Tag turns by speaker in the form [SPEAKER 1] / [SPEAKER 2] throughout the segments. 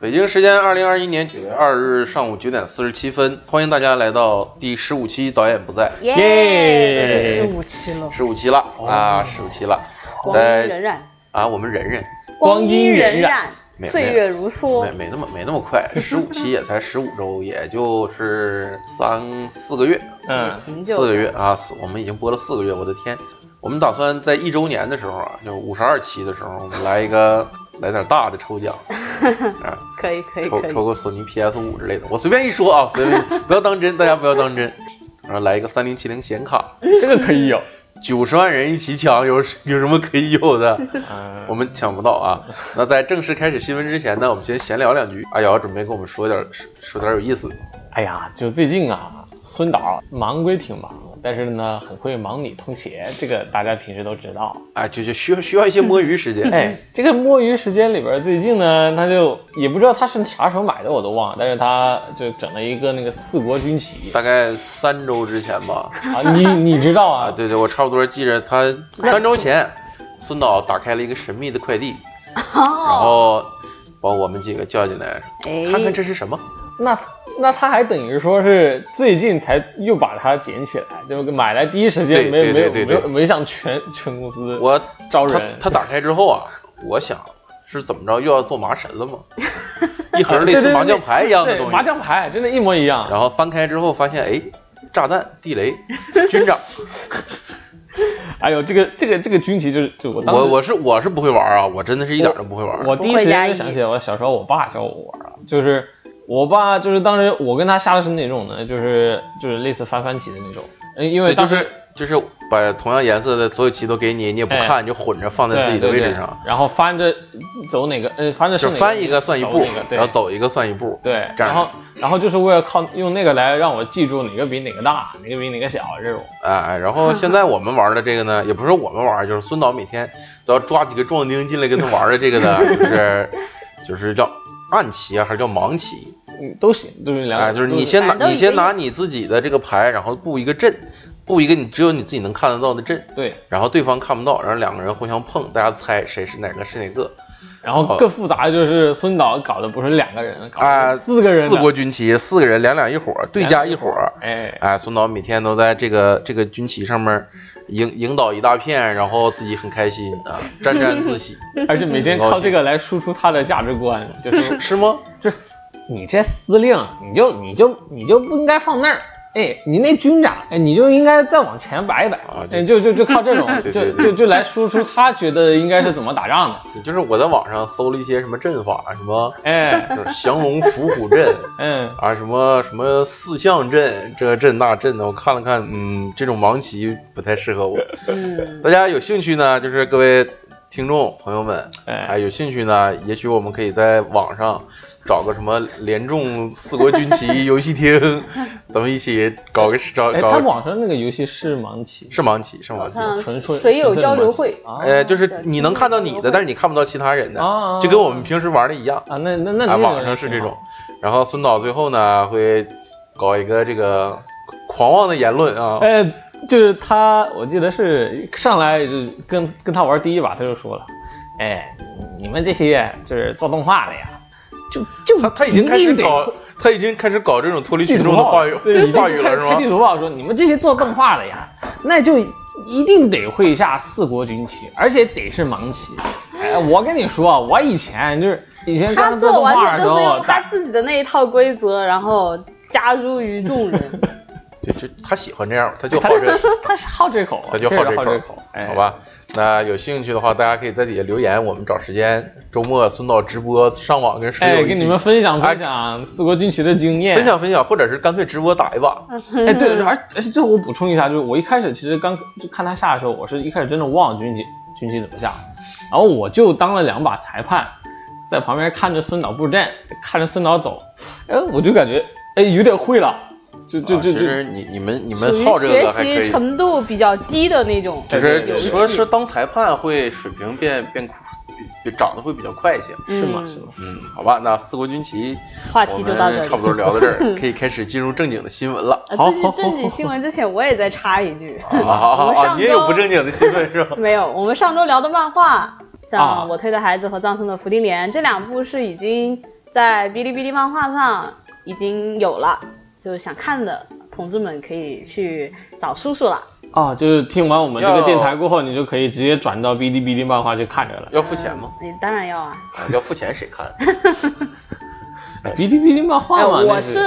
[SPEAKER 1] 北京时间二零二一年九月二日上午九点四十七分，欢迎大家来到第十五期《导演不在》
[SPEAKER 2] 耶，十五期了，
[SPEAKER 1] 十五期了、啊，十五期了，
[SPEAKER 2] 光阴荏
[SPEAKER 1] 在
[SPEAKER 2] 苒，
[SPEAKER 1] 啊，我们忍忍，
[SPEAKER 2] 光阴荏苒
[SPEAKER 1] 没，有
[SPEAKER 2] 岁月如梭
[SPEAKER 1] 没，没那么没那么快，十五期也才十五周，也就是三四个月，
[SPEAKER 3] 嗯，
[SPEAKER 2] 停就
[SPEAKER 1] 四个月啊，四我们已经播了四个月，我的天！我们打算在一周年的时候啊，就五十二期的时候，我们来一个来点大的抽奖啊，
[SPEAKER 2] 可以可以
[SPEAKER 1] 抽
[SPEAKER 2] 可以
[SPEAKER 1] 抽，个索尼 PS 五之类的，我随便一说啊， 随便不要当真，大家不要当真。然后来一个三零七零显卡，
[SPEAKER 3] 这个可以有。
[SPEAKER 1] 九十万人一起抢，有有什么可以有的？
[SPEAKER 3] 嗯
[SPEAKER 1] 我们抢不到啊。那在正式开始新闻之前呢，我们先闲聊两句。阿瑶准备跟我们说点说说点有意思的。
[SPEAKER 3] 哎呀，就最近啊，孙导忙归挺忙的，但是呢，很会忙里偷闲，这个大家平时都知道。
[SPEAKER 1] 哎，就就需要需要一些摸鱼时
[SPEAKER 2] 嗯
[SPEAKER 1] 间。
[SPEAKER 3] 哎，这个摸鱼时间里边，最近呢，他就也不知道他是啥时候买的，我都忘了，但是他就整了一个那个四国 军旗
[SPEAKER 1] 大概三周之前吧，
[SPEAKER 3] 啊，你你知道
[SPEAKER 1] 啊，
[SPEAKER 3] 啊？
[SPEAKER 1] 对对，我差不多记着他三周前，孙导打开了一个神秘的快递，然
[SPEAKER 2] 哦，
[SPEAKER 1] 后把我们几个叫进来，
[SPEAKER 2] 哎，
[SPEAKER 1] 看看这是什么。
[SPEAKER 3] 那那他还等于说是最近才又把它捡起来，就买来第一时间
[SPEAKER 1] 对
[SPEAKER 3] 没
[SPEAKER 1] 对
[SPEAKER 3] 没有
[SPEAKER 1] 对
[SPEAKER 3] 没
[SPEAKER 1] 对
[SPEAKER 3] 有没向全全公司
[SPEAKER 1] 我
[SPEAKER 3] 招
[SPEAKER 1] 他
[SPEAKER 3] 人
[SPEAKER 1] 他打开之后啊，我想是怎么着又要做麻绳了吗？一盒类
[SPEAKER 3] 对对
[SPEAKER 1] 似
[SPEAKER 3] 对
[SPEAKER 1] 麻将牌一样的
[SPEAKER 3] 对
[SPEAKER 1] 东西，
[SPEAKER 3] 麻将牌真的，一模一样。
[SPEAKER 1] 然后翻开之后发现，哎，炸弹、地 雷、军长，
[SPEAKER 3] 哎呦，这个这个这个军旗就是就我当时
[SPEAKER 1] 我我是我是不会玩啊，我真的是一点都不会玩。
[SPEAKER 3] 我第一时间就想起来我小时候我爸教我玩了，啊就是我爸就是当时我跟他下的是哪种呢？就是就是类似翻番棋的那种，呃因为
[SPEAKER 1] 对，就
[SPEAKER 3] 当时
[SPEAKER 1] 是就是把同样颜色的所有棋都给你，你也不
[SPEAKER 3] 哎
[SPEAKER 1] 看，你就混着放在
[SPEAKER 3] 对
[SPEAKER 1] 自己的
[SPEAKER 3] 对
[SPEAKER 1] 位置
[SPEAKER 3] 对
[SPEAKER 1] 上，
[SPEAKER 3] 然后翻着走哪个，呃，翻着
[SPEAKER 1] 就是
[SPEAKER 3] 哪
[SPEAKER 1] 翻一个算一
[SPEAKER 3] 走
[SPEAKER 1] 步
[SPEAKER 3] 哪个，对
[SPEAKER 1] 然后走一个算一步。
[SPEAKER 3] 对，
[SPEAKER 1] 这样
[SPEAKER 3] 然后然后就是为了靠用那个来让我记住哪个比哪个大，哪个比哪个小啊这种。
[SPEAKER 1] 哎，然后现在我们玩的这个呢，也不是我们玩，就是孙导每天都要抓几个壮丁进来跟他玩的这个呢，就是就是叫暗棋啊，还是叫盲棋？
[SPEAKER 3] 嗯，都行，就是两
[SPEAKER 1] 哎，
[SPEAKER 3] 个，
[SPEAKER 1] 就是你
[SPEAKER 3] 都
[SPEAKER 1] 先拿
[SPEAKER 2] 反正
[SPEAKER 1] 你
[SPEAKER 2] 都一个
[SPEAKER 1] 先拿你自己的这个牌，然后布一个阵，布一个你只有你自己能看得到的阵，
[SPEAKER 3] 对，
[SPEAKER 1] 然后对方看不到，然后两个人互相碰，大家猜谁是哪个是哪个。
[SPEAKER 3] 然后更复杂的就是孙导搞的不是两个人，搞
[SPEAKER 1] 哦啊、
[SPEAKER 3] 的是四个人的，
[SPEAKER 1] 四国军旗，四个人两两一伙儿，对家一伙儿。
[SPEAKER 3] 哎，
[SPEAKER 1] 哎，孙导每天都在这个这个军旗上面引引导一大片，然后自己很开心啊，沾沾自喜，
[SPEAKER 3] 而且每天靠这个来输出他的价值观，就是
[SPEAKER 1] 是吗？
[SPEAKER 3] 你这司令，你就你就你就不应该放那儿。哎，你那军长，哎，你就应该再往前摆一摆，
[SPEAKER 1] 啊对
[SPEAKER 3] 哎，就就就靠这种，
[SPEAKER 1] 对对
[SPEAKER 3] 就
[SPEAKER 1] 对
[SPEAKER 3] 就就来输出他觉得应该是怎么打仗的，
[SPEAKER 1] 就是我在网上搜了一些什么阵法，啊什么
[SPEAKER 3] 哎，
[SPEAKER 1] 就是降龙伏虎阵
[SPEAKER 3] 嗯，
[SPEAKER 1] 啊，什么什么四象阵，这阵那阵的，我看了看，嗯，这种盲棋不太适合我。
[SPEAKER 2] 嗯，
[SPEAKER 1] 大家有兴趣呢，就是各位听众朋友们，啊，
[SPEAKER 3] 哎，
[SPEAKER 1] 有兴趣呢，也许我们可以在网上找个什么联众四国军旗游戏厅，咱们一起搞个搞
[SPEAKER 3] 哎，
[SPEAKER 1] 搞
[SPEAKER 3] 他网上那个游戏是盲棋，
[SPEAKER 1] 是盲棋，是盲棋。
[SPEAKER 2] 像
[SPEAKER 3] 纯粹
[SPEAKER 2] 水友交流会，
[SPEAKER 3] 啊
[SPEAKER 1] 呃，就是
[SPEAKER 2] 对
[SPEAKER 1] 你能看到
[SPEAKER 2] 亲
[SPEAKER 1] 你
[SPEAKER 2] 友
[SPEAKER 1] 的，
[SPEAKER 2] 会
[SPEAKER 1] 但是你看不到其他人的
[SPEAKER 3] 啊啊，啊
[SPEAKER 1] 就跟我们平时玩的一样。
[SPEAKER 3] 啊，那那那
[SPEAKER 1] 啊，
[SPEAKER 3] 那个
[SPEAKER 1] 网上是这种。然后孙导最后呢会搞一个这个狂妄的言论啊，
[SPEAKER 3] 哎，就是他，我记得是上来就跟跟他玩第一把，他就说了，哎，你们这些就是做动画的呀，就就
[SPEAKER 1] 他他已经开
[SPEAKER 3] 一
[SPEAKER 1] 始
[SPEAKER 3] 定得
[SPEAKER 1] 搞，他已经开始搞这种脱离
[SPEAKER 3] 地
[SPEAKER 1] 群
[SPEAKER 3] 图
[SPEAKER 1] 众的
[SPEAKER 3] 炮
[SPEAKER 1] 话语
[SPEAKER 3] 对已经
[SPEAKER 1] 话语了是
[SPEAKER 3] 开
[SPEAKER 1] 吗
[SPEAKER 3] 地？图炮说你们这些做动画的呀，那就一定得会下四国军旗，而且得是盲棋。哎，我跟你说，我以前就是以前
[SPEAKER 2] 他
[SPEAKER 3] 刚做
[SPEAKER 2] 做
[SPEAKER 3] 动
[SPEAKER 2] 完
[SPEAKER 3] 画的
[SPEAKER 2] 全
[SPEAKER 3] 时
[SPEAKER 2] 都是
[SPEAKER 3] 候
[SPEAKER 2] 用，他自己的那一套规则，然后加入于众人，
[SPEAKER 1] 对，就他喜欢这样，他就
[SPEAKER 3] 他
[SPEAKER 1] 好这个。
[SPEAKER 3] 他是好这口啊，
[SPEAKER 1] 他就
[SPEAKER 3] 确
[SPEAKER 1] 好
[SPEAKER 3] 实好
[SPEAKER 1] 口，
[SPEAKER 3] 口，哎
[SPEAKER 1] 好。吧？那有兴趣的话，大家可以在底下留言，我们找时间周末孙导直播上网跟室
[SPEAKER 3] 哎，
[SPEAKER 1] 友一
[SPEAKER 3] 跟
[SPEAKER 1] 起
[SPEAKER 3] 你们分享
[SPEAKER 1] 哎
[SPEAKER 3] 分享四国军旗的经验，
[SPEAKER 1] 分享分享，或者是干脆直播打一把。
[SPEAKER 3] 哎，对，
[SPEAKER 2] 嗯
[SPEAKER 3] 而而且最后我补充一下，就是我一开始其实刚就看他下的时候，我是一开始真的忘了军旗军旗怎么下，然后我就当了两把裁判，在旁边看着孙导布阵，看着孙导走，哎，我就感觉哎有点会了，就就
[SPEAKER 1] 啊
[SPEAKER 3] 就就、
[SPEAKER 1] 是你你们你
[SPEAKER 2] 属
[SPEAKER 1] 们
[SPEAKER 2] 于
[SPEAKER 1] 好这
[SPEAKER 2] 学
[SPEAKER 1] 个还可
[SPEAKER 2] 习
[SPEAKER 1] 以，
[SPEAKER 2] 程度比较低的那种。
[SPEAKER 1] 就
[SPEAKER 3] 对对
[SPEAKER 1] 是
[SPEAKER 3] 对
[SPEAKER 1] 说是当裁判会水平变变就长得会比较快一些。
[SPEAKER 3] 是吗
[SPEAKER 2] 嗯
[SPEAKER 3] 是吗？
[SPEAKER 1] 嗯，好吧，那四国军旗
[SPEAKER 2] 话题就到
[SPEAKER 1] 我
[SPEAKER 2] 这
[SPEAKER 1] 们
[SPEAKER 2] 里。
[SPEAKER 1] 差不多聊到这 儿，可以开始进入正经的新闻了。
[SPEAKER 2] 呃
[SPEAKER 3] 好
[SPEAKER 2] 最
[SPEAKER 3] 好
[SPEAKER 2] 近正经新闻之前，我也再插一句，
[SPEAKER 1] 啊啊
[SPEAKER 2] 嗯我
[SPEAKER 1] 啊！
[SPEAKER 2] 上
[SPEAKER 1] 你也有
[SPEAKER 2] 周
[SPEAKER 1] 不正经的新闻是吧？
[SPEAKER 2] 没有，我们上周聊的漫画，像
[SPEAKER 3] 啊
[SPEAKER 2] 《我推的孩子》和《葬送的福丁莲》这两部是已经在哔哩哔哩漫画上已经有了，就是想看的同志们可以去找叔叔了。
[SPEAKER 3] 啊，就是听完我们这个电台过后，你就可以直接转到哔哩哔哩漫画去看着了。
[SPEAKER 1] 要付钱吗？
[SPEAKER 2] 嗯？你当然要啊！
[SPEAKER 1] 啊要付钱谁 看？
[SPEAKER 3] 哔哩哔哩漫画
[SPEAKER 2] 哎，
[SPEAKER 3] 嘛，
[SPEAKER 2] 我
[SPEAKER 3] 那
[SPEAKER 2] 是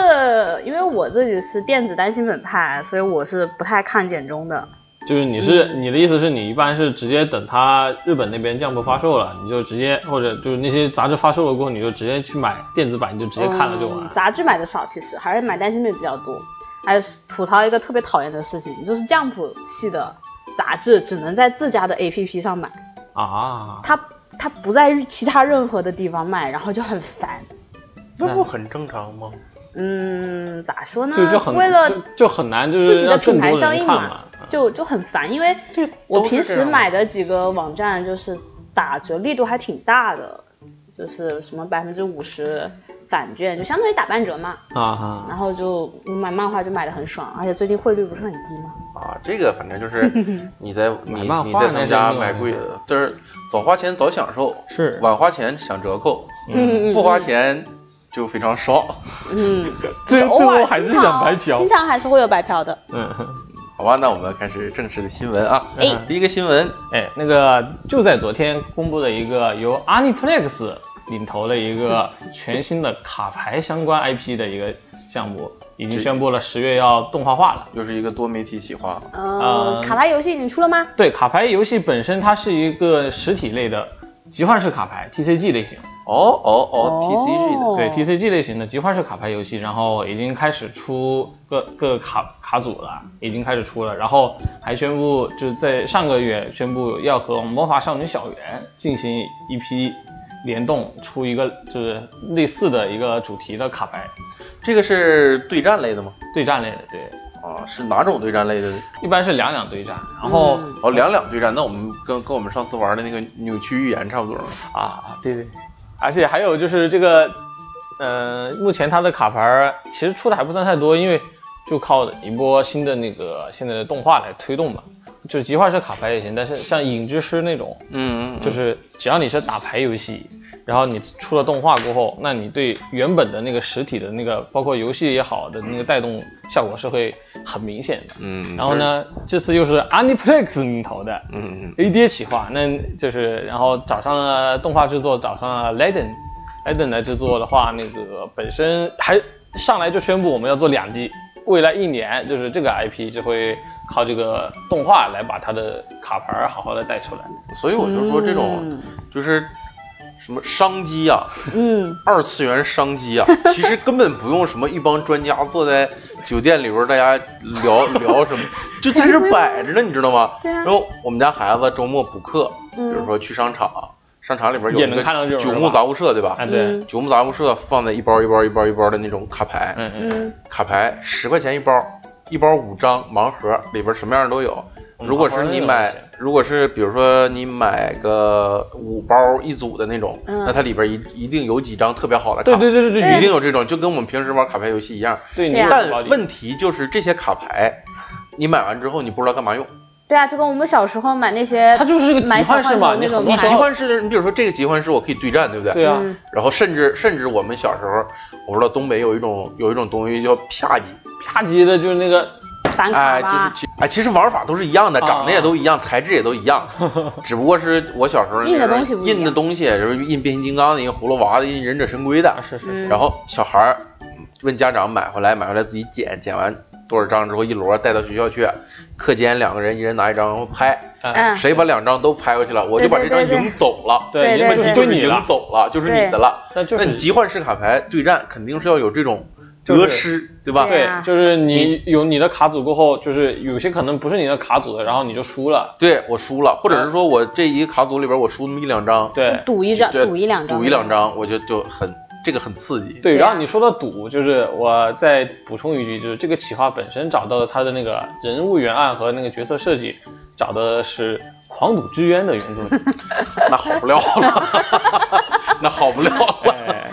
[SPEAKER 2] 因为我自己是电子单行本派，所以我是不太看简中的。
[SPEAKER 3] 就是你是、
[SPEAKER 2] 嗯
[SPEAKER 3] 你的意思是你一般是直接等它日本那边降部发售了，你就直接或者就是那些杂志发售了过后，你就直接去买电子版，你就直接看了就完
[SPEAKER 2] 嗯
[SPEAKER 3] 了。
[SPEAKER 2] 杂志买的少，其实还是买单行本比较多。还有吐槽一个特别讨厌的事情，就是 Jump 系的杂志只能在自家的 APP 上买，
[SPEAKER 3] 啊，
[SPEAKER 2] 它它不在其他任何的地方卖，然后就很烦。
[SPEAKER 1] 那不很正常吗？
[SPEAKER 2] 嗯，咋说呢？
[SPEAKER 3] 就就很
[SPEAKER 2] 为了
[SPEAKER 3] 就就很难，就
[SPEAKER 2] 自
[SPEAKER 3] 是
[SPEAKER 2] 己的
[SPEAKER 3] 让更
[SPEAKER 2] 品牌
[SPEAKER 3] 多
[SPEAKER 2] 效
[SPEAKER 3] 人
[SPEAKER 2] 应
[SPEAKER 3] 看
[SPEAKER 2] 嘛
[SPEAKER 3] 嘛。，
[SPEAKER 2] 就就很烦，因为我平时买的几个网站就是打折力度还挺大的，就是什么百分之五十返券，就相当于打半折嘛。
[SPEAKER 3] 啊哈。
[SPEAKER 2] 然后就买漫画就买的很爽，而且最近汇率不是很低嘛。
[SPEAKER 1] 啊，这个反正就是 你在你
[SPEAKER 3] 买漫
[SPEAKER 1] 你
[SPEAKER 3] 画
[SPEAKER 1] 在他
[SPEAKER 3] 那
[SPEAKER 1] 们
[SPEAKER 3] 是
[SPEAKER 1] 家
[SPEAKER 3] 另
[SPEAKER 1] 买
[SPEAKER 3] 外
[SPEAKER 1] 贵
[SPEAKER 3] 一回
[SPEAKER 1] 的，就是早花钱早享受，
[SPEAKER 3] 是
[SPEAKER 1] 晚花钱享折扣，
[SPEAKER 2] 嗯
[SPEAKER 1] 不花钱就非常爽，
[SPEAKER 2] 嗯，
[SPEAKER 3] 最
[SPEAKER 2] 偶尔
[SPEAKER 3] 后还是想白嫖
[SPEAKER 2] 经常经。常还是会有白嫖的。
[SPEAKER 3] 嗯，
[SPEAKER 1] 好吧？那我们开始正式的新闻啊。
[SPEAKER 2] 哎
[SPEAKER 1] 第一个新闻，
[SPEAKER 3] 哎，那个就在昨天公布的一个由 Aniplex 领头的一个全新的卡牌相关 IP 的一个项目，已经宣布了十月要动画化了。
[SPEAKER 1] 又是一个多媒体企划，
[SPEAKER 2] 呃，
[SPEAKER 3] 嗯
[SPEAKER 2] 卡牌游戏你出了吗？
[SPEAKER 3] 对，卡牌游戏本身它是一个实体类的集换式卡牌 TCG 类型，
[SPEAKER 1] 哦哦哦，TCG 的
[SPEAKER 2] 哦
[SPEAKER 3] 对 TCG 类型的集换式卡牌游戏，然后已经开始出各各卡卡组了，已经开始出了，然后还宣布就是在上个月宣布要和魔法少女小圆进行一批联动，出一个就是类似的一个主题的卡牌
[SPEAKER 1] 这个是对战类的吗？
[SPEAKER 3] 对战类的，对，
[SPEAKER 1] 啊，是哪种对战类的？
[SPEAKER 3] 一般是两两对战，然后、
[SPEAKER 2] 嗯
[SPEAKER 1] 哦，两两对战，那我们跟跟我们上次玩的那个扭曲预言差不多了。
[SPEAKER 3] 啊，对对，而且还有就是这个，呃，目前它的卡牌儿其实出的还不算太多，因为就靠一波新的那个现在的动画来推动嘛。就是集画式卡牌也行，但是像影之师那种，
[SPEAKER 1] 嗯，
[SPEAKER 3] 就
[SPEAKER 1] 就是
[SPEAKER 3] 是只要你是打牌游戏，然后你出了动画过后，那你对原本的那个实体的那个，包括游戏也好的那个带动效果是会很明显的。
[SPEAKER 1] 嗯，
[SPEAKER 3] 然后呢，这次又是 Aniplex 领头的，
[SPEAKER 1] 就是？嗯嗯
[SPEAKER 3] AD 企划，那就是然后找上了动画制作，找上了 Leden，Leden 来制作的话，那个本身还上来就宣布我们要做两季，未来一年就是这个 IP 就会靠这个动画来把它的卡牌儿好好的带出来。
[SPEAKER 1] 嗯，所以我就说这种就是什么商机啊，
[SPEAKER 2] 嗯，
[SPEAKER 1] 二次元商机啊，其实根本不用什么一帮专家坐在酒店里边儿，大家聊聊什么，就在这摆着呢，你知道吗？
[SPEAKER 2] 对啊
[SPEAKER 1] 然后我们家孩子周末补课，比
[SPEAKER 2] 嗯
[SPEAKER 1] 如说去商场，商场里边有
[SPEAKER 3] 也
[SPEAKER 1] 一
[SPEAKER 3] 能看到这
[SPEAKER 1] 个
[SPEAKER 3] 种
[SPEAKER 1] 九
[SPEAKER 3] 是
[SPEAKER 1] 牧
[SPEAKER 3] 吧
[SPEAKER 1] 杂物社，对吧
[SPEAKER 3] 啊，？对
[SPEAKER 2] 嗯，
[SPEAKER 1] 九牧杂物社放在一包一包一包一包的那种卡牌，
[SPEAKER 3] 嗯嗯，
[SPEAKER 2] 嗯
[SPEAKER 1] 卡牌十块钱一包，一包五张盲盒，里边什么样的都有。
[SPEAKER 3] 嗯
[SPEAKER 1] 如果是你
[SPEAKER 3] 盲盒那
[SPEAKER 1] 买
[SPEAKER 3] 种东，
[SPEAKER 1] 如果是比如说你买个五包一组的那种，
[SPEAKER 2] 嗯
[SPEAKER 1] 那它里边一一定有几张特别好的卡。
[SPEAKER 3] 对对对对
[SPEAKER 1] 一
[SPEAKER 3] 对，
[SPEAKER 1] 定有这种，就跟我们平时玩卡牌游戏一样。
[SPEAKER 3] 对你
[SPEAKER 2] 对啊
[SPEAKER 1] 但
[SPEAKER 3] 有道理
[SPEAKER 1] 问题就是这些卡牌，你买完之后你不知道干嘛用。
[SPEAKER 2] 对啊，就跟我们小时候买那些，
[SPEAKER 3] 它就是个集
[SPEAKER 2] 买小
[SPEAKER 3] 换式嘛，
[SPEAKER 2] 浣
[SPEAKER 3] 你
[SPEAKER 2] 熊
[SPEAKER 3] 很
[SPEAKER 1] 你
[SPEAKER 2] 那
[SPEAKER 3] 多
[SPEAKER 2] 种
[SPEAKER 3] 时
[SPEAKER 1] 集
[SPEAKER 2] 买
[SPEAKER 3] 候
[SPEAKER 1] 幻式，你比如说这个集幻式我可以对战，对不对？
[SPEAKER 3] 对啊
[SPEAKER 2] 嗯，
[SPEAKER 1] 然后甚至甚至我们小时候，我不知道东北有一种有一种东西叫啪叽，
[SPEAKER 3] 啪叽的就是那个
[SPEAKER 2] 反卡啊
[SPEAKER 1] 哎，
[SPEAKER 2] 吧哦
[SPEAKER 1] 就，是其哎，其实玩法都是一样的，
[SPEAKER 3] 啊
[SPEAKER 1] 长得也都一样，材质也都一 样，只不过是我小时候
[SPEAKER 2] 印的东西不一样
[SPEAKER 1] 印的东西，什么印变形金刚的，印葫芦娃的，印忍者神龟的
[SPEAKER 3] 啊，是是
[SPEAKER 2] 嗯
[SPEAKER 1] 然后小孩儿嗯问家长买回来，买回来自己剪，剪完多少张之后一摞带到学校去，课间两个人一人拿一张然后拍，
[SPEAKER 2] 嗯，
[SPEAKER 1] 谁把两张都拍回去了，我就把这张赢走了。
[SPEAKER 3] 对，因
[SPEAKER 2] 对
[SPEAKER 3] 为
[SPEAKER 2] 对
[SPEAKER 3] 是
[SPEAKER 1] 就
[SPEAKER 3] 对
[SPEAKER 1] 是
[SPEAKER 3] 你
[SPEAKER 1] 赢
[SPEAKER 3] 了，
[SPEAKER 1] 走了，就是你的了。
[SPEAKER 3] 那就
[SPEAKER 1] 那你
[SPEAKER 3] 是
[SPEAKER 1] 集换式卡牌对战肯定是要有这种
[SPEAKER 3] 就是
[SPEAKER 1] 得失，对吧？
[SPEAKER 2] 对
[SPEAKER 3] 对
[SPEAKER 2] 啊，
[SPEAKER 3] 就是你有你的卡组过后，就是有些可能不是你的卡组的，然后你就输了。
[SPEAKER 1] 对我输了，或者是说我这一个卡组里边我输那么一两张，
[SPEAKER 3] 啊对，
[SPEAKER 2] 赌一张，
[SPEAKER 1] 这
[SPEAKER 2] 赌一两张，
[SPEAKER 1] 赌一两，张，我就就很这个很刺激。
[SPEAKER 3] 对，
[SPEAKER 2] 对啊
[SPEAKER 3] 然后你说到赌，就是我再补充一句，就是这个企划本身找到的他的那个人物原案和那个角色设计，找的是《狂赌之渊》的原 作者，
[SPEAKER 1] 那好不了了， 那好不了了。
[SPEAKER 3] 哎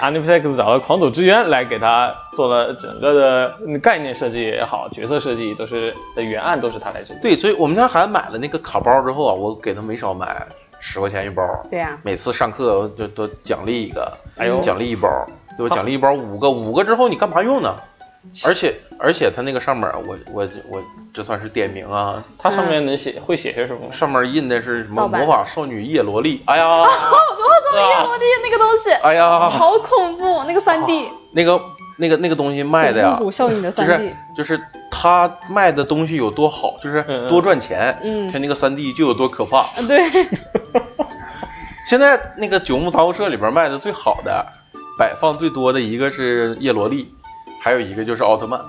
[SPEAKER 3] a n i p l e x 找了《狂赌之渊》来给他做了整个的嗯概念设计也好，角色设计都是的原案都是他来制定。
[SPEAKER 1] 对，所以我们家孩子买了那个卡包之后啊，我给他没少买，十块钱一包，
[SPEAKER 2] 对啊呀、
[SPEAKER 1] 每次上课就都奖励一个，
[SPEAKER 3] 哎呦
[SPEAKER 1] 奖励一包，对 吧？奖励一包五个，五个之后你干嘛用呢？而且而且它那个上面，我我我这算是点名啊，
[SPEAKER 3] 它上面能写会写些什么？
[SPEAKER 1] 上面印的是什么
[SPEAKER 2] 盗版
[SPEAKER 1] 魔法少女叶罗丽？哎呀，
[SPEAKER 2] 啊，我的那个东西。
[SPEAKER 1] 哎呀，
[SPEAKER 2] 好恐怖！那个三 D
[SPEAKER 1] 那个那个那个东西啊卖的
[SPEAKER 2] 恐
[SPEAKER 1] 呀
[SPEAKER 2] 怖，谷效应的
[SPEAKER 1] 就
[SPEAKER 2] 三 D，
[SPEAKER 1] 是就是他卖的东西有多好，就是
[SPEAKER 3] 嗯嗯
[SPEAKER 1] 多赚钱，
[SPEAKER 2] 嗯
[SPEAKER 1] 他那个三 D 就有多可怕。
[SPEAKER 2] 啊，对，
[SPEAKER 1] 现在那个九牧杂货社里边卖的最好的、摆放最多的一个是叶罗丽，还有一个就是奥特曼。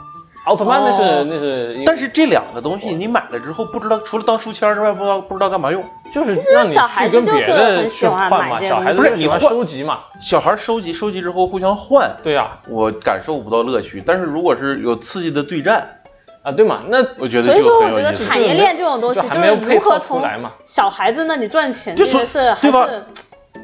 [SPEAKER 3] 奥特曼那是、
[SPEAKER 2] 哦
[SPEAKER 3] 那是，
[SPEAKER 1] 但是这两个东西你买了之后，不知道除了当书签之外，不知道不知道干嘛用。
[SPEAKER 3] 就是让你
[SPEAKER 2] 小孩子
[SPEAKER 3] 去跟
[SPEAKER 2] 就是
[SPEAKER 3] 别的
[SPEAKER 2] 很喜
[SPEAKER 3] 去
[SPEAKER 2] 欢
[SPEAKER 3] 换
[SPEAKER 2] 买
[SPEAKER 3] 嘛，
[SPEAKER 2] 这
[SPEAKER 3] 小孩子
[SPEAKER 1] 种
[SPEAKER 3] 就喜
[SPEAKER 1] 东
[SPEAKER 3] 欢
[SPEAKER 1] 西
[SPEAKER 3] 收集嘛，
[SPEAKER 1] 小孩收集收集之后互相换，
[SPEAKER 3] 对啊呀、
[SPEAKER 1] 我感受不到乐趣。但是如果是有刺激的对战，
[SPEAKER 3] 啊，对嘛，那
[SPEAKER 1] 我觉
[SPEAKER 2] 所
[SPEAKER 1] 得就
[SPEAKER 2] 以说我
[SPEAKER 1] 很
[SPEAKER 2] 觉
[SPEAKER 1] 有
[SPEAKER 2] 得
[SPEAKER 1] 意思。
[SPEAKER 2] 产业链这种东西
[SPEAKER 3] 就还没有
[SPEAKER 2] 是
[SPEAKER 3] 配
[SPEAKER 2] 如何
[SPEAKER 3] 合出
[SPEAKER 2] 从
[SPEAKER 3] 来嘛。
[SPEAKER 2] 小孩子那里赚钱
[SPEAKER 1] 就
[SPEAKER 2] 这
[SPEAKER 1] 说
[SPEAKER 2] 件事，还
[SPEAKER 1] 对吧
[SPEAKER 2] 是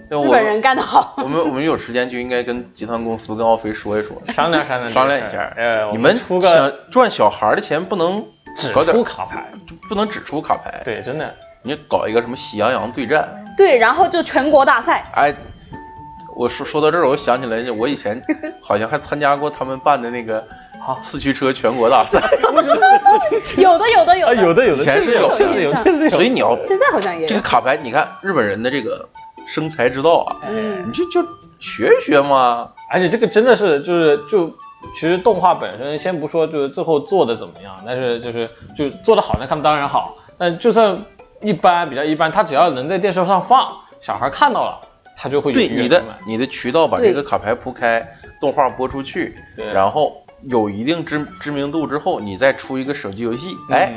[SPEAKER 1] 对
[SPEAKER 2] 日
[SPEAKER 1] 我
[SPEAKER 2] 本人干得好。
[SPEAKER 1] 我们我们有时间就应该跟集团公司跟奥飞说一说，
[SPEAKER 3] 商量商量这个事儿，
[SPEAKER 1] 商量一下
[SPEAKER 3] 哎，我
[SPEAKER 1] 你们
[SPEAKER 3] 出个
[SPEAKER 1] 想赚小孩的钱不能
[SPEAKER 3] 只
[SPEAKER 1] 搞点
[SPEAKER 3] 出卡牌，
[SPEAKER 1] 不能只出卡牌，
[SPEAKER 3] 对，真的，
[SPEAKER 1] 你搞一个什么喜羊羊对战，
[SPEAKER 2] 对，然后就全国 大赛，
[SPEAKER 1] 哎，我说说到这儿，我想起来，我以前好像还参加过他们办的那个
[SPEAKER 3] 好
[SPEAKER 1] 四驱车全国大赛，
[SPEAKER 2] 有的有的有
[SPEAKER 3] 啊，
[SPEAKER 2] 的，
[SPEAKER 3] 有的有的，
[SPEAKER 1] 以前
[SPEAKER 3] 确
[SPEAKER 1] 是
[SPEAKER 3] 实
[SPEAKER 1] 有的
[SPEAKER 3] 确实有，确实有，
[SPEAKER 1] 所以你要
[SPEAKER 2] 现在好像也
[SPEAKER 1] 这
[SPEAKER 2] 有
[SPEAKER 1] 个，卡牌，你看日本人的这个生财之道啊，
[SPEAKER 3] 哎
[SPEAKER 2] 嗯
[SPEAKER 1] 你，就就学一学嘛。
[SPEAKER 3] 而且这个真的是就是就，其实动画本身先不说就是最后做的怎么样，但是就是就做的好，那他们当然好。但就算一般比较一般，他只要能在电视上放，小孩看到了，他就会有
[SPEAKER 1] 对
[SPEAKER 3] 愉悦
[SPEAKER 1] 你的
[SPEAKER 3] 感
[SPEAKER 1] 你的渠道把
[SPEAKER 2] 对
[SPEAKER 1] 这个卡牌铺开，动画播出去，
[SPEAKER 3] 对
[SPEAKER 1] 然后有一定知知名度之后，你再出一个手机游戏，
[SPEAKER 3] 嗯
[SPEAKER 1] 哎，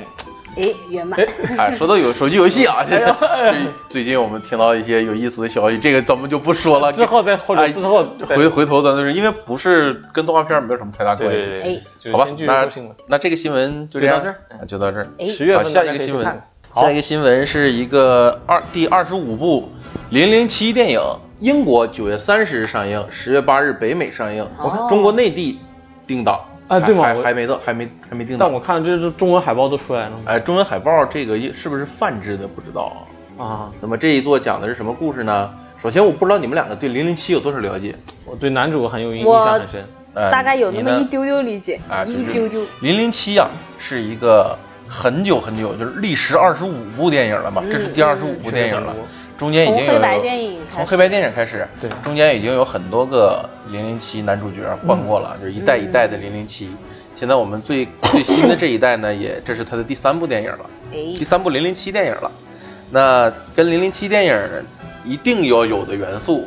[SPEAKER 2] 哎，圆满
[SPEAKER 3] 哎，
[SPEAKER 1] 哎，说到有手机游戏啊，现在
[SPEAKER 3] 哎呦
[SPEAKER 1] 最最近我们听到一些有意思的消息，这个咱们就不说了。
[SPEAKER 3] 啊之后再或者
[SPEAKER 1] 哎
[SPEAKER 3] 之后再
[SPEAKER 1] 回回头咱就是因为不是跟动画片没有什么太大
[SPEAKER 3] 对
[SPEAKER 1] 关系。
[SPEAKER 3] 对对
[SPEAKER 2] 哎，
[SPEAKER 3] 就是
[SPEAKER 1] 好吧
[SPEAKER 3] 先，剧
[SPEAKER 1] 那
[SPEAKER 3] 透性了。
[SPEAKER 1] 那这个新闻就这样，
[SPEAKER 3] 就到嗯
[SPEAKER 1] 啊就到这儿。
[SPEAKER 2] 哎，
[SPEAKER 3] 十月
[SPEAKER 1] 好，
[SPEAKER 3] 份
[SPEAKER 1] 下
[SPEAKER 3] 大家
[SPEAKER 1] 一个
[SPEAKER 3] 可以
[SPEAKER 1] 新
[SPEAKER 3] 去
[SPEAKER 1] 闻
[SPEAKER 3] 看看，，好
[SPEAKER 1] 下一个新闻是一个二第二十五部《零零七》电影，英国九月三十日上映，十月八日北美上映，
[SPEAKER 2] 哦
[SPEAKER 1] 中国内地定档。
[SPEAKER 3] 啊
[SPEAKER 1] 还
[SPEAKER 3] 对嘛
[SPEAKER 1] 还
[SPEAKER 3] 我
[SPEAKER 1] 还没到，还没还没定
[SPEAKER 3] 但
[SPEAKER 1] 档。
[SPEAKER 3] 我看这这中文海报都出来了
[SPEAKER 1] 哎，中文海报这个是不是泛制的？不知道啊。
[SPEAKER 3] 啊！
[SPEAKER 1] 那么这一座讲的是什么故事呢？首先，我不知道你们两个对零零七有多少了解，
[SPEAKER 3] 我对男主很有印印
[SPEAKER 2] 我
[SPEAKER 3] 象很深，
[SPEAKER 1] 呃，
[SPEAKER 2] 大概有那么一
[SPEAKER 1] 你呢。
[SPEAKER 2] 丢丢理解
[SPEAKER 1] 啊，就是
[SPEAKER 2] 一丢丢，
[SPEAKER 1] 零零七啊，是一个很久很久，就是历时二十五部电影了嘛，
[SPEAKER 2] 嗯
[SPEAKER 1] 这是第二十五部电影了
[SPEAKER 3] 确实很多，
[SPEAKER 1] 中间已
[SPEAKER 2] 从
[SPEAKER 1] 经有
[SPEAKER 2] 黑白电影开
[SPEAKER 1] 从
[SPEAKER 2] 始
[SPEAKER 1] 黑白电影开始，
[SPEAKER 3] 对
[SPEAKER 1] 中间已经有很多个零零七男主角换过
[SPEAKER 2] 嗯
[SPEAKER 1] 了，就是一代一代的零零七。现在我们最最新的这一代呢，也这是他的第三部电影了，
[SPEAKER 2] 哎
[SPEAKER 1] 第，三部零零七电影了。那跟零零七电影一定要有的元素，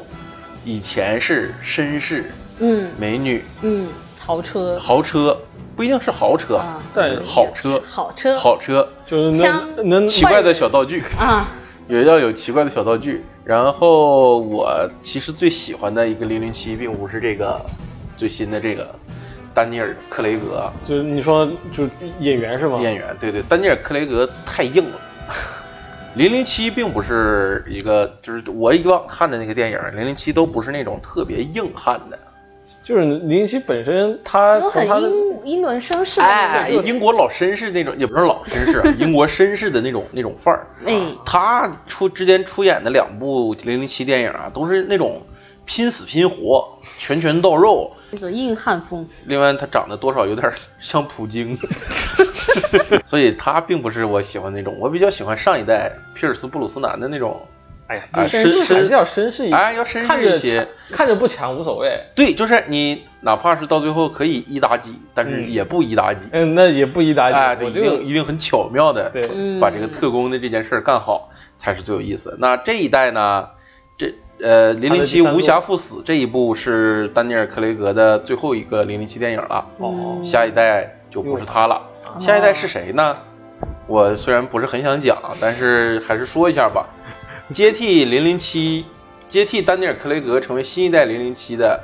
[SPEAKER 1] 以前是绅士、
[SPEAKER 2] 嗯
[SPEAKER 1] 美女、
[SPEAKER 2] 嗯，豪车
[SPEAKER 1] 豪车，不一定是豪车，
[SPEAKER 2] 啊
[SPEAKER 3] 但
[SPEAKER 1] 是好车，
[SPEAKER 2] 好车
[SPEAKER 1] 好车，
[SPEAKER 3] 就是
[SPEAKER 2] 枪
[SPEAKER 3] 能能
[SPEAKER 1] 奇怪的小道具，
[SPEAKER 2] 啊，
[SPEAKER 1] 也要有奇怪的小道具。然后我其实最喜欢的一个零零七，并不是这个最新的这个丹尼尔·克雷格啊
[SPEAKER 3] 就是你说就是演员是吗？
[SPEAKER 1] 演员，对对，丹尼尔·克雷格太硬了。零零七并不是一个，就是我以往看的那个电影，零零七都不是那种特别硬汉的，
[SPEAKER 3] 就是林夕本身，他
[SPEAKER 2] 都
[SPEAKER 3] 从
[SPEAKER 2] 很
[SPEAKER 3] 他的
[SPEAKER 2] 英英伦绅士的
[SPEAKER 1] 哎
[SPEAKER 2] 那，种，
[SPEAKER 1] 英国老绅士那种，也不是老绅士啊，英国绅士的那种那种范儿。
[SPEAKER 2] 哎，
[SPEAKER 1] 他出之前出演的两部零零七电影啊，都是那种拼死拼活、拳拳到肉。
[SPEAKER 2] 那种硬汉风，
[SPEAKER 1] 另外，他长得多少有点像普 京，所以他并不是我喜欢那种。我比较喜欢上一代皮尔斯布鲁斯南的那种，
[SPEAKER 3] 哎呀，
[SPEAKER 1] 哎，
[SPEAKER 2] 绅
[SPEAKER 1] 绅
[SPEAKER 3] 还是
[SPEAKER 1] 绅，
[SPEAKER 3] 要绅士一
[SPEAKER 1] 哎，要绅
[SPEAKER 3] 看
[SPEAKER 1] 士
[SPEAKER 3] 着
[SPEAKER 1] 一些
[SPEAKER 3] 强。看着不强无所谓，
[SPEAKER 1] 对，就是你哪怕是到最后可以一打几，但是
[SPEAKER 3] 嗯
[SPEAKER 1] 也不一打几。
[SPEAKER 3] 嗯，那也不一打紧。
[SPEAKER 1] 哎，就
[SPEAKER 3] 我
[SPEAKER 1] 一
[SPEAKER 3] 这
[SPEAKER 1] 定
[SPEAKER 3] 个
[SPEAKER 1] 一定很巧妙的，
[SPEAKER 3] 对
[SPEAKER 2] 嗯
[SPEAKER 1] 把这个特工的这件事儿干好才是最有意思的。那这一代呢，这呃零零七
[SPEAKER 3] 嗯他的第三部
[SPEAKER 1] 无暇赴死这一部是丹尼尔·克雷格的最后一个零零七电影了，
[SPEAKER 3] 哦
[SPEAKER 2] 嗯
[SPEAKER 1] 下一代就不是他了。下一代是谁呢？我虽然不是很想讲，但是还是说一下吧。接替零零七，接替丹尼尔·克雷格成为新一代零零七的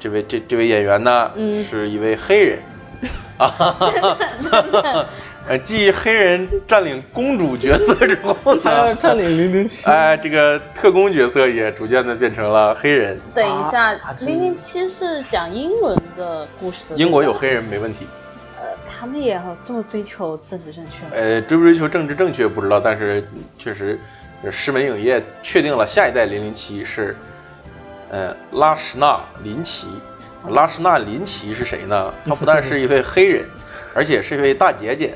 [SPEAKER 1] 这位这这位演员呢，
[SPEAKER 2] 嗯
[SPEAKER 1] 是一位黑人， 啊 哈哈哈哈，呃，继黑人占领公主角色之后
[SPEAKER 3] 他要
[SPEAKER 1] 呢，
[SPEAKER 3] 占领零零七，
[SPEAKER 1] 哎，这个特工角色也逐渐的变成了黑人。
[SPEAKER 2] 等一下
[SPEAKER 3] 啊，这
[SPEAKER 2] 零零七是讲英伦的故事的，
[SPEAKER 1] 英国有黑人没问题，
[SPEAKER 2] 呃，他们也这么追求政治正确吗？
[SPEAKER 1] 呃，追不追求政治正确不知道，但是确实就是狮门影业确定了下一代零零七是，呃，拉什纳林奇。拉什纳林奇是谁呢？她不但是一位黑人，而且是一位大姐姐。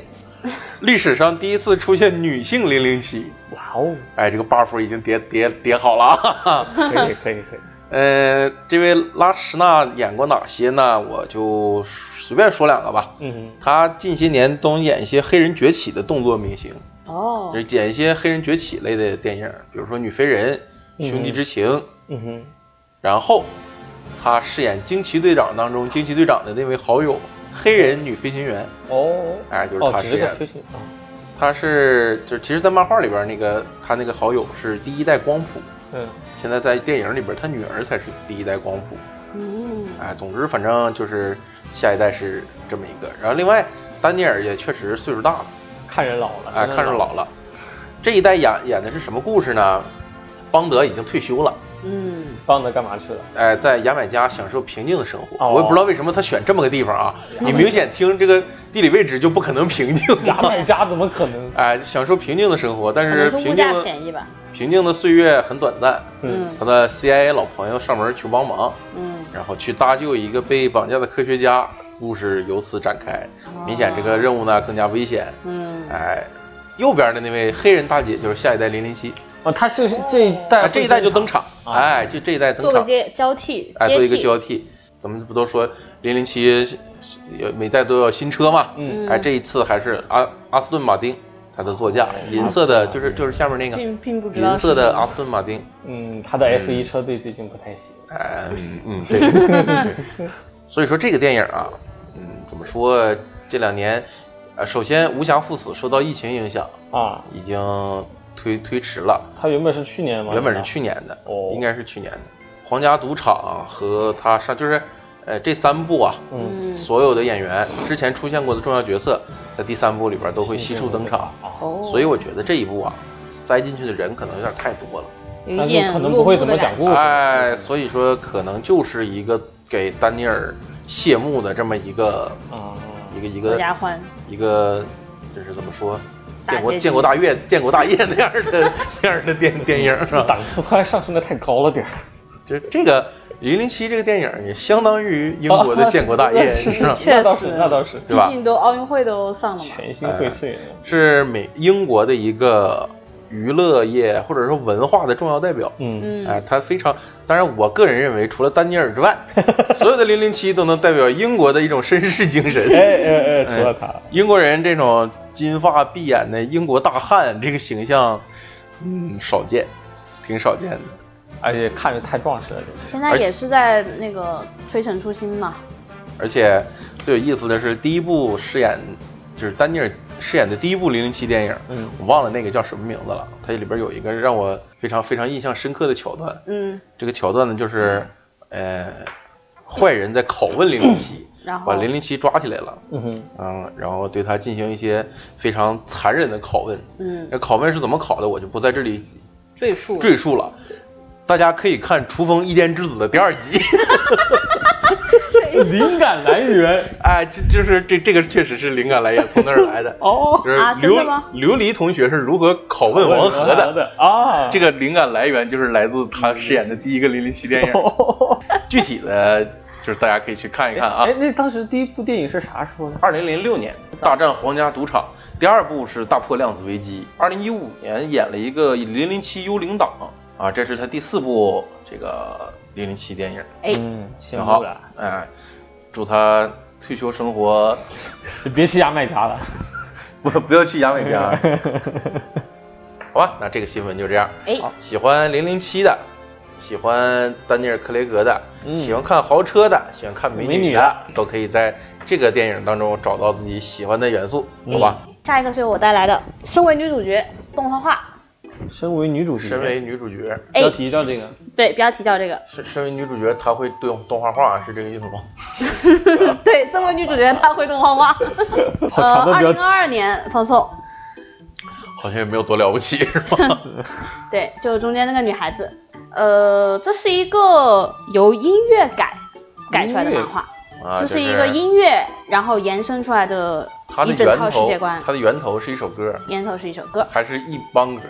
[SPEAKER 1] 历史上第一次出现女性零零七，
[SPEAKER 3] 哇哦，
[SPEAKER 1] 哎，这个 buff 已经叠叠叠好了啊。
[SPEAKER 3] 可以可以可以，
[SPEAKER 1] 呃，这位拉什纳演过哪些呢？我就随便说两个吧。
[SPEAKER 3] 嗯
[SPEAKER 1] 她近些年都能演一些黑人崛起的动作明星，
[SPEAKER 2] 哦
[SPEAKER 1] 就是演一些黑人崛起类的电影，比如说《女飞人》《兄弟之情》。
[SPEAKER 3] 哼嗯哼，
[SPEAKER 1] 然后，她饰演惊奇队长当中惊奇队长的那位好友黑人女飞行员，
[SPEAKER 3] 哦，
[SPEAKER 1] 哎，就是她
[SPEAKER 3] 哦，
[SPEAKER 1] 饰
[SPEAKER 3] 只是个
[SPEAKER 1] 演的。
[SPEAKER 3] 飞行啊，
[SPEAKER 1] 他是就是其实，在漫画里边那个他那个好友是第一代光谱，
[SPEAKER 3] 嗯
[SPEAKER 1] 现在在电影里边他女儿才是第一代光谱。
[SPEAKER 2] 嗯，
[SPEAKER 1] 哎，总之反正就是下一代是这么一个。然后另外，丹尼尔也确实岁数大了，
[SPEAKER 3] 看人老了，嗯
[SPEAKER 1] 哎，
[SPEAKER 3] 真的
[SPEAKER 1] 看着，老了。这一代演演的是什么故事呢？邦德已经退休了，
[SPEAKER 2] 嗯，
[SPEAKER 3] 邦德干嘛去了？
[SPEAKER 1] 哎，在牙买加享受平静的生活。
[SPEAKER 3] 哦
[SPEAKER 1] 我也不知道为什么他选这么个地方啊！
[SPEAKER 3] 牙买
[SPEAKER 1] 你明显听这个地理位置就不可能平静
[SPEAKER 3] 牙
[SPEAKER 1] 嘛，
[SPEAKER 3] 买加怎么可能？
[SPEAKER 1] 哎，享受平静的生活，但
[SPEAKER 2] 可
[SPEAKER 1] 是
[SPEAKER 2] 能是
[SPEAKER 1] 平静
[SPEAKER 2] 物价
[SPEAKER 1] 的
[SPEAKER 2] 便宜吧，
[SPEAKER 1] 平静的岁月很短暂，
[SPEAKER 2] 嗯
[SPEAKER 1] 他的 CIA 老朋友上门求帮忙，
[SPEAKER 2] 嗯，
[SPEAKER 1] 然后去搭救一个被绑架的科学家，故事由此展开。明显这个任务呢更加危险。
[SPEAKER 2] 嗯，
[SPEAKER 1] 哎，右边的那位黑人大姐就是下一代零零七，
[SPEAKER 3] 哦，他就是这一代
[SPEAKER 1] 啊，
[SPEAKER 3] 会
[SPEAKER 1] 这一代就登场，
[SPEAKER 3] 啊
[SPEAKER 1] 哎，就这一代登
[SPEAKER 2] 做个
[SPEAKER 1] 场，
[SPEAKER 2] 接交替，
[SPEAKER 1] 哎，
[SPEAKER 2] 接
[SPEAKER 1] 做一个
[SPEAKER 2] 替
[SPEAKER 1] 交替。咱们不都说零零七每代都要新车嘛？
[SPEAKER 3] 嗯
[SPEAKER 1] 哎，这一次还是阿阿斯顿马丁，它的座驾，
[SPEAKER 3] 嗯
[SPEAKER 1] 银色的，就是就是下面那个
[SPEAKER 2] 并并不知道
[SPEAKER 1] 银
[SPEAKER 2] 是
[SPEAKER 1] 色的啊
[SPEAKER 2] 什么
[SPEAKER 1] 阿斯顿马丁。
[SPEAKER 3] 嗯，他的 F 一车队最近不太行，
[SPEAKER 1] 哎，嗯嗯，对对。 所以说这个电影啊，嗯，怎么说？这两年，呃，首先《无暇赴死》受到疫情影响，
[SPEAKER 3] 啊，
[SPEAKER 1] 已经推推迟了，
[SPEAKER 3] 他原本是去年吗？
[SPEAKER 1] 原本是去年的，
[SPEAKER 3] 哦
[SPEAKER 1] 应该是去年的。皇家赌场和他上就是，呃，这三部啊，
[SPEAKER 3] 嗯，
[SPEAKER 2] 嗯
[SPEAKER 1] 所有的演员之前出现过的重要角色，在第三部里边都会悉数登场。
[SPEAKER 3] 啊，
[SPEAKER 2] 哦，
[SPEAKER 1] 所以我觉得这一部啊，塞进去的人可能有点太多了。
[SPEAKER 2] 有
[SPEAKER 3] 但
[SPEAKER 2] 一
[SPEAKER 3] 是
[SPEAKER 2] 点
[SPEAKER 3] 可
[SPEAKER 2] 落
[SPEAKER 3] 能不
[SPEAKER 2] 幕
[SPEAKER 3] 会
[SPEAKER 2] 的
[SPEAKER 3] 怎么
[SPEAKER 2] 感
[SPEAKER 3] 讲
[SPEAKER 2] 觉
[SPEAKER 3] 故事，
[SPEAKER 1] 哎，所以说可能就是一个给丹尼尔谢幕的这么一个
[SPEAKER 3] 啊，
[SPEAKER 1] 一个一
[SPEAKER 2] 合
[SPEAKER 1] 个
[SPEAKER 2] 家欢，
[SPEAKER 1] 一个，就是怎么说，
[SPEAKER 2] 大
[SPEAKER 1] 建国
[SPEAKER 2] 结局
[SPEAKER 1] 建国大业建国大业那样的那样的电电影是
[SPEAKER 3] 这
[SPEAKER 1] 吧？
[SPEAKER 3] 档次突然上升的太高了点儿，
[SPEAKER 1] 就是这个《零零七》这个电影也相当于英国的建国大业，
[SPEAKER 3] 哦 是
[SPEAKER 1] 是吧？
[SPEAKER 2] 确
[SPEAKER 3] 那倒是
[SPEAKER 2] 实
[SPEAKER 3] 那倒是，
[SPEAKER 1] 对吧
[SPEAKER 2] 毕竟都奥运会都上了嘛，
[SPEAKER 3] 全新荟萃
[SPEAKER 1] 哎
[SPEAKER 3] 的，
[SPEAKER 1] 是美英国的一个娱乐业或者说文化的重要代表。
[SPEAKER 3] 嗯，
[SPEAKER 2] 嗯，
[SPEAKER 1] 哎，他非常，当然，我个人认为，除了丹尼尔之外，所有的零零七都能代表英国的一种绅士精神。
[SPEAKER 3] 哎 哎哎，除了他，
[SPEAKER 1] 英国人这种金发碧眼的英国大汉这个形象，嗯，少见，挺少见的。
[SPEAKER 3] 而且看着太壮实了，这
[SPEAKER 2] 现在
[SPEAKER 1] 而且
[SPEAKER 2] 也是在那个推陈出新嘛，
[SPEAKER 1] 而且最有意思的是，第一部饰演就是丹尼尔饰演的第一部零零七电影，
[SPEAKER 3] 嗯，
[SPEAKER 1] 我忘了那个叫什么名字了。它里边有一个让我非常非常印象深刻的桥段，
[SPEAKER 2] 嗯，
[SPEAKER 1] 这个桥段呢就是，呃，坏人在拷问零零七，
[SPEAKER 2] 然后
[SPEAKER 1] 把零零七抓起来了，
[SPEAKER 3] 嗯哼，
[SPEAKER 1] 嗯，然后对他进行一些非常残忍的拷问。
[SPEAKER 2] 嗯
[SPEAKER 1] 那拷问是怎么拷的，我就不在这里
[SPEAKER 2] 赘述
[SPEAKER 1] 赘述了，大家可以看《厨房一间之子》的第二集。
[SPEAKER 3] 哎灵感来源，
[SPEAKER 1] 哎，这就是这这个确实是灵感来源从那儿来的
[SPEAKER 3] 哦，
[SPEAKER 1] 就是
[SPEAKER 2] 啊真
[SPEAKER 1] 琉
[SPEAKER 2] 的吗
[SPEAKER 1] 琉璃同学是如何拷问王和的。
[SPEAKER 3] 的啊，
[SPEAKER 1] 这个灵感来源就是来自他饰演的第一个零零七 电影，具体的就是大家可以去看一看啊
[SPEAKER 3] 哎。，那当时第一部电影是啥时候呢？
[SPEAKER 1] 二零零六年《大战皇家赌场》，第二部是《大破量子危机》。二零一五年演了一个《零零七幽灵党》啊，这是他第四部这个零零七电影。
[SPEAKER 2] 哎，
[SPEAKER 3] 嗯，行
[SPEAKER 1] 挺好
[SPEAKER 3] 了，，
[SPEAKER 1] 哎，祝他退休生活
[SPEAKER 3] 你别去牙买加了，
[SPEAKER 1] 不不要去牙买加，啊 好吧？那这个新闻就这样。
[SPEAKER 2] 哎，
[SPEAKER 1] 喜欢零零七的，喜欢丹尼尔·克雷格的，
[SPEAKER 3] 嗯
[SPEAKER 1] 喜欢看豪车的，喜欢看美
[SPEAKER 3] 美
[SPEAKER 1] 女
[SPEAKER 3] 女
[SPEAKER 1] 的
[SPEAKER 3] 的，
[SPEAKER 1] 都可以在这个电影当中找到自己喜欢的元素，好吧？
[SPEAKER 2] 下一个是由我带来的，身为女主角动画化，
[SPEAKER 3] 身为女主角，
[SPEAKER 1] 身为女主角，
[SPEAKER 2] 哎
[SPEAKER 3] 标，题叫这个，
[SPEAKER 2] 对，标题叫这个，
[SPEAKER 1] 身身为女主角，她会动动画画，是这个意思吗？嗯
[SPEAKER 2] 对，身为女主角她会动画化，
[SPEAKER 3] 好长的
[SPEAKER 2] 二
[SPEAKER 3] 标
[SPEAKER 2] 零
[SPEAKER 3] 题，
[SPEAKER 2] 二二年放送，
[SPEAKER 1] 好像也没有多了不起，是吧？
[SPEAKER 2] 对，就中间那个女孩子，呃，这是一个由音乐改改出来的漫画，
[SPEAKER 1] 啊，
[SPEAKER 2] 就是一个
[SPEAKER 1] 音，
[SPEAKER 2] 音乐，然后延伸出来的
[SPEAKER 1] 它的
[SPEAKER 2] 一整
[SPEAKER 1] 源
[SPEAKER 2] 套世
[SPEAKER 1] 头
[SPEAKER 2] 界观，
[SPEAKER 1] 它的源头是一首歌，
[SPEAKER 2] 烟头是一首歌，
[SPEAKER 1] 还是一帮歌，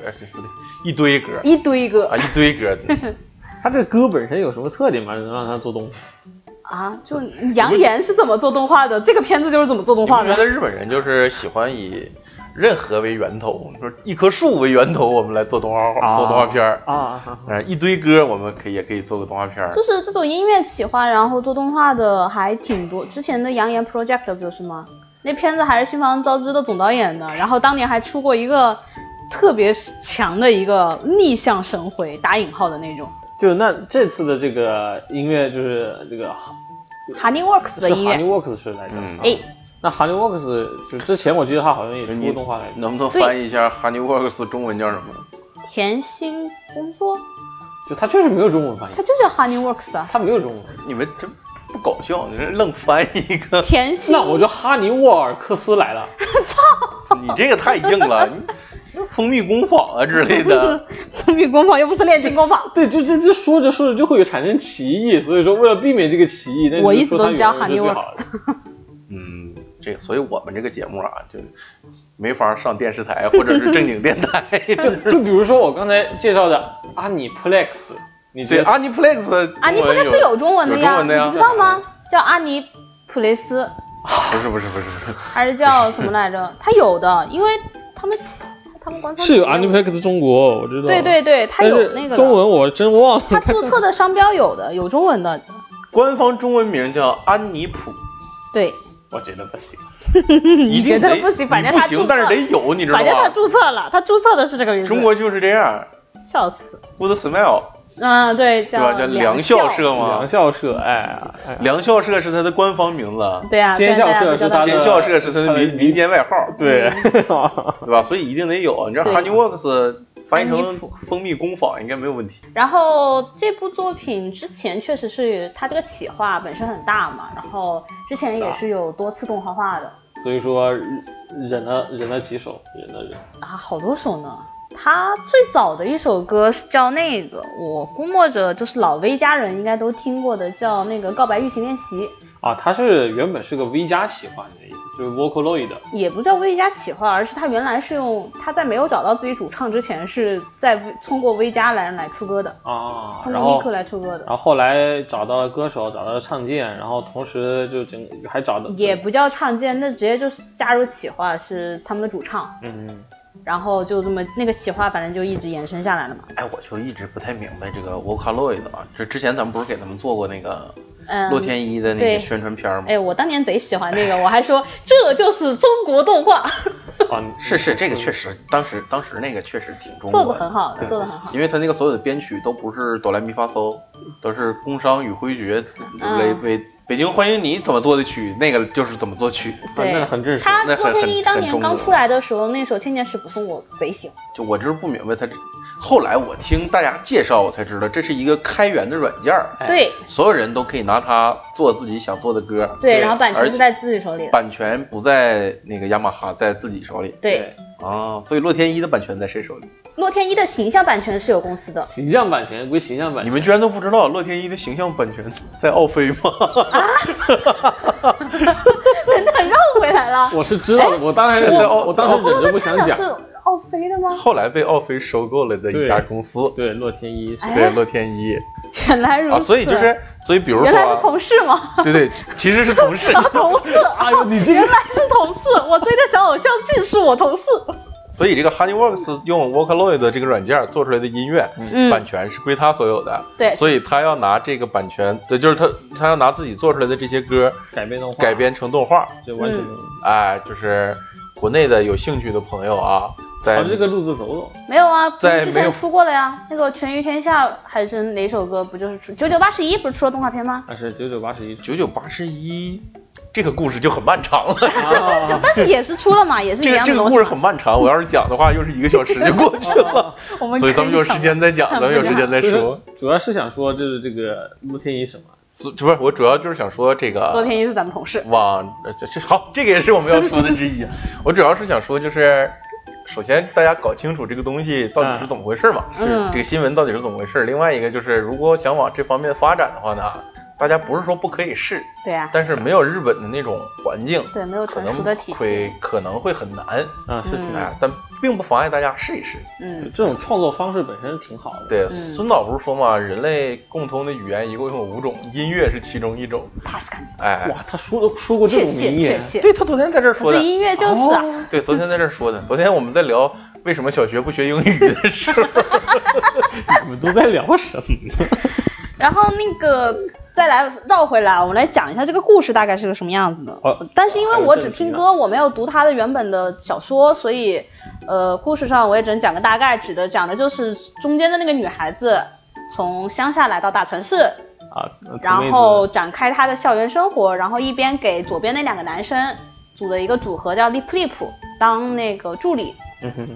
[SPEAKER 1] 一堆歌
[SPEAKER 2] 一堆歌
[SPEAKER 1] 啊，一堆歌。
[SPEAKER 3] 他这歌本身有什么特点吗？能让他做动画？
[SPEAKER 2] 啊！就扬言是怎么做动画的，这个片子就是怎么做动
[SPEAKER 1] 你不
[SPEAKER 2] 画
[SPEAKER 1] 觉
[SPEAKER 2] 的。
[SPEAKER 1] 得日本人就是喜欢以任何为源头，说一棵树为源头，我们来做动画画，做动画片儿。
[SPEAKER 3] 啊啊啊！
[SPEAKER 1] 嗯，一堆歌我们可以也可以做个动画片儿。
[SPEAKER 2] 就是这种音乐企划，然后做动画的还挺多。之前的《扬言 Project》不就是吗？那片子还是新房昭之的总导演的，然后当年还出过一个特别强的一个逆向神回（打引号的那种
[SPEAKER 3] 就那这次的这个音乐就是这个
[SPEAKER 2] ）Honeyworks 的
[SPEAKER 3] 是
[SPEAKER 2] 音
[SPEAKER 3] Honey
[SPEAKER 2] 乐。
[SPEAKER 3] Works 是来着。
[SPEAKER 1] 嗯
[SPEAKER 2] 哎，
[SPEAKER 3] 那 Honey Works 就之前我记得他好像也出过动画来着，
[SPEAKER 1] 能不能翻译一下 Honeyworks 中文叫什么？
[SPEAKER 2] 甜心工作，
[SPEAKER 3] 就他确实没有中文翻译
[SPEAKER 2] 它，就叫 Honeyworks 啊。
[SPEAKER 3] 他没有中文。
[SPEAKER 1] 你们真不搞笑，你这愣翻译一个，
[SPEAKER 2] 甜心
[SPEAKER 3] 那我就哈尼沃尔克斯来了，
[SPEAKER 1] 你这个太硬了。 你蜂蜜工坊啊之类的，
[SPEAKER 2] 蜂蜜工坊又不是炼金工坊。
[SPEAKER 3] 对，就这这说着说着就会有产生歧义，所以说为了避免这个歧义，那
[SPEAKER 2] 我
[SPEAKER 3] 就
[SPEAKER 2] 一直
[SPEAKER 3] 说
[SPEAKER 2] 都
[SPEAKER 3] 它
[SPEAKER 2] 叫
[SPEAKER 3] 原文是
[SPEAKER 2] Honey
[SPEAKER 3] 最
[SPEAKER 2] Works
[SPEAKER 3] 好的。
[SPEAKER 1] 嗯，这所以我们这个节目啊，就没法上电视台或者是正经电 台。
[SPEAKER 3] 就就比如说我刚才介绍的阿尼 Plex，你觉
[SPEAKER 1] 对
[SPEAKER 3] 得
[SPEAKER 1] ，Aniplex，
[SPEAKER 2] 啊，你不
[SPEAKER 1] 中
[SPEAKER 2] 是
[SPEAKER 1] 文
[SPEAKER 2] 是有中文的
[SPEAKER 1] 有中
[SPEAKER 2] 呀？
[SPEAKER 1] 文的呀
[SPEAKER 2] 你知道吗？叫阿尼普雷斯
[SPEAKER 1] 不是不是不是不是，
[SPEAKER 2] 还是叫什么来 着？他有的，因因为他们起他们官方
[SPEAKER 3] 是有
[SPEAKER 2] 企业
[SPEAKER 3] Aniplex 中国，我知道。
[SPEAKER 2] 对对对，他
[SPEAKER 3] 但
[SPEAKER 2] 有
[SPEAKER 3] 是
[SPEAKER 2] 那个的
[SPEAKER 3] 中，文我真忘了。
[SPEAKER 2] 他注册的商标有的，有中文的，
[SPEAKER 1] 官方中文名叫安妮普，
[SPEAKER 2] 对，
[SPEAKER 1] 我觉得不 行，一定
[SPEAKER 2] 觉得不行反正
[SPEAKER 1] 你不
[SPEAKER 2] 他注
[SPEAKER 1] 行，
[SPEAKER 2] 册
[SPEAKER 1] 但是得有，你知道
[SPEAKER 2] 反正他
[SPEAKER 1] 吗？
[SPEAKER 2] 注册了，他注册的是这个名字。
[SPEAKER 1] 中国就是这样
[SPEAKER 2] 笑死，
[SPEAKER 1] ，Good Smile
[SPEAKER 2] 嗯，对，
[SPEAKER 1] 对
[SPEAKER 2] 叫
[SPEAKER 1] 吧？叫
[SPEAKER 2] 良
[SPEAKER 1] 良校社
[SPEAKER 3] 良
[SPEAKER 1] 嘛，
[SPEAKER 3] 校社，哎哎，
[SPEAKER 1] 良校社是它的官方名字，
[SPEAKER 2] 对啊，
[SPEAKER 3] 尖
[SPEAKER 2] 对
[SPEAKER 3] 校
[SPEAKER 2] 大家都
[SPEAKER 3] 社是
[SPEAKER 2] 叫
[SPEAKER 3] 他
[SPEAKER 2] 它
[SPEAKER 1] 尖校社是它的民民间外号，
[SPEAKER 3] 对，
[SPEAKER 1] 对吧？所以一定得有。你知道
[SPEAKER 2] 对
[SPEAKER 1] Honeyworks 翻译
[SPEAKER 2] 安妮
[SPEAKER 1] 成
[SPEAKER 2] 普
[SPEAKER 1] 蜂蜜工坊应该没有问题。
[SPEAKER 2] 然后这部作品之前确实是它这个企划本身很大嘛，然后之前也是有多次动画化的
[SPEAKER 3] 所以说忍了忍了几手，忍了忍。
[SPEAKER 2] 啊，好多首呢。它最早的一首歌是叫那个，我估摸着就是老 V 家人应该都听过的，叫那个《告白预习练习》，
[SPEAKER 3] 啊，他是原本是个 V 加企划，你的意思就是 Vocaloid
[SPEAKER 2] 也不叫 V 加企划，而是它原来是用它在没有找到自己主唱之前，是在 V- 通过 V 家来来出歌的，
[SPEAKER 3] 啊，
[SPEAKER 2] 通
[SPEAKER 3] 然
[SPEAKER 2] 过 Miku
[SPEAKER 3] 后啊
[SPEAKER 2] 来出歌的
[SPEAKER 3] 然，后后来找到了歌手，找到了唱见，然后同时就整还找到
[SPEAKER 2] 也不叫唱见，那直接就是加入企划是他们的主唱。
[SPEAKER 3] 嗯，
[SPEAKER 2] 然后就这么那个企划，反正就一直延伸下来了嘛。
[SPEAKER 1] 哎，我就一直不太明白这个 Vocaloid 啊，就之前咱们不是给他们做过那个
[SPEAKER 2] 嗯，
[SPEAKER 1] 洛天依的那
[SPEAKER 2] 对
[SPEAKER 1] 个宣传片吗？
[SPEAKER 2] 哎，我当年贼喜欢那个，我还说这就是中国动画，
[SPEAKER 3] 啊，
[SPEAKER 1] 是是，这个确实，当时当时那个确实挺中国
[SPEAKER 2] 做
[SPEAKER 1] 的，
[SPEAKER 2] 的很好的，
[SPEAKER 3] 对
[SPEAKER 2] 做的很好。
[SPEAKER 1] 因为他那个所有的编曲都不是哆来咪发嗦，都是工商与挥爵为
[SPEAKER 2] 嗯
[SPEAKER 1] 为北京欢迎你怎么做的曲，那个就是怎么做曲。
[SPEAKER 2] 对
[SPEAKER 3] 那很正式。
[SPEAKER 2] 他
[SPEAKER 1] 那很
[SPEAKER 2] 洛天依
[SPEAKER 1] 很
[SPEAKER 2] 当
[SPEAKER 1] 很
[SPEAKER 2] 年
[SPEAKER 1] 中
[SPEAKER 2] 刚
[SPEAKER 1] 国
[SPEAKER 2] 出来的时候，那首《青年史不负》我贼喜欢。
[SPEAKER 1] 就我就是不明白他这，后来我听大家介绍我才知道，这是一个开源的软件儿，
[SPEAKER 3] 哎
[SPEAKER 2] 对
[SPEAKER 1] 所有人都可以拿它做自己想做的歌，
[SPEAKER 2] 对，
[SPEAKER 3] 对
[SPEAKER 2] 然后版权
[SPEAKER 1] 而
[SPEAKER 2] 是
[SPEAKER 1] 且
[SPEAKER 2] 在自己手里的。
[SPEAKER 1] 版权不在那个雅马哈，在自己手里
[SPEAKER 2] 对，，
[SPEAKER 1] 啊，所以洛天依的版权在谁手里？
[SPEAKER 2] 洛天依的形象版权是有公司的
[SPEAKER 3] 形象版权归形象版
[SPEAKER 1] 你
[SPEAKER 3] 权，
[SPEAKER 1] 们居然都不知道洛天依的形象版权在奥飞吗？
[SPEAKER 2] 绕回来了。
[SPEAKER 3] 我是知
[SPEAKER 2] 哎
[SPEAKER 3] 道的，我当时
[SPEAKER 1] 是在
[SPEAKER 3] 我
[SPEAKER 1] 哦
[SPEAKER 3] 我当时
[SPEAKER 2] 哦
[SPEAKER 3] 忍着不
[SPEAKER 2] 那
[SPEAKER 3] 想
[SPEAKER 2] 真的
[SPEAKER 3] 讲
[SPEAKER 2] 是。奥飞的吗？
[SPEAKER 1] 后来被奥飞收购了的一家
[SPEAKER 3] 对
[SPEAKER 1] 公司，
[SPEAKER 3] 对，洛天依是
[SPEAKER 2] 哎
[SPEAKER 1] 对洛天依
[SPEAKER 2] 原来如
[SPEAKER 1] 啊，
[SPEAKER 2] 此。
[SPEAKER 1] 所以就是，所以比如
[SPEAKER 2] 原
[SPEAKER 1] 说
[SPEAKER 2] 来是
[SPEAKER 1] 啊，
[SPEAKER 2] 同事吗？
[SPEAKER 1] 对 对，哎其实是同 事，
[SPEAKER 2] 同事啊，
[SPEAKER 3] 你这
[SPEAKER 2] 原来是同事。我追的小偶像竟是我 同事。
[SPEAKER 1] 所以这个 HoneyWorks 用 Vocaloid 这个软件做出来的音乐、
[SPEAKER 2] 嗯
[SPEAKER 1] 版权是归他所有的，
[SPEAKER 2] 对
[SPEAKER 1] 所以他要拿这个版权，这就是他他要拿自己做出来的这些歌
[SPEAKER 3] 改编动画，
[SPEAKER 1] 改编成动画，
[SPEAKER 3] 这完全
[SPEAKER 2] 嗯
[SPEAKER 1] 哎，就是国内的有兴趣的朋友啊，在
[SPEAKER 3] 朝哦这个路子走走。
[SPEAKER 2] 没有啊，不
[SPEAKER 1] 在
[SPEAKER 2] 是之
[SPEAKER 1] 没有
[SPEAKER 2] 前出过了呀。那个《全于天下》还是哪首歌不就是出九九八十一不是出了动画片吗？
[SPEAKER 3] 但是九九八 十一，
[SPEAKER 1] 九九八十一。这个故事就很漫长了，
[SPEAKER 2] 就
[SPEAKER 3] 啊，
[SPEAKER 2] 但是也是出了嘛，也是
[SPEAKER 1] 这
[SPEAKER 2] 一
[SPEAKER 1] 个
[SPEAKER 2] 样
[SPEAKER 1] 这
[SPEAKER 2] 的
[SPEAKER 1] 个
[SPEAKER 2] 东西
[SPEAKER 1] 故事。很漫长，我要是讲的话，又是一个小时就 过去了。
[SPEAKER 2] 我们
[SPEAKER 1] 哦所以咱们有时间再 讲，咱们有时间再
[SPEAKER 3] 所以
[SPEAKER 1] 说
[SPEAKER 3] 说。主要是想说就是这个洛天依什么，
[SPEAKER 1] 所这不是我主要就是想说这
[SPEAKER 2] 洛
[SPEAKER 1] 个
[SPEAKER 2] 天依是咱们同事，
[SPEAKER 1] 往呃这这好，这个也是我们要说的之一。啊我主要是想说就是，首先大家搞清楚这个东西到底是怎么回事嘛，
[SPEAKER 2] 嗯
[SPEAKER 1] 这个新闻到底是怎么回事。另外一个就是，如果想往这方面发展的话呢，大家不是说不可以试，
[SPEAKER 2] 对啊，
[SPEAKER 1] 但是没有日本的那种环境，
[SPEAKER 2] 对，没有
[SPEAKER 1] 可
[SPEAKER 2] 成
[SPEAKER 1] 能
[SPEAKER 2] 熟的体系
[SPEAKER 1] 会，可能会很难，
[SPEAKER 3] 嗯，是挺
[SPEAKER 2] 嗯
[SPEAKER 3] 难。
[SPEAKER 1] 哎，但并不妨碍大家试一试。
[SPEAKER 2] 嗯，
[SPEAKER 3] 这种创作方式本身挺好的。，
[SPEAKER 1] 对，
[SPEAKER 2] 嗯
[SPEAKER 1] 孙导不是说嘛，人类共通的语言一共有五种，音乐是其中一种。
[SPEAKER 2] 塔斯卡，
[SPEAKER 1] 哎，
[SPEAKER 3] 哇，他说的说过这
[SPEAKER 2] 确
[SPEAKER 3] 种
[SPEAKER 2] 切
[SPEAKER 3] 名
[SPEAKER 2] 确
[SPEAKER 3] 言，
[SPEAKER 2] 切，
[SPEAKER 1] 对他哦昨天在这儿
[SPEAKER 2] 不
[SPEAKER 1] 说
[SPEAKER 2] 是
[SPEAKER 1] 的，
[SPEAKER 2] 音乐就是啊，
[SPEAKER 1] 对，昨天在这儿说的。昨天我们在聊为什么小学不学英语的时 候，
[SPEAKER 3] 你们都在聊什么？
[SPEAKER 2] 然后那个再来绕回来，我们来讲一下这个故事大概是个什么样子的。
[SPEAKER 3] 哦
[SPEAKER 2] 但是因为
[SPEAKER 3] 还有
[SPEAKER 2] 我
[SPEAKER 3] 正
[SPEAKER 2] 只听
[SPEAKER 3] 题呢
[SPEAKER 2] 歌，我没有读他的原本的小说，所以呃，故事上我也只能讲个大概，指的讲的就是中间的那个女孩子从乡下来到大城市，
[SPEAKER 3] 啊，那
[SPEAKER 2] 然
[SPEAKER 3] 妹子
[SPEAKER 2] 后展开她的校园生活，然后一边给左边那两个男生组的一个组合叫 Lip Lip 当那个助理，
[SPEAKER 3] 嗯哼，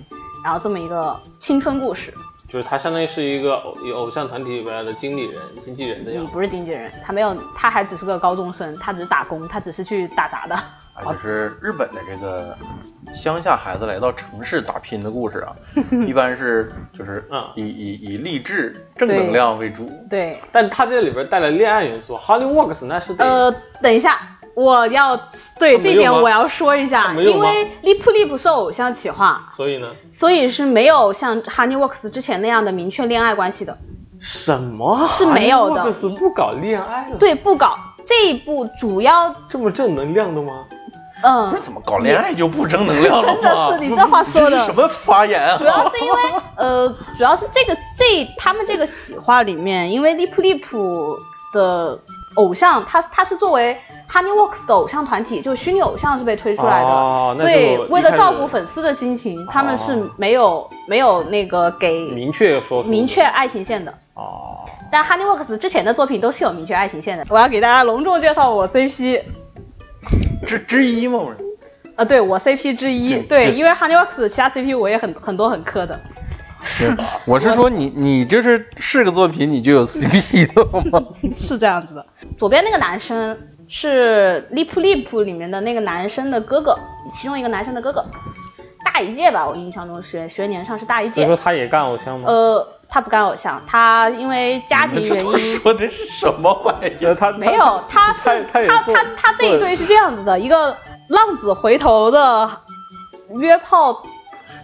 [SPEAKER 2] 然后这么一个青春故事。
[SPEAKER 3] 就是他相当于是一个偶有偶像团体里边的经理人、经纪人的样
[SPEAKER 2] 你
[SPEAKER 3] 子。
[SPEAKER 2] 不是经纪人，他没有，他还只是个高中生，他只是打工，他只是去打杂的。
[SPEAKER 1] 啊，就是日本的这个乡下孩子来到城市打拼的故事啊，一般是就是
[SPEAKER 3] 嗯
[SPEAKER 1] 以以以励志正能量为主。
[SPEAKER 2] 对，
[SPEAKER 3] 但他这里边带了恋爱元素，Hollyworks 那是得
[SPEAKER 2] 呃，等一下，我要对
[SPEAKER 3] 他没
[SPEAKER 2] 这
[SPEAKER 3] 有
[SPEAKER 2] 点
[SPEAKER 3] 吗
[SPEAKER 2] 我要说一
[SPEAKER 3] 他
[SPEAKER 2] 下，
[SPEAKER 3] 没有
[SPEAKER 2] 因
[SPEAKER 3] 吗
[SPEAKER 2] 为 Lip Lip 受偶像企划，
[SPEAKER 3] 所以呢，
[SPEAKER 2] 所以是没有像 Honeyworks 之前那样的明确恋爱关系的。
[SPEAKER 3] 什么
[SPEAKER 2] 是没有的
[SPEAKER 3] Hollyworks 不搞恋爱了，，
[SPEAKER 2] 对，不搞这一部主要，
[SPEAKER 3] 这么正能量的吗？
[SPEAKER 1] 不
[SPEAKER 2] 嗯
[SPEAKER 1] 是，怎么搞恋爱就不正能量了吗？
[SPEAKER 2] 真的 是你这话说的
[SPEAKER 1] 这是什么发言啊
[SPEAKER 2] 主？要是因为呃，主要是这个这他们这个企划里面，因为 Lip Lip 的偶像，他他是作为 Honeyworks 的偶像团体，就是虚拟偶像是被推出来的，
[SPEAKER 3] 哦那
[SPEAKER 2] 所以
[SPEAKER 3] 就
[SPEAKER 2] 为
[SPEAKER 3] 一
[SPEAKER 2] 了
[SPEAKER 3] 开
[SPEAKER 2] 照
[SPEAKER 3] 始
[SPEAKER 2] 顾粉丝的心情，他们是没有没有那个给
[SPEAKER 3] 明确说出
[SPEAKER 2] 明确爱情线的。
[SPEAKER 3] 哦，
[SPEAKER 2] 但 Honeyworks 之前的作品都是有明确爱情线的。我要给大家隆重介绍我 CP，
[SPEAKER 1] 之之一吗？不是
[SPEAKER 2] 呃，对我 CP 之一，对，因为 Honeyworks 其他 CP 我也很很多很磕的。
[SPEAKER 1] 我是说你你这是是个作品你就有 CP 了吗？
[SPEAKER 2] 是这样子的。左边那个男生是《Lip Lip》里面的那个男生的哥哥，其中一个男生的哥哥，大一届吧，我印象中学学年上是大一
[SPEAKER 3] 所以
[SPEAKER 2] 届
[SPEAKER 3] 说。他也干偶像吗？
[SPEAKER 2] 呃，他不干偶像，他因为家庭
[SPEAKER 1] 这
[SPEAKER 2] 原
[SPEAKER 1] 都
[SPEAKER 2] 因。
[SPEAKER 1] 说的是什么玩意儿？
[SPEAKER 3] 呃，他他
[SPEAKER 2] 没有， 他是
[SPEAKER 3] 他他也
[SPEAKER 2] 他
[SPEAKER 3] 做
[SPEAKER 2] 他他这一对是这样子的，一个浪子回头的约炮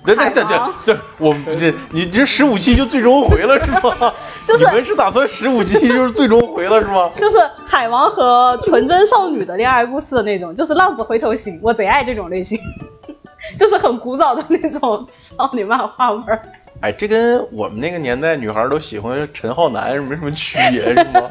[SPEAKER 1] 对对对
[SPEAKER 2] 海王
[SPEAKER 1] 对对，我们这你这十五期就最终回了是 吗？
[SPEAKER 2] 就是
[SPEAKER 1] 你们是打算十五期就是最终回了是吗？
[SPEAKER 2] 就是海王和纯真少女的恋爱故事的那种，就是浪子回头型，我贼爱这种类型， 就是很古早的那种少女漫画味儿。
[SPEAKER 1] 哎，这跟我们那个年代女孩都喜欢陈浩南是没什么区别是 吗？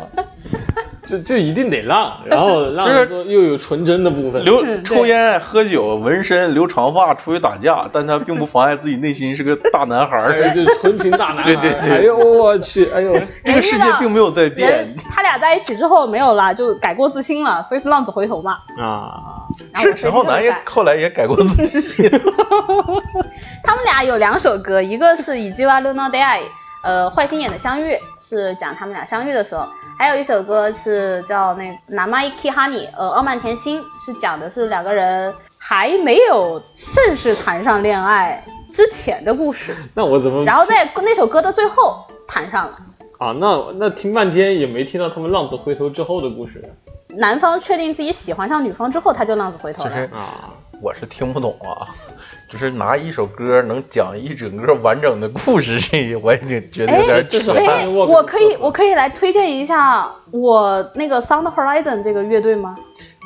[SPEAKER 3] 这这一定得 让，然后让
[SPEAKER 1] 就是
[SPEAKER 3] 说又有纯真的部分，
[SPEAKER 1] 留抽烟、喝酒、纹身、留长发、出去打架，但他并不妨碍自己内心是个大男孩
[SPEAKER 3] 哎
[SPEAKER 1] 儿。
[SPEAKER 3] 就是纯情大男孩，
[SPEAKER 1] 对对对
[SPEAKER 3] 哎呦我去， 哎呦，
[SPEAKER 1] 这个世界并没有在
[SPEAKER 2] 人
[SPEAKER 1] 变，
[SPEAKER 2] 他俩在一起之后没有啦，就改过自新了，所以是浪子回头嘛。
[SPEAKER 3] 啊，
[SPEAKER 2] 然后
[SPEAKER 1] 是
[SPEAKER 2] 我
[SPEAKER 1] 陈浩南也
[SPEAKER 2] 改。
[SPEAKER 1] 后来也改过自己。
[SPEAKER 2] 他们俩有两首歌，一个是《以及哇六闹 d a 呃，坏心眼的相遇是讲他们俩相遇的时候，还有一首歌是叫那《南妈一 k Honey》，呃，傲慢甜心是讲的是两个人还没有正式谈上恋爱之前的故事，
[SPEAKER 3] 那我
[SPEAKER 1] 嗯
[SPEAKER 3] 怎么
[SPEAKER 2] 然后在那首歌的最后谈上了。
[SPEAKER 3] 啊？那那听半天也没听到他们浪子回头之后的故事
[SPEAKER 2] 男方确定自己喜欢上女方之后，他就浪子回头
[SPEAKER 1] 就
[SPEAKER 2] 了。
[SPEAKER 1] 是
[SPEAKER 3] 啊，
[SPEAKER 1] 我是听不懂啊， 就是拿一首歌能讲一整个完整的故事，这我已经觉得有点
[SPEAKER 3] 这是
[SPEAKER 1] 扯
[SPEAKER 3] 好
[SPEAKER 1] 淡。
[SPEAKER 2] 哎，
[SPEAKER 3] 看沃
[SPEAKER 2] 我可
[SPEAKER 3] 克
[SPEAKER 2] 以
[SPEAKER 3] 做法
[SPEAKER 2] 我可以来推荐一下我那个 Sound Horizon 这个乐队吗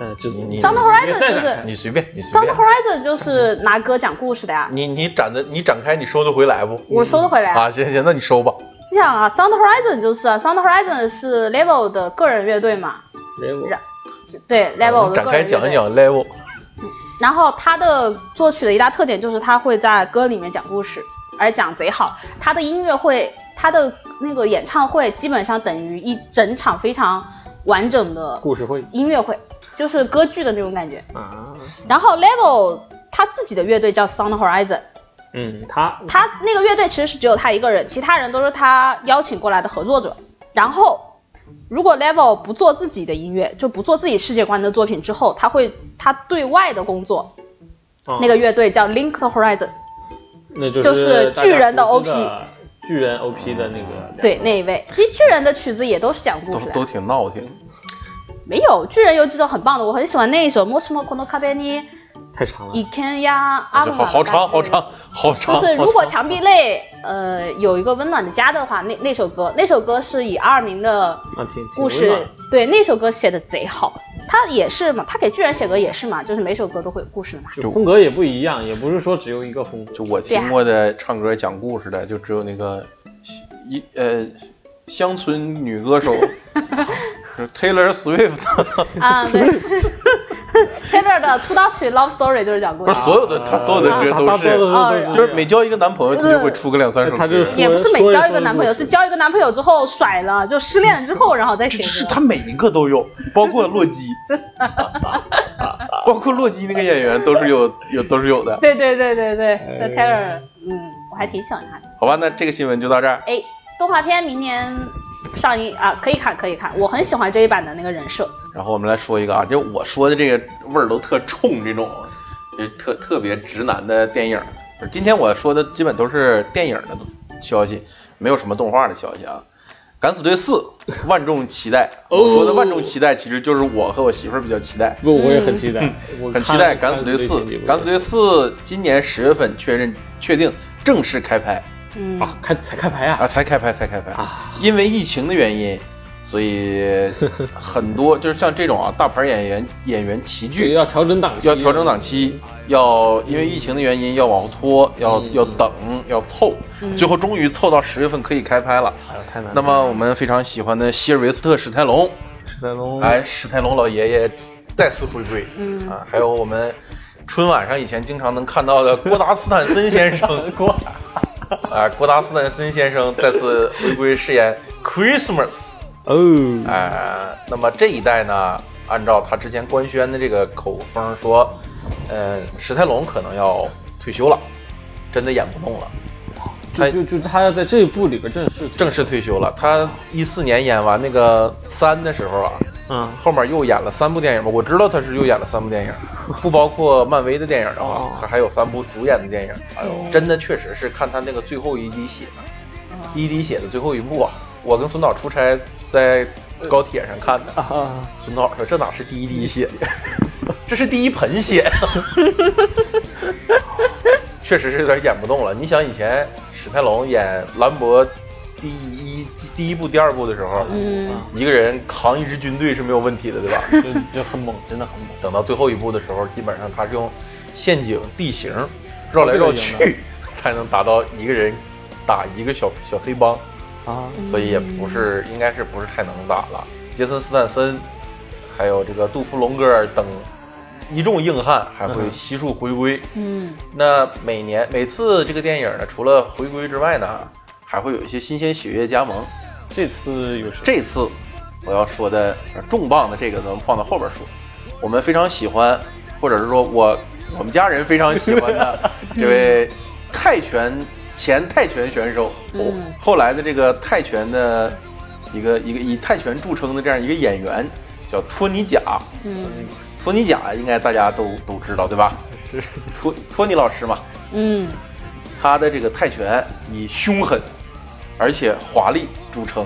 [SPEAKER 3] 那就是
[SPEAKER 1] 你
[SPEAKER 2] ？Sound
[SPEAKER 1] 你
[SPEAKER 2] Horizon 就
[SPEAKER 3] 随
[SPEAKER 2] 是
[SPEAKER 3] 便
[SPEAKER 1] 你随便，你随
[SPEAKER 2] Sound
[SPEAKER 1] 便，
[SPEAKER 2] Horizon 就是拿歌讲故事的呀。
[SPEAKER 1] 你你展的你展开，你收得回来不？
[SPEAKER 2] 我收得回来
[SPEAKER 1] 啊，行行，那你收吧。
[SPEAKER 2] 你想啊，Sound Horizon 就是啊，Sound Horizon 是 Level 的个人乐队嘛，
[SPEAKER 3] 然
[SPEAKER 2] 对
[SPEAKER 1] 啊我
[SPEAKER 2] Level
[SPEAKER 1] 们
[SPEAKER 2] 的
[SPEAKER 1] 展
[SPEAKER 2] 个
[SPEAKER 1] 开
[SPEAKER 2] 人乐
[SPEAKER 1] 讲一
[SPEAKER 2] 队。
[SPEAKER 1] 讲 level。
[SPEAKER 2] 然后他的作曲的一大特点就是他会在歌里面讲故事，而且讲贼好。他的音乐会，他的那个演唱会基本上等于一整场非常完整的
[SPEAKER 3] 故事会
[SPEAKER 2] 音乐会，就是歌剧的那种感觉。
[SPEAKER 3] 啊，
[SPEAKER 2] 然后 Level 他自己的乐队叫 Sound Horizon，
[SPEAKER 3] 嗯，他
[SPEAKER 2] 他那个乐队其实是只有他一个人，其他人都是他邀请过来的合作者。然后，如果 Level 不做自己的音乐，就不做自己世界观的作品之后，他会他对外的工作，
[SPEAKER 3] 啊
[SPEAKER 2] 那个乐队叫 Link the Horizon，
[SPEAKER 3] 那就
[SPEAKER 2] 就是
[SPEAKER 3] 大家
[SPEAKER 2] 巨人的
[SPEAKER 3] 熟知
[SPEAKER 2] OP
[SPEAKER 3] 的巨人 OP 的那个
[SPEAKER 2] 对那一位。其实巨人的曲子也都是讲故
[SPEAKER 1] 都
[SPEAKER 2] 事的
[SPEAKER 1] 都，挺闹挺。
[SPEAKER 2] 没有，巨人游击手很棒的，我很喜欢那一首《莫什么可能卡贝尼
[SPEAKER 3] 太长了。
[SPEAKER 2] 以前呀阿
[SPEAKER 1] 好好长好长好长。
[SPEAKER 2] 就是
[SPEAKER 1] 好
[SPEAKER 2] 如果
[SPEAKER 1] 长
[SPEAKER 2] 墙壁内呃有一个温暖的家的话，那那首歌那首歌是以阿尔明的
[SPEAKER 3] 啊，挺挺
[SPEAKER 2] 故
[SPEAKER 3] 温暖
[SPEAKER 2] 事，对那首歌写的贼好。他也是嘛，他给巨人写歌也是嘛，就是每首歌都会有故事的嘛。
[SPEAKER 3] 就风格也不一样，也不是说只有一个风格。
[SPEAKER 1] 就我听过的唱歌讲故事的，就只有那个一呃乡村女歌 手是 Taylor Swift，
[SPEAKER 2] 啊，对，Taylor 的出道曲《Love Story》就是讲故
[SPEAKER 1] 不
[SPEAKER 2] 事
[SPEAKER 1] 是，所有的她所有的歌都
[SPEAKER 3] 啊大多
[SPEAKER 1] 是，
[SPEAKER 3] 都是
[SPEAKER 2] 啊
[SPEAKER 1] 就是每交一个男朋友，她就会出个两三首歌。
[SPEAKER 3] 她就是
[SPEAKER 2] 也不是每
[SPEAKER 3] 说一
[SPEAKER 2] 交一
[SPEAKER 3] 说
[SPEAKER 2] 个
[SPEAKER 3] 一
[SPEAKER 2] 男
[SPEAKER 3] 个
[SPEAKER 2] 朋友，
[SPEAKER 3] 故事
[SPEAKER 2] 是交一个男朋友之后甩了，就失恋了之后，然后再写
[SPEAKER 1] 是
[SPEAKER 2] 歌。
[SPEAKER 1] 她每一个都有，包括洛基，包括洛基那个演员都是有有都是有的。
[SPEAKER 2] 对对对对对，这 Taylor，嗯，我还挺喜欢他的。
[SPEAKER 1] 好吧，那这个新闻就到这儿。
[SPEAKER 2] 哎，动画片明年上映啊，可以看可以看，我很喜欢这一版的那个人设。
[SPEAKER 1] 然后我们来说一个啊，就我说的这个味儿都特冲，这种就特特别直男的电影。今天我说的基本都是电影的消息，没有什么动画的消息啊。敢死队四，万众期待。
[SPEAKER 3] 哦
[SPEAKER 1] 我说的万众期待，其实就是我和我媳妇儿比较期待，
[SPEAKER 3] 不，我也很期待，我
[SPEAKER 1] 嗯很期
[SPEAKER 3] 看
[SPEAKER 1] 待
[SPEAKER 3] 了
[SPEAKER 1] 敢死队四
[SPEAKER 3] 前几。部
[SPEAKER 1] 敢死队四今年十月份确认确定正式开拍
[SPEAKER 2] 嗯，
[SPEAKER 3] 啊，开才开牌
[SPEAKER 1] 啊，
[SPEAKER 3] 啊
[SPEAKER 1] 才开拍，才开拍
[SPEAKER 3] 啊！
[SPEAKER 1] 因为疫情的原因，所以 很多就是像这种啊大牌演员演员齐聚
[SPEAKER 3] 要调整档期，
[SPEAKER 1] 要调整档期，要因为疫情的原因要往后拖，要
[SPEAKER 3] 嗯
[SPEAKER 1] 要等，要凑，最后终于凑到十月份可以开拍了。
[SPEAKER 3] 哎呦。太难了。
[SPEAKER 1] 那么我们非常喜欢的希尔维斯特·史泰龙，
[SPEAKER 3] 史泰龙，
[SPEAKER 1] 哎，史泰龙老爷爷再次回归
[SPEAKER 2] 嗯
[SPEAKER 1] 啊，还有我们春晚上以前经常能看到的郭达斯坦森先生
[SPEAKER 3] 郭
[SPEAKER 1] 啊，郭达斯坦森先生再次回归饰演 Christmas。
[SPEAKER 3] 哦，
[SPEAKER 1] 呃，那么这一代呢，按照他之前官宣的这个口风说，呃，史泰龙可能要退休了，真的演不动了，
[SPEAKER 3] 就
[SPEAKER 1] 哎
[SPEAKER 3] 就就他要在这一部里边正式
[SPEAKER 1] 正式退休了。他一四年演完那个三的时候啊，
[SPEAKER 3] 嗯
[SPEAKER 1] 后面又演了三部电影吧，我知道他是又演了三部 电影，不包括漫威的电影的话
[SPEAKER 3] 哦，
[SPEAKER 1] 他还有三部主演的电影。哎呦，嗯真的确实是看他那个最后一滴血，一滴血的最后一部啊，我跟孙导出差在高铁上看的。
[SPEAKER 3] 啊，
[SPEAKER 1] 孙导说：“这哪是第一滴血， 这是第一盆 血。”确实是有点演不动了。你想以前史泰龙演兰博第一第一部、第二部的时候，
[SPEAKER 2] 嗯
[SPEAKER 1] 一个人扛一支军队是没有问题的，对吧？
[SPEAKER 3] 就就很猛，真的很猛。
[SPEAKER 1] 等到最后一部的时候，基本上他是用陷阱、地形绕来绕
[SPEAKER 3] 这个
[SPEAKER 1] 去，才能达到一个人打一个小小黑帮。
[SPEAKER 3] 啊，
[SPEAKER 1] 所以也不是，
[SPEAKER 3] 嗯
[SPEAKER 1] 应该是不是太能打了。杰森斯坦森，还有这个杜夫龙格尔等一众硬汉还会悉数回归。
[SPEAKER 2] 嗯
[SPEAKER 1] 那每年每次这个电影呢，除了回归之外呢，还会有一些新鲜血液加盟。
[SPEAKER 3] 这次有谁？
[SPEAKER 1] 这次我要说的呃重磅的这个，咱们放到后边说。我们非常喜欢，或者是说我我们家人非常喜欢的这位泰拳前泰拳选手，哦
[SPEAKER 2] 嗯
[SPEAKER 1] 后来的这个泰拳的一个一个以泰拳著称的这样一个演员，叫托尼贾。
[SPEAKER 2] 嗯
[SPEAKER 1] 托尼贾应该大家都都知道对吧？托托尼老师嘛，
[SPEAKER 2] 嗯
[SPEAKER 1] 他的这个泰拳以凶狠，而且华丽著称。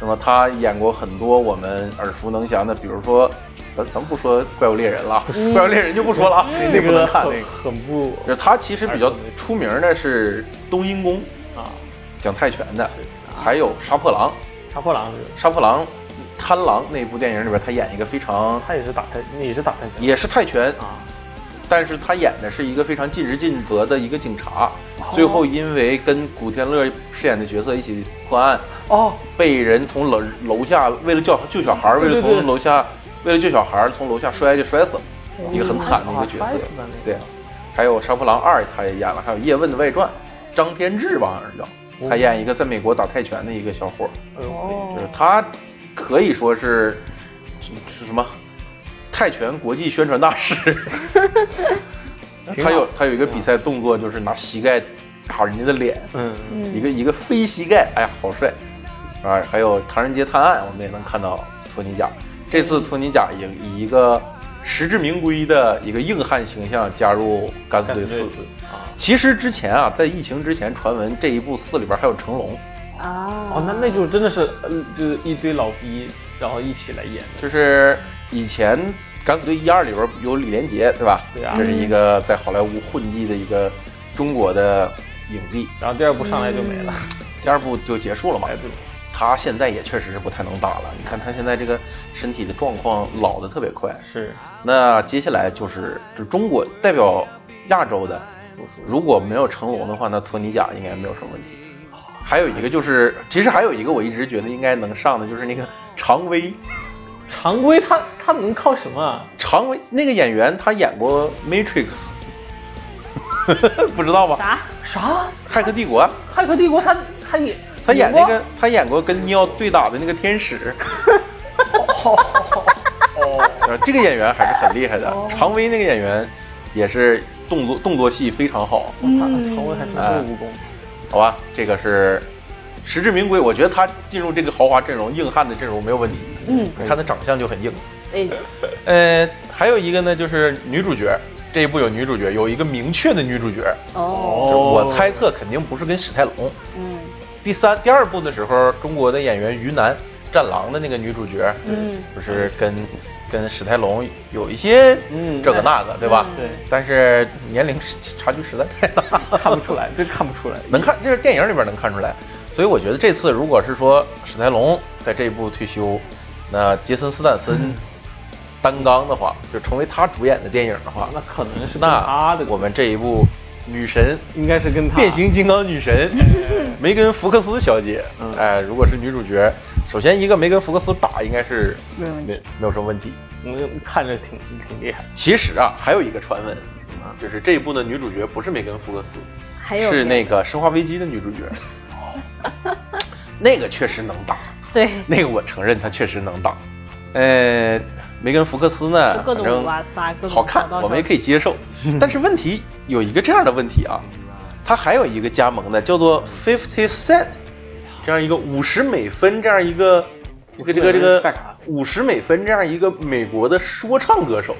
[SPEAKER 1] 那么他演过很多我们耳熟能详的，比如说，咱咱不说《怪物猎人》了，怪物猎人》就不说了啊，
[SPEAKER 3] 嗯
[SPEAKER 1] 那不能看那
[SPEAKER 3] 很
[SPEAKER 1] 个。
[SPEAKER 3] 很不
[SPEAKER 1] 就是他其实比较
[SPEAKER 3] 耳熟能详
[SPEAKER 1] 出名的是冬阴功，
[SPEAKER 3] 啊，
[SPEAKER 1] 讲泰拳的，还有杀破狼。
[SPEAKER 3] 杀破狼是吧
[SPEAKER 1] 杀破狼、贪狼那一部电影里边，他演一个非常
[SPEAKER 3] 他也是打泰，你也是打泰拳
[SPEAKER 1] 也是泰拳，
[SPEAKER 3] 啊？
[SPEAKER 1] 但是他演的是一个非常尽职尽责的一个警察，最后因为跟古天乐饰演的角色一起破案，
[SPEAKER 3] 哦，
[SPEAKER 1] 被人从楼楼下为了叫救小孩儿，为
[SPEAKER 3] 对
[SPEAKER 1] 了
[SPEAKER 3] 对对
[SPEAKER 1] 从楼下为了救小孩儿从楼下摔就摔死了，一个很惨的一个角
[SPEAKER 3] 啊摔
[SPEAKER 1] 色
[SPEAKER 3] 死的那。个
[SPEAKER 1] 对，还有《杀破狼二》他也演了，还有《叶问的外传》，张天志吧好像是叫，他演一个在美国打泰拳的一个小伙儿，
[SPEAKER 3] 哎呦
[SPEAKER 2] 哦
[SPEAKER 1] 就是他可以说是是是什么泰拳国际宣传大 使。
[SPEAKER 3] 挺
[SPEAKER 1] 他
[SPEAKER 3] 好
[SPEAKER 1] 有他有一个比赛动作，就是拿膝盖打人家的脸，
[SPEAKER 3] 嗯，
[SPEAKER 1] 一个一个飞膝盖，哎呀，好帅！啊，还有《唐人街探案》，我们也能看到托尼贾。这次托尼贾也以一个实至名归的一个硬汉形象加入《敢死队
[SPEAKER 3] 敢死
[SPEAKER 1] 四
[SPEAKER 3] 队》。啊，
[SPEAKER 1] 其实之前啊，在疫情之前，传闻这一部四里边还有成龙，
[SPEAKER 2] 啊
[SPEAKER 1] 哦
[SPEAKER 3] 哦哦，那那就真的是，呃就是一堆老逼，然后一起来演的。
[SPEAKER 1] 就是以前敢死队一二里边有李连杰，对吧？
[SPEAKER 3] 对啊
[SPEAKER 1] 这是一个在好莱坞混迹的一个中国的影帝，
[SPEAKER 3] 然后第二部上来就没了，
[SPEAKER 1] 第二部就结束了嘛
[SPEAKER 3] 哎。对，
[SPEAKER 1] 他现在也确实是不太能打了，你看他现在这个身体的状况老的特别快。
[SPEAKER 3] 是
[SPEAKER 1] 那接下来就是就中国代表亚洲的，
[SPEAKER 3] 不熟
[SPEAKER 1] 如果没有成龙的话，那托尼贾应该没有什么问题。还有一个就是，其实还有一个我一直觉得应该能上的就是那个常威，
[SPEAKER 3] 常规他他能靠什么啊？
[SPEAKER 1] 常威那个演员他演过《Matrix》，不知道吧？
[SPEAKER 2] 啥？
[SPEAKER 3] 啥？
[SPEAKER 1] 《骇客帝国》啊
[SPEAKER 3] 《骇客帝国》他他演
[SPEAKER 1] 他演那
[SPEAKER 3] 过
[SPEAKER 1] 个他演过跟尿对打的那个天使，
[SPEAKER 3] 哦，
[SPEAKER 1] 呃，这个演员还是很厉害的。
[SPEAKER 2] 哦
[SPEAKER 1] 常威那个演员也是动作动作戏非常好，
[SPEAKER 2] 嗯
[SPEAKER 3] 哦他常威还
[SPEAKER 1] 啊
[SPEAKER 3] 真会武功，
[SPEAKER 1] 好吧？这个是实至名归，我觉得他进入这个豪华阵容、硬汉的阵容没有问题。
[SPEAKER 2] 嗯，
[SPEAKER 1] 你看他长相就很硬。
[SPEAKER 2] 哎，
[SPEAKER 1] 呃，还有一个呢，就是女主角。这一部有女主角，有一个明确的女主角，
[SPEAKER 2] 哦，
[SPEAKER 1] 就是我猜测肯定不是跟史泰龙。
[SPEAKER 2] 嗯
[SPEAKER 1] 第三、第二部的时候，中国的演员于楠，战狼的那个女主角，
[SPEAKER 2] 嗯，
[SPEAKER 1] 不是跟跟史泰龙有一些
[SPEAKER 3] 嗯
[SPEAKER 1] 这个那个，对吧？
[SPEAKER 3] 对，
[SPEAKER 1] 但是年龄是差距实在太大，
[SPEAKER 3] 看不出来，真看不出来，啊
[SPEAKER 1] 能看就是电影里边能看出来。所以我觉得这次如果是说史泰龙在这一部退休，那杰森斯坦森
[SPEAKER 3] 嗯
[SPEAKER 1] 担纲的话，就成为他主演的电影的话，
[SPEAKER 3] 那可能是
[SPEAKER 1] 那
[SPEAKER 3] 嗯他的，
[SPEAKER 1] 我们这一部女神
[SPEAKER 3] 应该是跟
[SPEAKER 2] 啊
[SPEAKER 3] 他
[SPEAKER 1] 变，形金刚女 神梅根·福克斯小姐
[SPEAKER 3] 嗯，
[SPEAKER 1] 哎，如果是女主角，首先一个梅根·福克斯打应该是
[SPEAKER 2] 没问
[SPEAKER 1] 没
[SPEAKER 2] 题。
[SPEAKER 1] 没有什么问题。
[SPEAKER 3] 嗯，看着挺挺厉害的，
[SPEAKER 1] 其实啊，还有一个传闻，
[SPEAKER 2] 嗯
[SPEAKER 1] 就是这一部的女主角不是梅根·福克斯，
[SPEAKER 2] 还有
[SPEAKER 1] 是
[SPEAKER 2] 别的
[SPEAKER 1] 那个《生化危机》的女主 角。那个确实能打，
[SPEAKER 2] 对，
[SPEAKER 1] 那个我承认她确实能打。呃，梅根·福克斯呢，
[SPEAKER 2] 就
[SPEAKER 1] 反
[SPEAKER 2] 各
[SPEAKER 1] 正
[SPEAKER 2] 种挖撒，各种
[SPEAKER 1] 好看
[SPEAKER 2] 小，道
[SPEAKER 1] 我们也
[SPEAKER 2] 消
[SPEAKER 1] 可以接 受。但是问题有一个这样的问题啊，它还有一个加盟的叫做 Fifty Cent，这样一个五十美分这样一个。这个这个
[SPEAKER 3] 干啥
[SPEAKER 1] 五十美分这样一个美国的说唱歌手，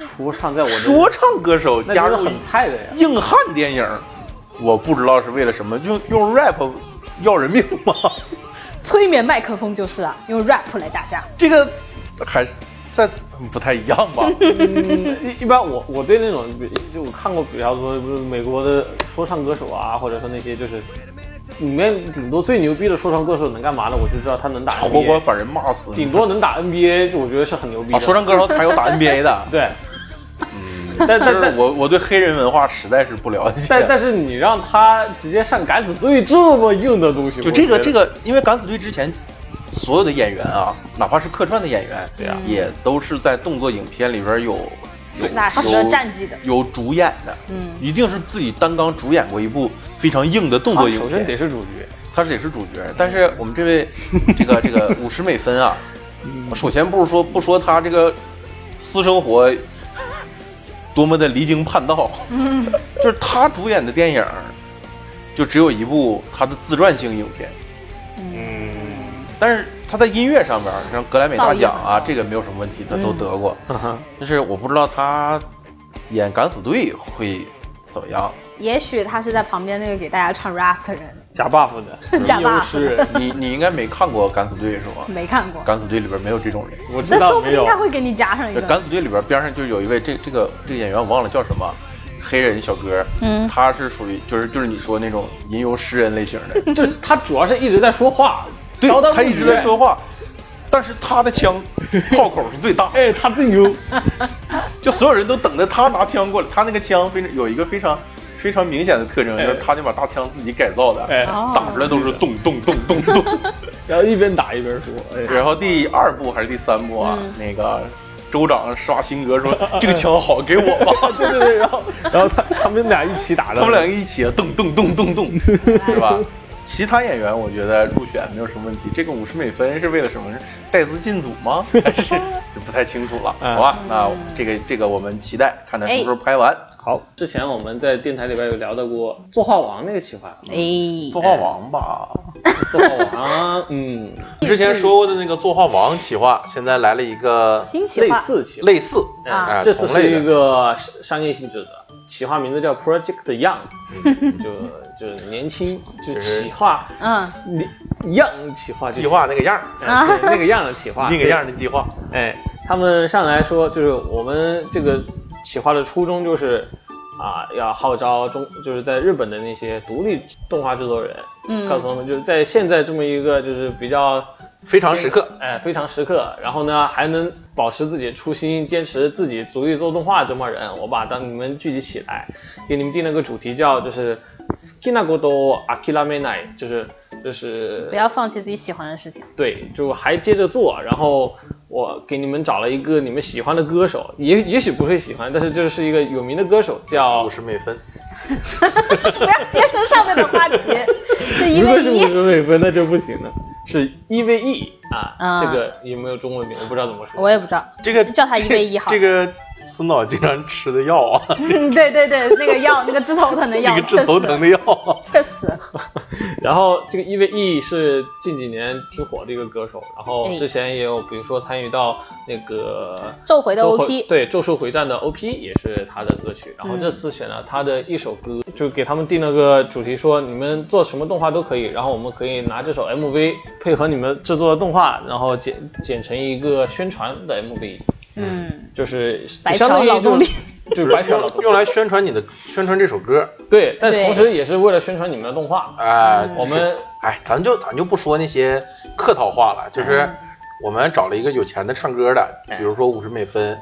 [SPEAKER 3] 说 唱在我这
[SPEAKER 1] 说唱歌手
[SPEAKER 3] 那
[SPEAKER 1] 加
[SPEAKER 3] 就是
[SPEAKER 1] 入
[SPEAKER 3] 很菜的呀，
[SPEAKER 1] 硬汉电影，我不知道是为了什么，用用 rap 要人命吗？
[SPEAKER 2] 催眠麦克风就是啊，用 rap 来打架。
[SPEAKER 1] 这个还是在不太一样 吧？
[SPEAKER 3] 嗯，一一般我我对那种比就我看过，比方说就是美国的说唱歌手啊，或者说那些就是里面顶多最牛逼的说唱歌手能干嘛呢？我就知道他能打 NBA，
[SPEAKER 1] 活活把人骂死。
[SPEAKER 3] 顶多能打 NBA，我觉得是很牛逼的。
[SPEAKER 1] 啊，说唱歌嗯手还有打 NBA 的，
[SPEAKER 3] 对，但
[SPEAKER 1] 但
[SPEAKER 3] 但
[SPEAKER 1] 是
[SPEAKER 3] 但
[SPEAKER 1] 我我对黑人文化实在是不了解。
[SPEAKER 3] 但但是你让他直接上敢死队这么硬的东西，
[SPEAKER 1] 就这个
[SPEAKER 3] 我觉得
[SPEAKER 1] 这个，因为敢死队之前所有的演员啊，哪怕是客串的演员，
[SPEAKER 3] 对啊
[SPEAKER 1] 也都是在动作影片里边有有
[SPEAKER 2] 那是
[SPEAKER 1] 有
[SPEAKER 2] 战绩的
[SPEAKER 1] 有主演的，
[SPEAKER 2] 嗯
[SPEAKER 1] 一定是自己担纲主演过一部非常硬的动作
[SPEAKER 3] 他
[SPEAKER 1] 影
[SPEAKER 3] 啊首
[SPEAKER 1] 片
[SPEAKER 3] 先。得是主角，
[SPEAKER 1] 他是也是主角，但是我们这位这个这个五十美分啊，我首先不是说不说他这个私生活多么的离经叛道， 就是他主演的电影就只有一部他的自传性影片，
[SPEAKER 3] 嗯，
[SPEAKER 1] 但是他在音乐上面，像格莱美大奖啊，
[SPEAKER 2] 造诣很高
[SPEAKER 1] 这个没有什么问题，他都
[SPEAKER 2] 嗯
[SPEAKER 1] 得过。但是我不知道他演敢死队会怎么样。
[SPEAKER 2] 也许他是在旁边那个给大家唱 rap 的人，
[SPEAKER 3] 假 buff 的，
[SPEAKER 2] 假 buff
[SPEAKER 3] 是，
[SPEAKER 1] 你你应该没看过敢死队是吗？
[SPEAKER 2] 没看过，
[SPEAKER 1] 敢死队里边没有这种人。
[SPEAKER 3] 我知
[SPEAKER 2] 那
[SPEAKER 3] 道
[SPEAKER 2] 说不
[SPEAKER 3] 没
[SPEAKER 2] 定
[SPEAKER 3] 有
[SPEAKER 2] 他。会给你加上一
[SPEAKER 1] 这
[SPEAKER 2] 个。
[SPEAKER 1] 敢死队里边边上就有一位这这个这个演员我忘了叫什么，黑人小哥，
[SPEAKER 2] 嗯
[SPEAKER 1] 他是属于就是就是你说那种吟游诗人类型 的，
[SPEAKER 3] 就是他主要是一直在说话，
[SPEAKER 1] 对
[SPEAKER 3] 叨叨，
[SPEAKER 1] 他
[SPEAKER 3] 不
[SPEAKER 1] 一直
[SPEAKER 3] 绝
[SPEAKER 1] 在说话，但是他的枪炮口是最大，
[SPEAKER 3] 哎，他最牛，
[SPEAKER 1] 就所有人都等着他拿枪过来，他那个枪非常有一个非常非常明显的特征，就
[SPEAKER 3] 哎
[SPEAKER 1] 是他那把大枪自己改造的，
[SPEAKER 3] 哎，
[SPEAKER 2] 哦
[SPEAKER 1] 打出来都是咚咚咚咚咚。
[SPEAKER 3] 然后一边打一边说，哎，
[SPEAKER 1] 然后第二部还是第三部啊，那个州长施辛格 说这个枪好，给我吧。
[SPEAKER 3] 对对对， 然后然后他他们俩一起打的，
[SPEAKER 1] 他们两个一起动动动动 动，是吧？其他演员我觉得入选没有什么问题。这个五十美分是为了什么？是带资进组吗？还 是不太清楚了？
[SPEAKER 3] 嗯
[SPEAKER 1] 好吧，那这个这个我们期待看他什么
[SPEAKER 2] 哎
[SPEAKER 1] 时候拍完。
[SPEAKER 3] 好，之前我们在电台里边有聊到过作画王那个企划，
[SPEAKER 2] 哎，
[SPEAKER 1] 作画王吧，
[SPEAKER 3] 作画 王，嗯，
[SPEAKER 1] 之前说过的那个作画王企划，现在来了一个
[SPEAKER 2] 新企
[SPEAKER 3] 类
[SPEAKER 2] 划，
[SPEAKER 3] 似企划，
[SPEAKER 1] 类似
[SPEAKER 2] 啊
[SPEAKER 1] 哎
[SPEAKER 3] 这次
[SPEAKER 1] 同类
[SPEAKER 3] 是一
[SPEAKER 1] 的
[SPEAKER 3] 个商商业性质的企划，名字叫 Project Young，就就是年轻，就是
[SPEAKER 1] 就是
[SPEAKER 3] 企划
[SPEAKER 2] 嗯，
[SPEAKER 3] 年样企划就
[SPEAKER 1] 计划那个样儿，
[SPEAKER 3] 哎对 那个样的企划，
[SPEAKER 1] 那个样儿的计划，
[SPEAKER 3] 哎，他们上来说，就是我们这个企划的初衷就是啊，要号召中，就是在日本的那些独立动画制作人，
[SPEAKER 2] 嗯
[SPEAKER 3] 告诉他们，就是在现在这么一个就是比较
[SPEAKER 1] 非常时刻，
[SPEAKER 3] 哎非常时刻，然后呢还能保持自己的初心，坚持自己独立做动画的这帮人，我把当你们聚集起来，给你们定了个主题叫就是好きなことを諦めない，就是就是
[SPEAKER 2] 不要放弃自己喜欢的事情。
[SPEAKER 3] 对，就还接着做。然后我给你们找了一个你们喜欢的歌手，也也许不会喜欢，但是这是一个有名的歌手，叫
[SPEAKER 1] 五十美分，
[SPEAKER 2] 不要接着上面 的话题，是因
[SPEAKER 3] 如果
[SPEAKER 2] 为
[SPEAKER 3] 是
[SPEAKER 2] 你
[SPEAKER 3] 五十美分，那就不行了，是 E V E 啊，
[SPEAKER 2] 啊
[SPEAKER 3] 这个有没有中文名我不知道怎么说。
[SPEAKER 2] 我也不知道，
[SPEAKER 1] 这个
[SPEAKER 2] 就叫他一对一好。
[SPEAKER 1] 这个孙导经常吃的药啊，
[SPEAKER 2] 嗯，对对对，那个 药，那个治头疼的
[SPEAKER 1] 这
[SPEAKER 2] 药，
[SPEAKER 1] 个治头疼的药啊，
[SPEAKER 2] 确实，确实，
[SPEAKER 3] 然后这个 E V E 是近几年挺火的一个歌手，然后
[SPEAKER 2] 哎
[SPEAKER 3] 之前也有比如说参与到那个
[SPEAKER 2] 咒回的
[SPEAKER 3] 咒
[SPEAKER 2] OP，
[SPEAKER 3] 对《咒术回战》的 OP 也是他的歌曲。然后
[SPEAKER 2] 嗯
[SPEAKER 3] 这次选了他的一首歌，就给他们定了个主题，说你们做什么动画都可以，然后我们可以拿这首 MV 配合你们制作的动画，然后剪剪成一个宣传的 MV，
[SPEAKER 2] 嗯，
[SPEAKER 3] 就是就
[SPEAKER 2] 白
[SPEAKER 3] 相当于
[SPEAKER 2] 嫖劳动
[SPEAKER 3] 就
[SPEAKER 2] 力
[SPEAKER 3] 是就是白嫖劳动
[SPEAKER 1] 用用
[SPEAKER 3] 力
[SPEAKER 1] 来宣传你的，宣传这首歌，
[SPEAKER 3] 对，但
[SPEAKER 2] 对
[SPEAKER 3] 同时也是为了宣传你们的动画。
[SPEAKER 1] 哎，
[SPEAKER 3] 嗯我们
[SPEAKER 1] 哎，咱就咱就不说那些客套话了，
[SPEAKER 3] 嗯
[SPEAKER 1] 就是我们找了一个有钱的唱歌的，
[SPEAKER 3] 哎
[SPEAKER 1] 比如说五十美 分，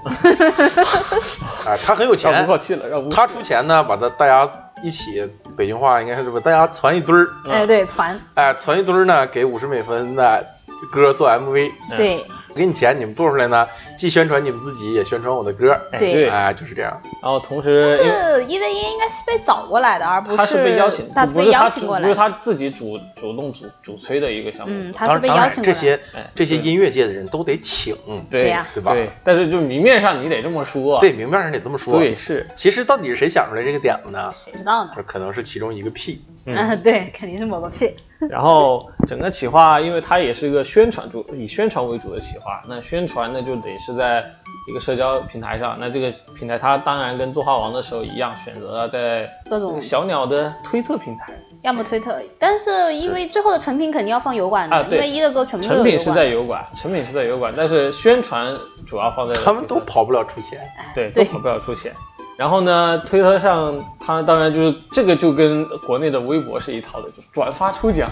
[SPEAKER 1] 哎，他很有
[SPEAKER 3] 绕不
[SPEAKER 1] 钱
[SPEAKER 3] 过，去了，绕不过去了
[SPEAKER 1] 他出钱呢，把他大家一起，北京话应该是把大家攒一堆儿，
[SPEAKER 3] 嗯
[SPEAKER 2] 哎，对，传，
[SPEAKER 1] 哎，攒一堆儿呢，给五十美分的歌做 MV，
[SPEAKER 3] 嗯
[SPEAKER 2] 对，
[SPEAKER 1] 给你钱，你们做出来呢，既宣传你们自己，也宣传我的歌，
[SPEAKER 3] 哎
[SPEAKER 2] 对
[SPEAKER 3] 对，然
[SPEAKER 1] 哎，就是这样。
[SPEAKER 3] 后同时呃因为
[SPEAKER 2] 是一对一应该是被找过来的，而不
[SPEAKER 3] 他是被邀请，
[SPEAKER 2] 他
[SPEAKER 3] 不
[SPEAKER 2] 是
[SPEAKER 3] 不
[SPEAKER 2] 被
[SPEAKER 3] 是他
[SPEAKER 2] 邀
[SPEAKER 3] 主
[SPEAKER 2] 请过
[SPEAKER 3] 不
[SPEAKER 2] 来的，
[SPEAKER 3] 是他自己主主动主主催的一个项目。
[SPEAKER 2] 嗯，他
[SPEAKER 1] 当
[SPEAKER 2] 是
[SPEAKER 1] 然，
[SPEAKER 2] 被
[SPEAKER 1] 当
[SPEAKER 2] 邀
[SPEAKER 1] 然
[SPEAKER 2] 请过来的，
[SPEAKER 1] 这些
[SPEAKER 3] 哎
[SPEAKER 1] 这些
[SPEAKER 3] 对
[SPEAKER 1] 音乐界的人都得请，
[SPEAKER 3] 对
[SPEAKER 2] 对呀
[SPEAKER 1] 对吧
[SPEAKER 3] 对，但是就明面上你得这么说。
[SPEAKER 1] 对，明面上得这么说。
[SPEAKER 3] 对，是
[SPEAKER 1] 其实到底是谁想出来这个点子呢？
[SPEAKER 2] 谁知道呢？
[SPEAKER 1] 可能是其中一个屁。
[SPEAKER 3] 嗯
[SPEAKER 2] 啊， 对，肯定是某个屁，
[SPEAKER 3] 然后整个企划，因为它也是一个宣传主，以宣传为主的企划，那宣传呢就得是在一个社交平台上。那这个平台它当然跟作画王的时候一样，选择了在
[SPEAKER 2] 各种
[SPEAKER 3] 小鸟的推特平台，
[SPEAKER 2] 要么推特，但是因为最后的成品肯定要放油管
[SPEAKER 3] 啊
[SPEAKER 2] 的，因
[SPEAKER 3] 对
[SPEAKER 2] 为一的歌全部
[SPEAKER 3] 成
[SPEAKER 2] 都
[SPEAKER 3] 品
[SPEAKER 2] 有
[SPEAKER 3] 是
[SPEAKER 2] 油
[SPEAKER 3] 在
[SPEAKER 2] 管。
[SPEAKER 3] 油管，成品是在油管，但是宣传主要放在了
[SPEAKER 1] 他们都
[SPEAKER 3] 推特
[SPEAKER 1] 跑不了出钱，
[SPEAKER 3] 对，都
[SPEAKER 2] 对
[SPEAKER 3] 跑不了出钱。然后呢，推特上它当然就是这个就跟国内的微博是一套的，就是转发 抽奖。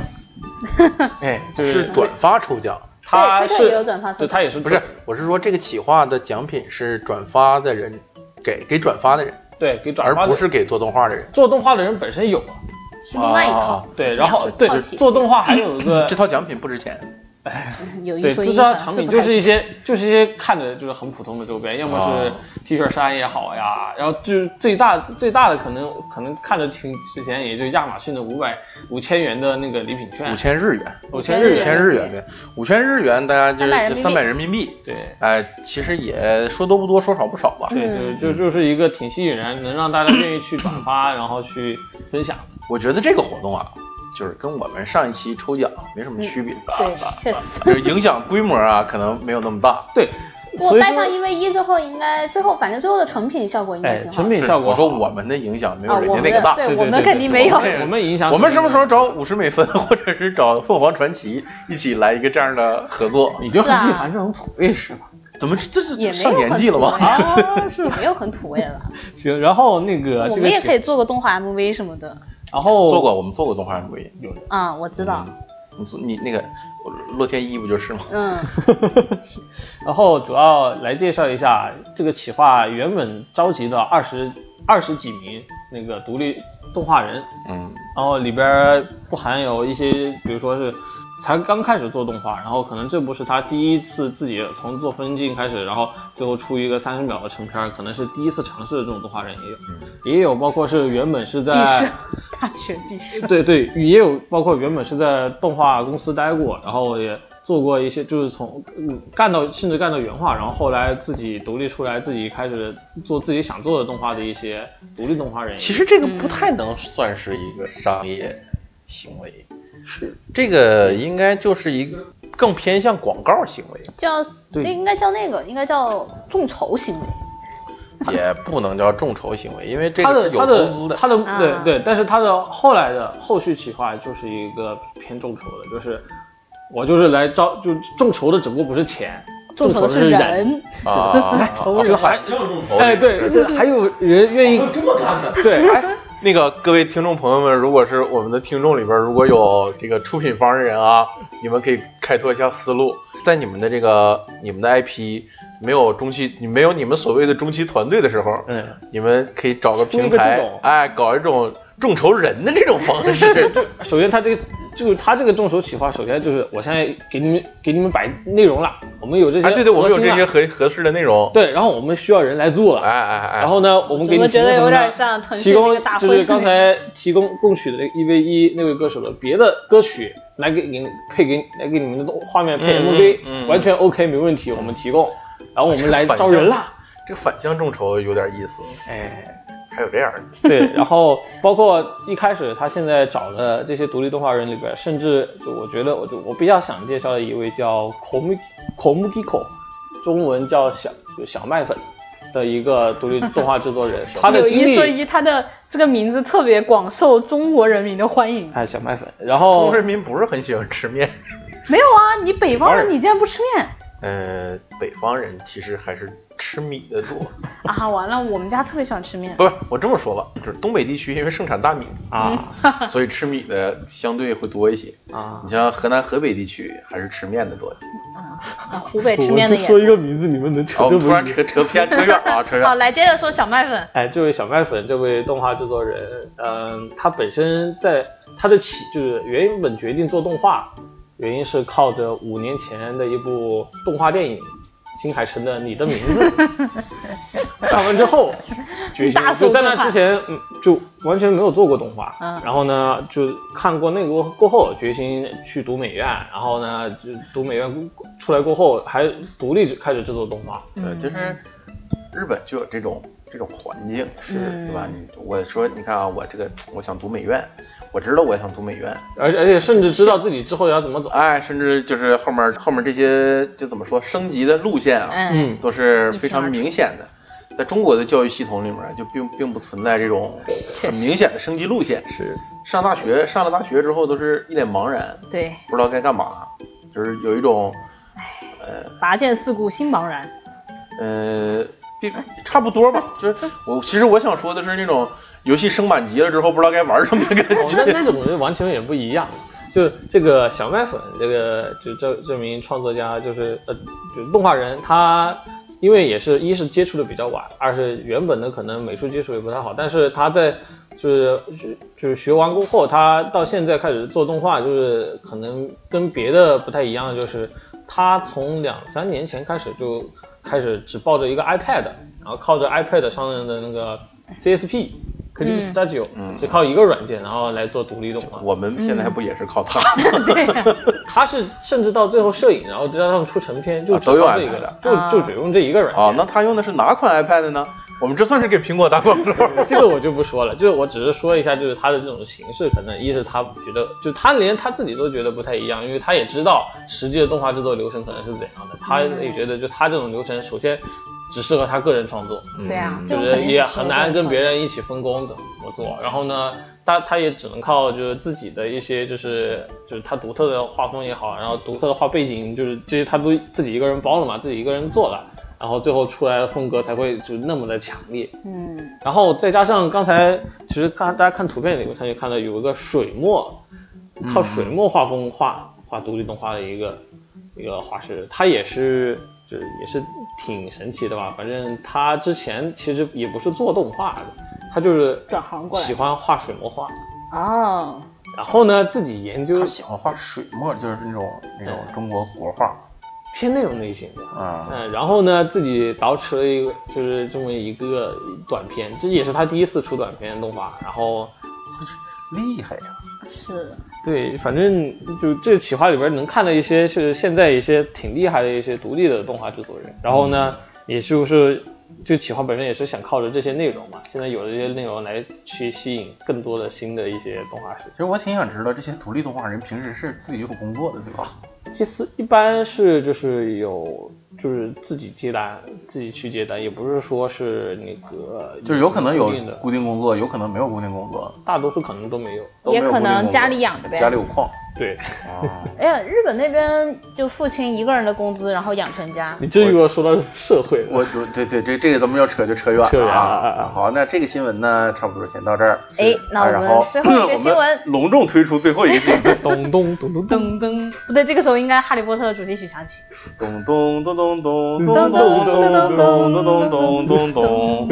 [SPEAKER 3] 哎，就是
[SPEAKER 1] 转发抽奖，
[SPEAKER 3] 它
[SPEAKER 2] 对，推特也有
[SPEAKER 3] 是
[SPEAKER 2] 转发
[SPEAKER 3] 对，
[SPEAKER 2] 推
[SPEAKER 3] 它也是
[SPEAKER 1] 不是？我是说这个企划的奖品是转发的人给给转发的人，
[SPEAKER 3] 对给转
[SPEAKER 1] 而
[SPEAKER 3] 发的，
[SPEAKER 1] 不是给做动画的人。
[SPEAKER 3] 做动画的人本身有啊。
[SPEAKER 2] 是另外一
[SPEAKER 1] 啊
[SPEAKER 2] 套。
[SPEAKER 3] 对，
[SPEAKER 2] 是
[SPEAKER 3] 然
[SPEAKER 2] 两
[SPEAKER 3] 后
[SPEAKER 2] 种
[SPEAKER 3] 对
[SPEAKER 2] 套体系
[SPEAKER 3] 做动画还有一个
[SPEAKER 1] 这套奖品不值钱，
[SPEAKER 2] 嗯有一
[SPEAKER 3] 对，
[SPEAKER 2] 说
[SPEAKER 3] 这
[SPEAKER 2] 一，
[SPEAKER 3] 套
[SPEAKER 2] 好像嗯
[SPEAKER 3] 产
[SPEAKER 2] 是
[SPEAKER 3] 品
[SPEAKER 2] 不
[SPEAKER 3] 就
[SPEAKER 2] 太
[SPEAKER 3] 是一些就是一些看着就是很普通的周边，要么是
[SPEAKER 1] 哦
[SPEAKER 3] T 恤衫也好呀，然后就是最大最大的可能可能看着挺值钱，也就亚马逊的五百五千元的那个礼品券
[SPEAKER 1] 五，千日元，
[SPEAKER 3] 五千
[SPEAKER 1] 五
[SPEAKER 3] 日
[SPEAKER 1] 千
[SPEAKER 3] 元，
[SPEAKER 1] 日元呗，五千日元，大家就是三
[SPEAKER 2] 300
[SPEAKER 1] 百
[SPEAKER 2] 人
[SPEAKER 1] 人民币。
[SPEAKER 3] 对。
[SPEAKER 1] 哎，其实也说多不多，说少不少吧。
[SPEAKER 2] 嗯
[SPEAKER 3] 对，就就就是一个挺吸引人，能让大家愿意去转发，然后去分享。
[SPEAKER 1] 我觉得这个活动啊，就是跟我们上一期抽奖没什么区别，
[SPEAKER 2] 对，确实。
[SPEAKER 1] 就是影响规模啊，可能没有那么大。
[SPEAKER 3] 对，所
[SPEAKER 2] 我
[SPEAKER 3] 以
[SPEAKER 2] 带上
[SPEAKER 3] 说，
[SPEAKER 2] 一 v 一之后，应该最后反正最后的成品效果应该
[SPEAKER 3] 哎
[SPEAKER 2] 嗯挺，好
[SPEAKER 3] 成
[SPEAKER 2] 的。
[SPEAKER 3] 品效果
[SPEAKER 1] 我说
[SPEAKER 3] 好
[SPEAKER 1] 我们的影响没
[SPEAKER 2] 啊，
[SPEAKER 1] 有人
[SPEAKER 2] 我
[SPEAKER 1] 家那
[SPEAKER 2] 们
[SPEAKER 1] 个
[SPEAKER 2] 的
[SPEAKER 1] 大。
[SPEAKER 3] 对
[SPEAKER 2] 对，我
[SPEAKER 3] 对
[SPEAKER 2] 们
[SPEAKER 3] 对
[SPEAKER 2] 肯定没有
[SPEAKER 1] 我。们
[SPEAKER 3] 我们影响
[SPEAKER 1] 我们什么时候找五十美分， 或者是找凤凰传奇一起来一个这样的合作？
[SPEAKER 3] 你就很
[SPEAKER 2] 是啊
[SPEAKER 3] 喜欢这种土味是吧？
[SPEAKER 1] 怎么这是
[SPEAKER 2] 也
[SPEAKER 1] 这
[SPEAKER 2] 没有
[SPEAKER 1] 上
[SPEAKER 2] 很
[SPEAKER 1] 年纪了吗？
[SPEAKER 2] 吗？ 也没有很土味了。
[SPEAKER 3] 行，然后那
[SPEAKER 2] 哦
[SPEAKER 3] 个
[SPEAKER 2] 我
[SPEAKER 3] 啊这
[SPEAKER 2] 们
[SPEAKER 3] 个
[SPEAKER 2] 也
[SPEAKER 3] 企，
[SPEAKER 2] 可以做个动画 MV 什么的
[SPEAKER 3] 然后
[SPEAKER 1] 做过，我们做过动画 MV，
[SPEAKER 3] 有
[SPEAKER 2] 啊，我知道。
[SPEAKER 1] 你做你那个洛天依不就是吗？
[SPEAKER 2] 嗯，
[SPEAKER 3] 然后主要来介绍一下这个企划原本召集的二十二十几名那个独立动画人，
[SPEAKER 1] 嗯，
[SPEAKER 3] 然后里边儿不含有一些，比如说是才刚开始做动画，然后可能这部是他第一次自己从做分镜开始，然后最后出一个三十秒的成片儿，可能是第一次尝试的这种动画人也有，也有包括是原本是在
[SPEAKER 2] 大学 必修。
[SPEAKER 3] 对对，也有包括原本是在动画公司待过，然后也做过一些，就是从嗯干到甚至干到原画，然后后来自己独立出来，自己开始做自己想做的动画的一些独立动画人也有。
[SPEAKER 1] 其实这个
[SPEAKER 2] 嗯
[SPEAKER 1] 不太能算是一个商业行为，
[SPEAKER 3] 是
[SPEAKER 1] 这个应该就是一个更偏向广告行为。
[SPEAKER 2] 叫
[SPEAKER 3] 对
[SPEAKER 2] 那应该叫那个，应该叫众筹行为。
[SPEAKER 1] 也不能叫众筹行为，因为这
[SPEAKER 3] 他
[SPEAKER 1] 个
[SPEAKER 3] 的
[SPEAKER 1] 是有
[SPEAKER 3] 他
[SPEAKER 1] 投
[SPEAKER 3] 的
[SPEAKER 1] 资
[SPEAKER 3] 他的对
[SPEAKER 2] 啊
[SPEAKER 3] 对，但是他的后来的后续企划就是一个偏众筹的，就是我就是来招，就众筹的只不过不是钱，众
[SPEAKER 2] 众筹的
[SPEAKER 3] 是
[SPEAKER 2] 是。人，
[SPEAKER 1] 啊啊，啊啊
[SPEAKER 3] 我
[SPEAKER 1] 啊
[SPEAKER 3] 觉得
[SPEAKER 1] 还
[SPEAKER 3] 还
[SPEAKER 4] 这种种头
[SPEAKER 3] 哎，对，这还有人愿意
[SPEAKER 4] 还
[SPEAKER 1] 哦
[SPEAKER 4] 有这么干的，
[SPEAKER 3] 对，
[SPEAKER 1] 那个各位听众朋友们，如果是我们的听众里边如果有这个出品方的人啊， 你们可以开拓一下思路，在你们的这个你们的 IP 没有中期，你没有你们所谓的中期团队的时候，
[SPEAKER 3] 嗯，
[SPEAKER 1] 你们可以找个平
[SPEAKER 3] 出一个
[SPEAKER 1] 台
[SPEAKER 3] 这种，
[SPEAKER 1] 哎，搞一种众筹人的这种方 式。
[SPEAKER 3] 首先他这个就是他这个众筹企划，首先就是我现在给你们给你们摆内容了，我们有这些
[SPEAKER 1] 哎，对对，我们有
[SPEAKER 3] 核心啊
[SPEAKER 1] 这
[SPEAKER 3] 了
[SPEAKER 1] 些合合适的内容。
[SPEAKER 3] 对，然后我们需要人来做
[SPEAKER 1] 哎
[SPEAKER 3] 了，
[SPEAKER 1] 哎哎，
[SPEAKER 3] 然后呢，我们
[SPEAKER 2] 怎
[SPEAKER 3] 给你
[SPEAKER 2] 么觉得
[SPEAKER 3] 提供什
[SPEAKER 2] 有
[SPEAKER 3] 么呢
[SPEAKER 2] 点像腾
[SPEAKER 3] 提
[SPEAKER 2] 讯那个
[SPEAKER 3] 供
[SPEAKER 2] 大会
[SPEAKER 3] 就
[SPEAKER 2] 那个？
[SPEAKER 3] 是 刚才提供供取的那个一 v 一那位歌手的别的歌曲来给你配给你来给你们的画面配
[SPEAKER 1] 嗯
[SPEAKER 3] MV，、
[SPEAKER 1] 嗯嗯
[SPEAKER 3] 完全 OK 没问题，我们提供，然后我们来
[SPEAKER 1] 反
[SPEAKER 3] 招
[SPEAKER 1] 向
[SPEAKER 3] 人啦，
[SPEAKER 1] 这反向众筹有点意思，
[SPEAKER 3] 哎，
[SPEAKER 1] 还有这样的。
[SPEAKER 3] 对，然后包括一开始他现在找的这些独立动画人里边，甚至就我觉得我就我比较想介绍的一位叫 Komu Komukiko，中文叫小就小麦粉的一个独立动画制 作人，他的
[SPEAKER 2] 有
[SPEAKER 3] 经
[SPEAKER 2] 一说
[SPEAKER 3] 历。
[SPEAKER 2] 一，他的这个名字特别广受中国人民的欢迎。
[SPEAKER 3] 哎，小麦粉，
[SPEAKER 1] 中
[SPEAKER 3] 然后
[SPEAKER 1] 国人民不是很喜欢吃面。
[SPEAKER 2] 没有啊，你北方人
[SPEAKER 3] 玩
[SPEAKER 2] 你竟然不吃面
[SPEAKER 1] 呃，北方人其实还是吃米的多。
[SPEAKER 2] 啊！完了，我们家特别喜欢吃面。
[SPEAKER 1] 不是，我这么说吧，就是东北地区因为盛产大米，
[SPEAKER 3] 啊
[SPEAKER 1] 所以吃米的相对会多一些。
[SPEAKER 2] 嗯
[SPEAKER 3] 啊
[SPEAKER 1] 你，像河南、河北地区还是吃面的多一些。
[SPEAKER 2] 啊，湖北吃
[SPEAKER 3] 我
[SPEAKER 2] 面
[SPEAKER 3] 就
[SPEAKER 2] 的也
[SPEAKER 3] 说。一个名字，你们能扯
[SPEAKER 1] 好，我
[SPEAKER 3] 这
[SPEAKER 1] 们哦突
[SPEAKER 3] 么
[SPEAKER 1] 然
[SPEAKER 3] 远
[SPEAKER 1] 扯扯偏扯远了啊，扯远了。
[SPEAKER 2] 好，来接着说小麦粉。
[SPEAKER 3] 哎，这位小麦粉，这位动画制作人，嗯，他本身在他的起就是原本决定做动画，原因是靠着五年前的一部动画电影新海诚的《你的名 字》看完之后，决心
[SPEAKER 2] 大手
[SPEAKER 3] 就在那
[SPEAKER 2] 动画
[SPEAKER 3] 之前嗯就完全没有做过动画，
[SPEAKER 2] 嗯
[SPEAKER 3] 然后呢就看过那个过后，决心去读美院，然后呢就读美院出来过后，还独立开始制作动画，
[SPEAKER 1] 对，呃就是日本就有这种这种环境，是
[SPEAKER 2] 嗯
[SPEAKER 1] 对吧？你我说，你看啊，我这个我想读美院，我知道我想读美院，
[SPEAKER 3] 而且而且甚至知道自己之后要怎么走。
[SPEAKER 1] 哎，甚至就是后面后面这些就怎么说升级的路线啊，
[SPEAKER 2] 嗯，
[SPEAKER 3] 嗯，
[SPEAKER 1] 都是非常明显的。在中国的教育系统里面，啊就并并不存在这种很明显的升级路线。
[SPEAKER 3] 是
[SPEAKER 1] 上大学上了大学之后，都是一脸茫然，
[SPEAKER 2] 对，
[SPEAKER 1] 不知道该干嘛，就是有一种
[SPEAKER 2] 拔剑四顾心茫然。
[SPEAKER 1] 呃，并差不多吧。就是我其实我想说的是那种游戏升满级了之后，不知道该玩什么感
[SPEAKER 3] 哦，那
[SPEAKER 1] 觉。
[SPEAKER 3] 那种人完全也不一样。就这个小麦粉，这个就这这名创作家，就是呃，就是动画人，他因为也是一是接触的比较晚，二是原本的可能美术基础也不太好，但是他在就是就就是学完过后，他到现在开始做动画，就是可能跟别的不太一样的就是，他从两三年前开始就开始只抱着一个 iPad，然后靠着 iPad 上面的那个 CSP。Clip Studio、
[SPEAKER 1] 嗯
[SPEAKER 3] 只靠一个软件，然后来做独立动 画。
[SPEAKER 1] 我们
[SPEAKER 3] 嗯
[SPEAKER 1] 现在不也是靠它？
[SPEAKER 2] 对呀、
[SPEAKER 3] 他是甚至到最后摄影，然后加上出成片，就
[SPEAKER 1] 啊
[SPEAKER 3] 只
[SPEAKER 1] 都用
[SPEAKER 3] 靠这
[SPEAKER 1] iPad
[SPEAKER 3] 个
[SPEAKER 1] 的，
[SPEAKER 3] 就
[SPEAKER 2] 啊
[SPEAKER 3] 就只用这一个软件。
[SPEAKER 1] 啊，那他用的是哪款 iPad 呢？我们这算是给苹果打广告。
[SPEAKER 3] 这个我就不说了，就是我只是说一下，就是它的这种形式，可能一是他觉得，就他连他自己都觉得不太一样，因为他也知道实际的动画制作流程可能是怎样的，他
[SPEAKER 2] 嗯
[SPEAKER 3] 也觉得就他这种流程，首先只适合他个人创作，
[SPEAKER 1] 嗯
[SPEAKER 2] 对呀、这
[SPEAKER 3] 就
[SPEAKER 2] 种
[SPEAKER 3] 是
[SPEAKER 2] 肯定
[SPEAKER 3] 也
[SPEAKER 2] 是
[SPEAKER 3] 很难跟别
[SPEAKER 2] 人。
[SPEAKER 3] 人一起分工怎么做。然后呢，他他也只能靠就是自己的一些就是就是他独特的画风也好，然后独特的画背景，就是这些他都自己一个人包了嘛，自己一个人做了，然后最后出来的风格才会就那么的强烈。
[SPEAKER 2] 嗯，
[SPEAKER 3] 然后再加上刚才其实看大家看图片里面看就看到有一个水墨，靠水墨画风画画独立动画的一个一个画师，他也是就是也是挺神奇的吧。反正他之前其实也不是做动画的，他就是
[SPEAKER 2] 转行过来
[SPEAKER 3] 喜欢画水墨画，
[SPEAKER 2] 哦，
[SPEAKER 3] 然后呢自己研究
[SPEAKER 1] 他喜欢画水墨，就是那种那种中国国画
[SPEAKER 3] 偏那种类型的。
[SPEAKER 1] 啊。
[SPEAKER 3] 嗯，然后呢，自己捯饬了一个，就是这么一个短片，这也是他第一次出短片动画。然后
[SPEAKER 1] 厉害呀、
[SPEAKER 2] 是，
[SPEAKER 3] 对，反正就这企划里边能看到一些是现在一些挺厉害的一些独立的动画制作人，然后
[SPEAKER 1] 嗯
[SPEAKER 3] 呢，也就是这企划本身也是想靠着这些内容嘛，现在有了这些内容来去吸引更多的新的一些动画师。
[SPEAKER 1] 其实我挺想知道这些独立动画人平时是自己有工作的，对吧？
[SPEAKER 3] 其次，一般是就是有就是自己接单，自己去接单，也不是说是那个，
[SPEAKER 1] 就是有可能有
[SPEAKER 3] 固嗯定的，
[SPEAKER 1] 固定工作，有可能没有固定工作，
[SPEAKER 3] 大多数可能都没有。
[SPEAKER 1] 都没
[SPEAKER 4] 也
[SPEAKER 1] 有固
[SPEAKER 4] 可
[SPEAKER 1] 定工
[SPEAKER 4] 能
[SPEAKER 1] 作
[SPEAKER 4] 家里养着呗。
[SPEAKER 1] 家里有矿。
[SPEAKER 3] 对
[SPEAKER 1] 啊，
[SPEAKER 4] 哎呀，日本那边就父亲一个人的工资，然后养全家。
[SPEAKER 3] 你这个说到社会了，
[SPEAKER 1] 我我对对这这个咱们要扯就扯远
[SPEAKER 3] 扯
[SPEAKER 1] 了
[SPEAKER 3] 远了啊
[SPEAKER 1] 啊
[SPEAKER 3] 啊。
[SPEAKER 1] 好，那这个新闻呢，差不多先到这儿。
[SPEAKER 4] 哎
[SPEAKER 1] 是
[SPEAKER 4] 那
[SPEAKER 1] 啊
[SPEAKER 4] 我
[SPEAKER 1] 然
[SPEAKER 4] 们
[SPEAKER 1] 后
[SPEAKER 4] 最后一个
[SPEAKER 1] 我们
[SPEAKER 4] 新闻
[SPEAKER 1] 隆重推出最后一个新闻。
[SPEAKER 3] 咚咚咚咚咚咚，
[SPEAKER 2] 不对，这个时候应该《哈利波特》的主题曲响起。
[SPEAKER 1] 咚咚咚咚咚咚咚咚咚咚咚咚咚咚。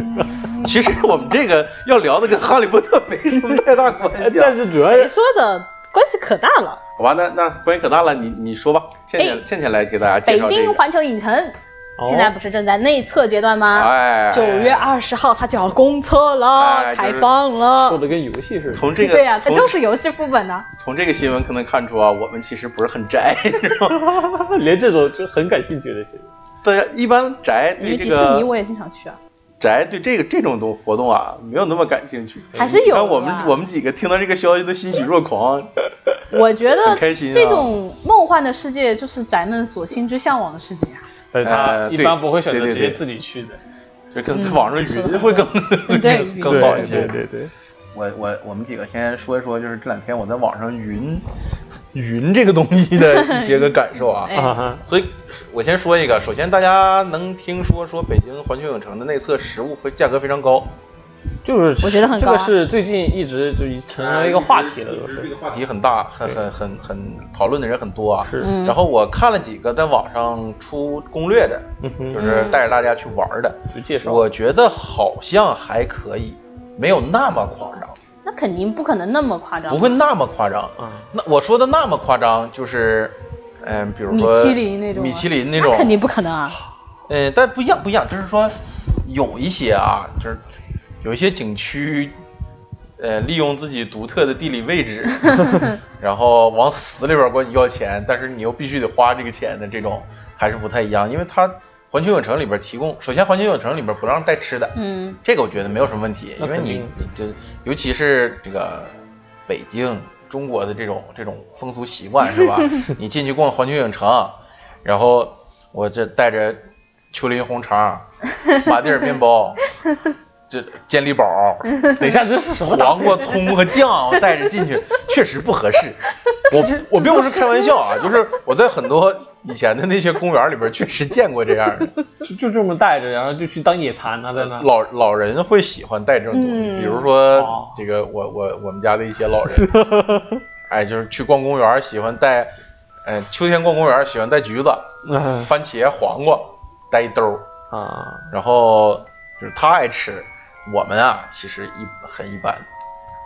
[SPEAKER 1] 其实我们这个要聊的跟《哈利波特》没什么太大关系、
[SPEAKER 3] 但
[SPEAKER 1] 啊。
[SPEAKER 3] 是主要
[SPEAKER 2] 谁
[SPEAKER 3] 是
[SPEAKER 2] 说的？关系可大了。
[SPEAKER 1] 好吧，那那关系可大了，你你说吧，倩
[SPEAKER 2] 哎
[SPEAKER 1] 倩倩倩来给大家介
[SPEAKER 2] 北
[SPEAKER 1] 绍这
[SPEAKER 2] 京
[SPEAKER 1] 个。
[SPEAKER 2] 环球影城
[SPEAKER 3] 哦
[SPEAKER 2] 现在不是正在内测阶段吗？
[SPEAKER 1] 哎，
[SPEAKER 2] 九月二十号它就要公测了，
[SPEAKER 1] 哎就是
[SPEAKER 2] 开放
[SPEAKER 3] 说
[SPEAKER 2] 了。
[SPEAKER 3] 的跟游戏似的。
[SPEAKER 1] 从这个
[SPEAKER 2] 对呀，它
[SPEAKER 1] 从
[SPEAKER 2] 就是游戏副本呐。
[SPEAKER 1] 从这个新闻可能看出啊，我们其实不是很宅，你知道吗？
[SPEAKER 3] 连这种就很感兴趣的，其实
[SPEAKER 1] 大家一般宅
[SPEAKER 2] 因为
[SPEAKER 1] 对这
[SPEAKER 2] 迪士尼
[SPEAKER 1] 个
[SPEAKER 2] 我也经常去啊。
[SPEAKER 1] 宅对这个这种东活动啊，没有那么感兴趣。
[SPEAKER 2] 还是有
[SPEAKER 1] 你
[SPEAKER 2] 的
[SPEAKER 1] 看我们
[SPEAKER 2] 啊
[SPEAKER 1] 我们几个听到这个消息都欣喜若狂，
[SPEAKER 2] 我觉得
[SPEAKER 1] 很开心啊
[SPEAKER 2] 这种梦幻的世界就是宅们所心之向往的世界啊。
[SPEAKER 3] 但是他
[SPEAKER 1] 呃
[SPEAKER 3] 一
[SPEAKER 1] 对
[SPEAKER 3] 般不会选择
[SPEAKER 1] 对对
[SPEAKER 3] 直接
[SPEAKER 1] 对
[SPEAKER 3] 自己去的。
[SPEAKER 1] 就可能在网上
[SPEAKER 2] 嗯
[SPEAKER 1] 云会更
[SPEAKER 2] 对
[SPEAKER 1] 更更好一些。
[SPEAKER 3] 对对，
[SPEAKER 1] 我我我们几个先说一说，就是这两天我在网上云云这个东西的一些个感受啊。
[SPEAKER 2] 哎
[SPEAKER 3] 啊哈，
[SPEAKER 1] 所以，我先说一个，首先大家能听说说北京环球影城的内测实物非价格非常高，
[SPEAKER 3] 就是
[SPEAKER 4] 我觉得很
[SPEAKER 3] 这
[SPEAKER 4] 高
[SPEAKER 3] 个
[SPEAKER 4] 啊
[SPEAKER 3] 是最近一直就成为一个话题了，都
[SPEAKER 1] 这
[SPEAKER 3] 是
[SPEAKER 1] 个话题很大，很很很很讨论的人很多啊。
[SPEAKER 3] 是，
[SPEAKER 2] 嗯
[SPEAKER 1] 然后我看了几个在网上出攻略的，
[SPEAKER 3] 嗯哼，
[SPEAKER 1] 就是带着大家去玩的，
[SPEAKER 3] 就介
[SPEAKER 2] 嗯
[SPEAKER 3] 绍。
[SPEAKER 1] 我觉得好像还可以，没有那么夸张，
[SPEAKER 2] 那肯定不可能那么夸张。
[SPEAKER 1] 不会那么夸张。
[SPEAKER 3] 嗯，
[SPEAKER 1] 那我说的那么夸张，就是，嗯、比如
[SPEAKER 2] 米
[SPEAKER 1] 说
[SPEAKER 2] 其林那种吗
[SPEAKER 1] 米其林那
[SPEAKER 2] 那
[SPEAKER 1] 种，
[SPEAKER 2] 肯定不可能啊。
[SPEAKER 1] 呃，但不一样，不一样，就是说有一些啊，就是有一些景区，呃，利用自己独特的地理位置，然后往死里边管你要钱，但是你又必须得花这个钱的这种，还是不太一样，因为它环球影城里边提供，首先环球影城里边不让带吃的，
[SPEAKER 2] 嗯，
[SPEAKER 1] 这个我觉得没有什么问题，
[SPEAKER 3] 那
[SPEAKER 1] 因为
[SPEAKER 3] 肯
[SPEAKER 1] 你
[SPEAKER 3] 定
[SPEAKER 1] 你这，尤其是这个北京中国的这种这种风俗习惯 是吧？你进去逛环球影城，然后我这带着秋林红肠、马蒂尔面 包、这健力宝、
[SPEAKER 3] 等一下，这是什么打
[SPEAKER 1] 黄瓜、葱和酱带着进去，确实不合适。我我并不是开玩笑啊，就是我在很多以前的那些公园里边确实见过这样的。
[SPEAKER 3] 就就这么带着，然后就去当野餐呢，在那。
[SPEAKER 1] 老老人会喜欢带这种东西，
[SPEAKER 2] 嗯
[SPEAKER 1] 比如说
[SPEAKER 3] 哦
[SPEAKER 1] 这个我我我们家的一些老人，哎，就是去逛公园喜欢带，嗯、秋天逛公园喜欢带橘子、
[SPEAKER 3] 嗯
[SPEAKER 1] 番茄、黄瓜，带一兜儿，
[SPEAKER 3] 啊，
[SPEAKER 1] 然后就是他爱吃，我们啊其实一很一般，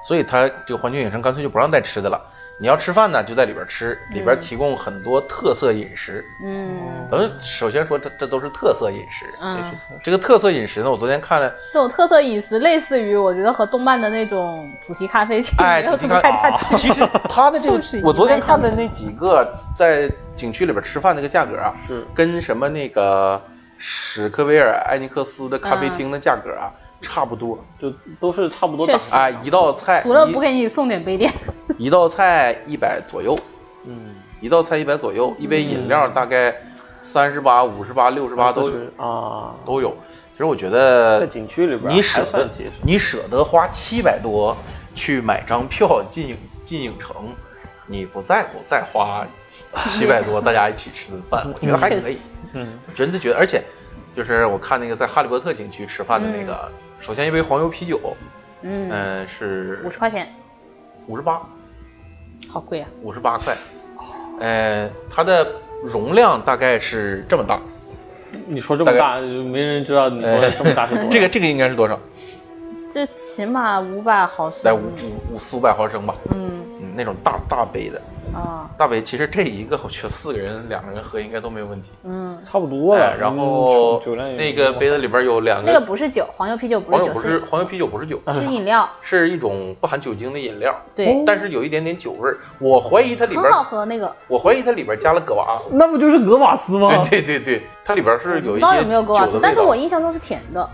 [SPEAKER 1] 所以他这个环球影城干脆就不让带吃的了。你要吃饭呢，就在里边吃，里边提供很多特色饮食。
[SPEAKER 2] 嗯
[SPEAKER 1] 咱们首先说，这这都是特色饮食。
[SPEAKER 2] 嗯，
[SPEAKER 1] 这个特色饮食呢，我昨天看了
[SPEAKER 2] 这种特色饮食类似于我觉得和动漫的那种主题咖啡其实
[SPEAKER 1] 哎
[SPEAKER 2] 没有
[SPEAKER 1] 主
[SPEAKER 2] 什
[SPEAKER 1] 题
[SPEAKER 2] 么
[SPEAKER 1] 咖
[SPEAKER 2] 太大区别。
[SPEAKER 1] 其实他的这个
[SPEAKER 2] 就是一，个
[SPEAKER 1] 我昨天看的那几个在景区里边吃饭那个价格啊，
[SPEAKER 3] 是
[SPEAKER 1] 跟什么那个史克威尔艾尼克斯的咖啡
[SPEAKER 2] 嗯
[SPEAKER 1] 厅的价格啊、差不多。
[SPEAKER 3] 就都是差不多
[SPEAKER 2] 确
[SPEAKER 3] 打。
[SPEAKER 2] 实
[SPEAKER 1] 啊，一道菜
[SPEAKER 2] 除了不给你送点杯垫，
[SPEAKER 1] 一一道菜一百左右，
[SPEAKER 3] 嗯，
[SPEAKER 1] 一道菜一百左右，一杯饮
[SPEAKER 2] 嗯
[SPEAKER 1] 料大概三十八、五十八、六十八都有
[SPEAKER 3] 是啊，
[SPEAKER 1] 都有。其实我觉得
[SPEAKER 3] 在景区里边
[SPEAKER 1] 你舍
[SPEAKER 3] 还
[SPEAKER 1] 得
[SPEAKER 3] 算节省。
[SPEAKER 1] 你舍得花七百多去买张票进影进影城，你不在乎再花七百 多大家一起吃顿饭，我觉 得还可
[SPEAKER 2] 确
[SPEAKER 1] 以
[SPEAKER 2] 实，
[SPEAKER 3] 嗯，
[SPEAKER 1] 真的觉得，而且就是我看那个在哈利波特景区吃饭的那
[SPEAKER 3] 嗯
[SPEAKER 1] 个，首先一杯黄油啤酒，
[SPEAKER 2] 嗯，
[SPEAKER 1] 嗯、是
[SPEAKER 2] 五十块钱，
[SPEAKER 1] 五十八
[SPEAKER 2] 好贵啊。
[SPEAKER 1] 五十八块，呃，它的容量大概是这么大，
[SPEAKER 3] 你说这么大，就没人知道你说的这么大是多少。
[SPEAKER 1] 呃 这个这个应该是多少？
[SPEAKER 2] 这起码五百毫
[SPEAKER 1] 在
[SPEAKER 2] 升
[SPEAKER 1] 五，五五四五百毫升吧，
[SPEAKER 2] 嗯
[SPEAKER 1] 嗯，那种大大杯的。
[SPEAKER 2] 啊，
[SPEAKER 1] 大伟其实这一个，我觉得四个人、两个人喝应该都没有问题。
[SPEAKER 2] 嗯，
[SPEAKER 3] 差不多
[SPEAKER 1] 哎
[SPEAKER 3] 了。
[SPEAKER 1] 然
[SPEAKER 3] 嗯
[SPEAKER 1] 后
[SPEAKER 3] 酒酒量也
[SPEAKER 1] 那个杯子里边有两
[SPEAKER 2] 那个不是酒，黄油啤酒不
[SPEAKER 1] 黄
[SPEAKER 2] 是
[SPEAKER 1] 酒
[SPEAKER 2] 酒，
[SPEAKER 1] 不是黄油啤酒，不是酒，
[SPEAKER 2] 是饮料，
[SPEAKER 1] 是一种不含酒精的饮料，
[SPEAKER 2] 对，
[SPEAKER 1] 但是有一点点酒味儿。我怀疑它里
[SPEAKER 2] 很
[SPEAKER 1] 边，
[SPEAKER 2] 好喝那个。
[SPEAKER 1] 我怀疑它里边加了葛娃。
[SPEAKER 3] 那不就是格瓦斯吗？
[SPEAKER 1] 对对对对，它里边是
[SPEAKER 2] 不
[SPEAKER 1] 有一些
[SPEAKER 2] 知道有没有
[SPEAKER 1] 酒
[SPEAKER 2] 格瓦斯
[SPEAKER 1] 的，啊
[SPEAKER 2] 但是我
[SPEAKER 1] 味道
[SPEAKER 2] 印象中是甜的。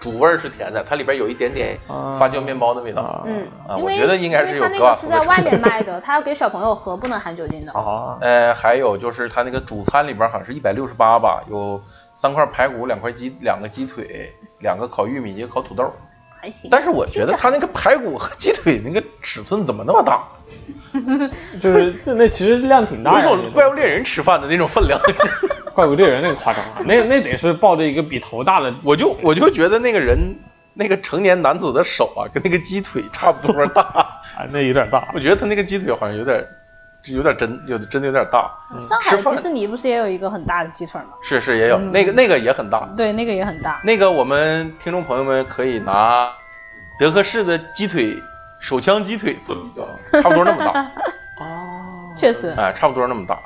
[SPEAKER 1] 主味儿是甜的，它里边有一点点
[SPEAKER 3] 啊
[SPEAKER 1] 发酵面包的味道。
[SPEAKER 3] 啊
[SPEAKER 4] 嗯
[SPEAKER 1] 啊，
[SPEAKER 4] 因
[SPEAKER 1] 我
[SPEAKER 4] 为
[SPEAKER 1] 觉得应该是
[SPEAKER 4] 因
[SPEAKER 1] 有
[SPEAKER 4] 为它
[SPEAKER 1] 格
[SPEAKER 4] 那
[SPEAKER 1] 瓦
[SPEAKER 4] 个是
[SPEAKER 1] 夫
[SPEAKER 4] 在
[SPEAKER 1] 的。
[SPEAKER 4] 外面卖的，它要给小朋友喝，不能含酒精的。
[SPEAKER 3] 啊，
[SPEAKER 1] 呃，还有就是它那个主餐里边好像是一百六十八吧，有三块排骨、两块鸡、两个鸡腿、两个烤玉米、一个烤土豆。
[SPEAKER 4] 还行。
[SPEAKER 1] 但是我觉得它那个排骨和鸡腿那个尺寸怎么那么大？
[SPEAKER 3] 就是这那其实量挺大
[SPEAKER 1] 有
[SPEAKER 3] 的
[SPEAKER 1] 一
[SPEAKER 3] 那
[SPEAKER 1] 种
[SPEAKER 3] 种，
[SPEAKER 1] 怪物猎人吃饭的那种分量。
[SPEAKER 3] 怪物猎人那个夸张啊，那那得是抱着一个比头大的
[SPEAKER 1] 我就我就觉得那个人那个成年男子的手啊，跟那个鸡腿差不多大。
[SPEAKER 3] 啊，那有点大
[SPEAKER 1] 我觉得他那个鸡腿好像有点，有点真，有真的有点大。
[SPEAKER 2] 上
[SPEAKER 1] 吃
[SPEAKER 2] 海
[SPEAKER 1] 饭
[SPEAKER 2] 迪士尼不是也有一个很大的鸡腿吗？
[SPEAKER 1] 是是也有那个那个也很大。
[SPEAKER 2] 对，那个也很大。
[SPEAKER 1] 那个我们听众朋友们可以拿德克士的鸡腿手枪鸡腿做比较，差不多那么大。
[SPEAKER 3] 哦，
[SPEAKER 2] 确实，
[SPEAKER 1] 哎，差不多那么大。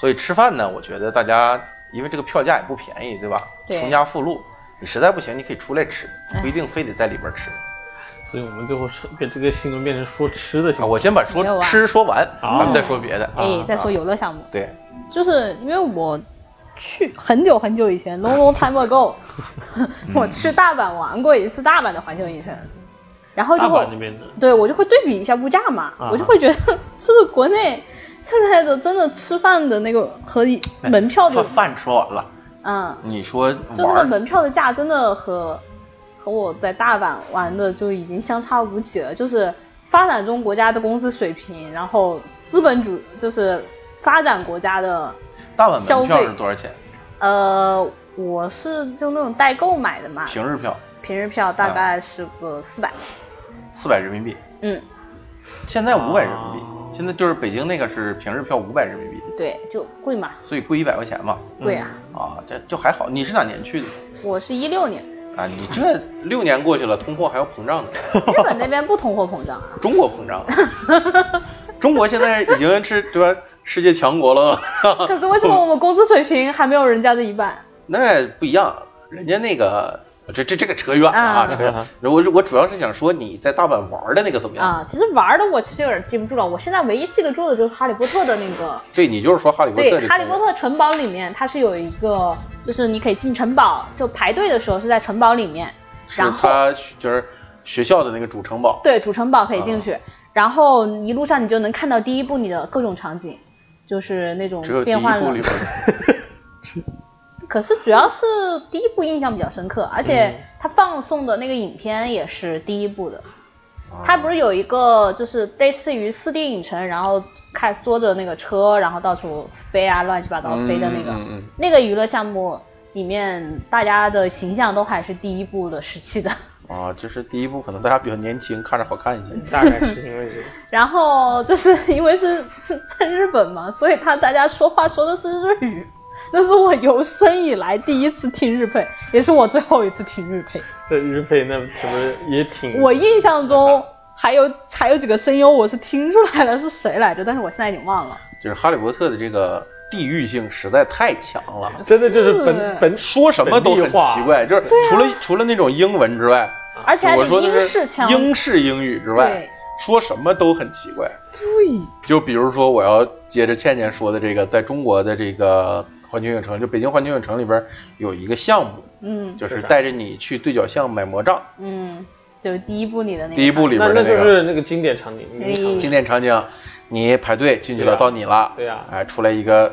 [SPEAKER 1] 所以吃饭呢，我觉得大家因为这个票价也不便宜，对吧？
[SPEAKER 2] 对哎
[SPEAKER 1] 从家附路，你实在不行你可以出来吃，不一定非得在里边吃。
[SPEAKER 3] 所以我们最后说变这个新闻变成说吃的新
[SPEAKER 1] 啊，
[SPEAKER 3] 闻
[SPEAKER 1] 我先把说
[SPEAKER 2] 没有啊
[SPEAKER 1] 吃说完，
[SPEAKER 3] 啊
[SPEAKER 1] 咱们再说别的。
[SPEAKER 3] 啊
[SPEAKER 2] 哎，再说游乐项目，
[SPEAKER 1] 对，
[SPEAKER 2] 就是因为我去很久很久以前，long long time ago，我去大阪玩过一次大阪的环球影城，然后
[SPEAKER 3] 大
[SPEAKER 2] 就
[SPEAKER 3] 阪
[SPEAKER 2] 会
[SPEAKER 3] 那边的
[SPEAKER 2] 对我就会对比一下物价嘛，
[SPEAKER 3] 啊
[SPEAKER 2] 我就会觉得 就是国内现在的真的吃饭的那个和以门票
[SPEAKER 1] 哎说
[SPEAKER 2] 的，
[SPEAKER 1] 饭说完了，
[SPEAKER 2] 嗯，
[SPEAKER 1] 你说
[SPEAKER 2] 就那个
[SPEAKER 1] 玩儿
[SPEAKER 2] 门票的价真的和和我在大阪玩的就已经相差无几了，就是发展中国家的工资水平，然后资本主就是发展国家的，
[SPEAKER 1] 大阪门
[SPEAKER 2] 消
[SPEAKER 1] 票
[SPEAKER 2] 费
[SPEAKER 1] 是多少钱？
[SPEAKER 2] 呃，我是就那种代购买的嘛，
[SPEAKER 1] 平日票嗯
[SPEAKER 2] 平日票大概是个四百，
[SPEAKER 1] 四百人民币，
[SPEAKER 2] 嗯，
[SPEAKER 1] 现在五百人民币
[SPEAKER 3] 啊，
[SPEAKER 1] 现在就是北京那个是平日票五百人民币，
[SPEAKER 2] 对，就贵嘛，
[SPEAKER 1] 所以贵一百块钱嘛。
[SPEAKER 2] 贵啊，
[SPEAKER 1] 啊，这就还好。你是哪年去的？
[SPEAKER 2] 我是一六 年，
[SPEAKER 1] 啊，你这六年过去了，通货还要膨胀呢。
[SPEAKER 2] 日本那边不通货膨胀啊。
[SPEAKER 1] 中国膨胀 了，中国现在已经是对吧世界强国了，
[SPEAKER 2] 可是为什么我们工资水平还没有人家的一半？
[SPEAKER 1] 那不一样，人家那个这这这个扯远了啊，
[SPEAKER 2] 啊
[SPEAKER 1] 扯远了。我我主要是想说你在大阪玩的那个怎么样？
[SPEAKER 2] 啊，其实玩的我其实有点记不住了，我现在唯一记得住的就是《哈利波特》的那个，
[SPEAKER 1] 对你就是说哈利波特
[SPEAKER 2] 对，
[SPEAKER 1] 这
[SPEAKER 2] 《
[SPEAKER 1] 个
[SPEAKER 2] 哈利波特城堡》里面它是有一个，就是你可以进城堡，就排队的时候是在城堡里面，
[SPEAKER 1] 是
[SPEAKER 2] 然后
[SPEAKER 1] 他就是学校的那个主城堡，
[SPEAKER 2] 对主城堡可以进
[SPEAKER 1] 啊
[SPEAKER 2] 去，然后一路上你就能看到第一部你的各种场景，就是那种
[SPEAKER 1] 只有第一
[SPEAKER 2] 变换
[SPEAKER 1] 部
[SPEAKER 2] 了
[SPEAKER 1] 里边，
[SPEAKER 2] 可是主要是第一部印象比较深刻，而且
[SPEAKER 1] 嗯
[SPEAKER 2] 他放送的那个影片也是第一部的。
[SPEAKER 1] 啊
[SPEAKER 2] 他不是有一个就是类似于四 D 影城，然后看坐着那个车，然后到处飞啊，乱七八糟飞的那个、
[SPEAKER 1] 嗯嗯嗯
[SPEAKER 2] 那个娱乐项目里面，大家的形象都还是第一部的时期的。
[SPEAKER 1] 啊，就是第一部可能大家比较年轻，看着好看一些。
[SPEAKER 3] 大概是因为 这个。
[SPEAKER 2] 然后就是因为是在日本嘛，所以他大家说话说的是日语，那是我有生以来第一次听日配，也是我最后一次听日配。
[SPEAKER 3] 这日配那是不是也挺？
[SPEAKER 2] 我印象中还有还有几个声优我是听出来了是谁来着，但是我现在已经忘了。
[SPEAKER 1] 就是哈利波特的这个地域性实在太强了，
[SPEAKER 3] 真的就是
[SPEAKER 2] 是
[SPEAKER 3] 本本
[SPEAKER 1] 说什么都很
[SPEAKER 3] 本地化
[SPEAKER 1] 奇怪，就是除了、除了那种英文之外。
[SPEAKER 2] 而且还
[SPEAKER 1] 我
[SPEAKER 2] 得
[SPEAKER 1] 说的
[SPEAKER 2] 啊英
[SPEAKER 1] 是
[SPEAKER 2] 式腔，
[SPEAKER 1] 英式英语之外
[SPEAKER 2] 对，
[SPEAKER 1] 说什么都很奇怪。
[SPEAKER 2] 对，
[SPEAKER 1] 就比如说，我要接着倩倩说的这个，在中国的这个环球影城，就北京环球影城里边有一个项目，
[SPEAKER 2] 嗯
[SPEAKER 1] 就是
[SPEAKER 3] 是的
[SPEAKER 1] 带着你去对角巷买魔杖，
[SPEAKER 2] 嗯，就是第一部里的那个
[SPEAKER 1] 第一部里
[SPEAKER 3] 那
[SPEAKER 1] 边
[SPEAKER 3] 那
[SPEAKER 1] 的个
[SPEAKER 3] 就是那个经典场景，
[SPEAKER 2] 哎
[SPEAKER 1] 经典场景，你排队进去
[SPEAKER 3] 对
[SPEAKER 1] 了，
[SPEAKER 3] 啊
[SPEAKER 1] 到你了，
[SPEAKER 3] 对啊
[SPEAKER 1] 哎，出来一个，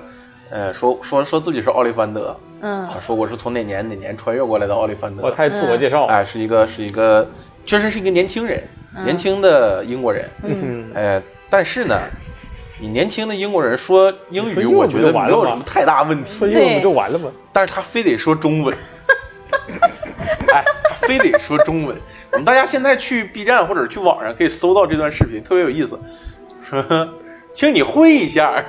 [SPEAKER 1] 呃，说说说自己是奥利凡德，
[SPEAKER 2] 嗯
[SPEAKER 1] 啊，说我是从哪年哪年穿越过来的奥利凡德，
[SPEAKER 3] 我太自我介绍了。
[SPEAKER 1] 哎，是一个是一个，确实是一个年轻人，年轻的英国人，
[SPEAKER 2] 嗯，
[SPEAKER 3] 嗯，
[SPEAKER 1] 呃，但是呢，你年轻的英国人说英
[SPEAKER 3] 说
[SPEAKER 1] 语，
[SPEAKER 3] 英文
[SPEAKER 1] 我觉得
[SPEAKER 3] 不就完
[SPEAKER 1] 没
[SPEAKER 3] 了吗
[SPEAKER 1] 有什么太大问
[SPEAKER 3] 说
[SPEAKER 1] 题，
[SPEAKER 3] 英文不就完了吗？
[SPEAKER 1] 但是他非得说中文，哎，他非得说中文。我们大家现在去 B 站或者去网上可以搜到这段视频，特别有意思。说，请你会一下，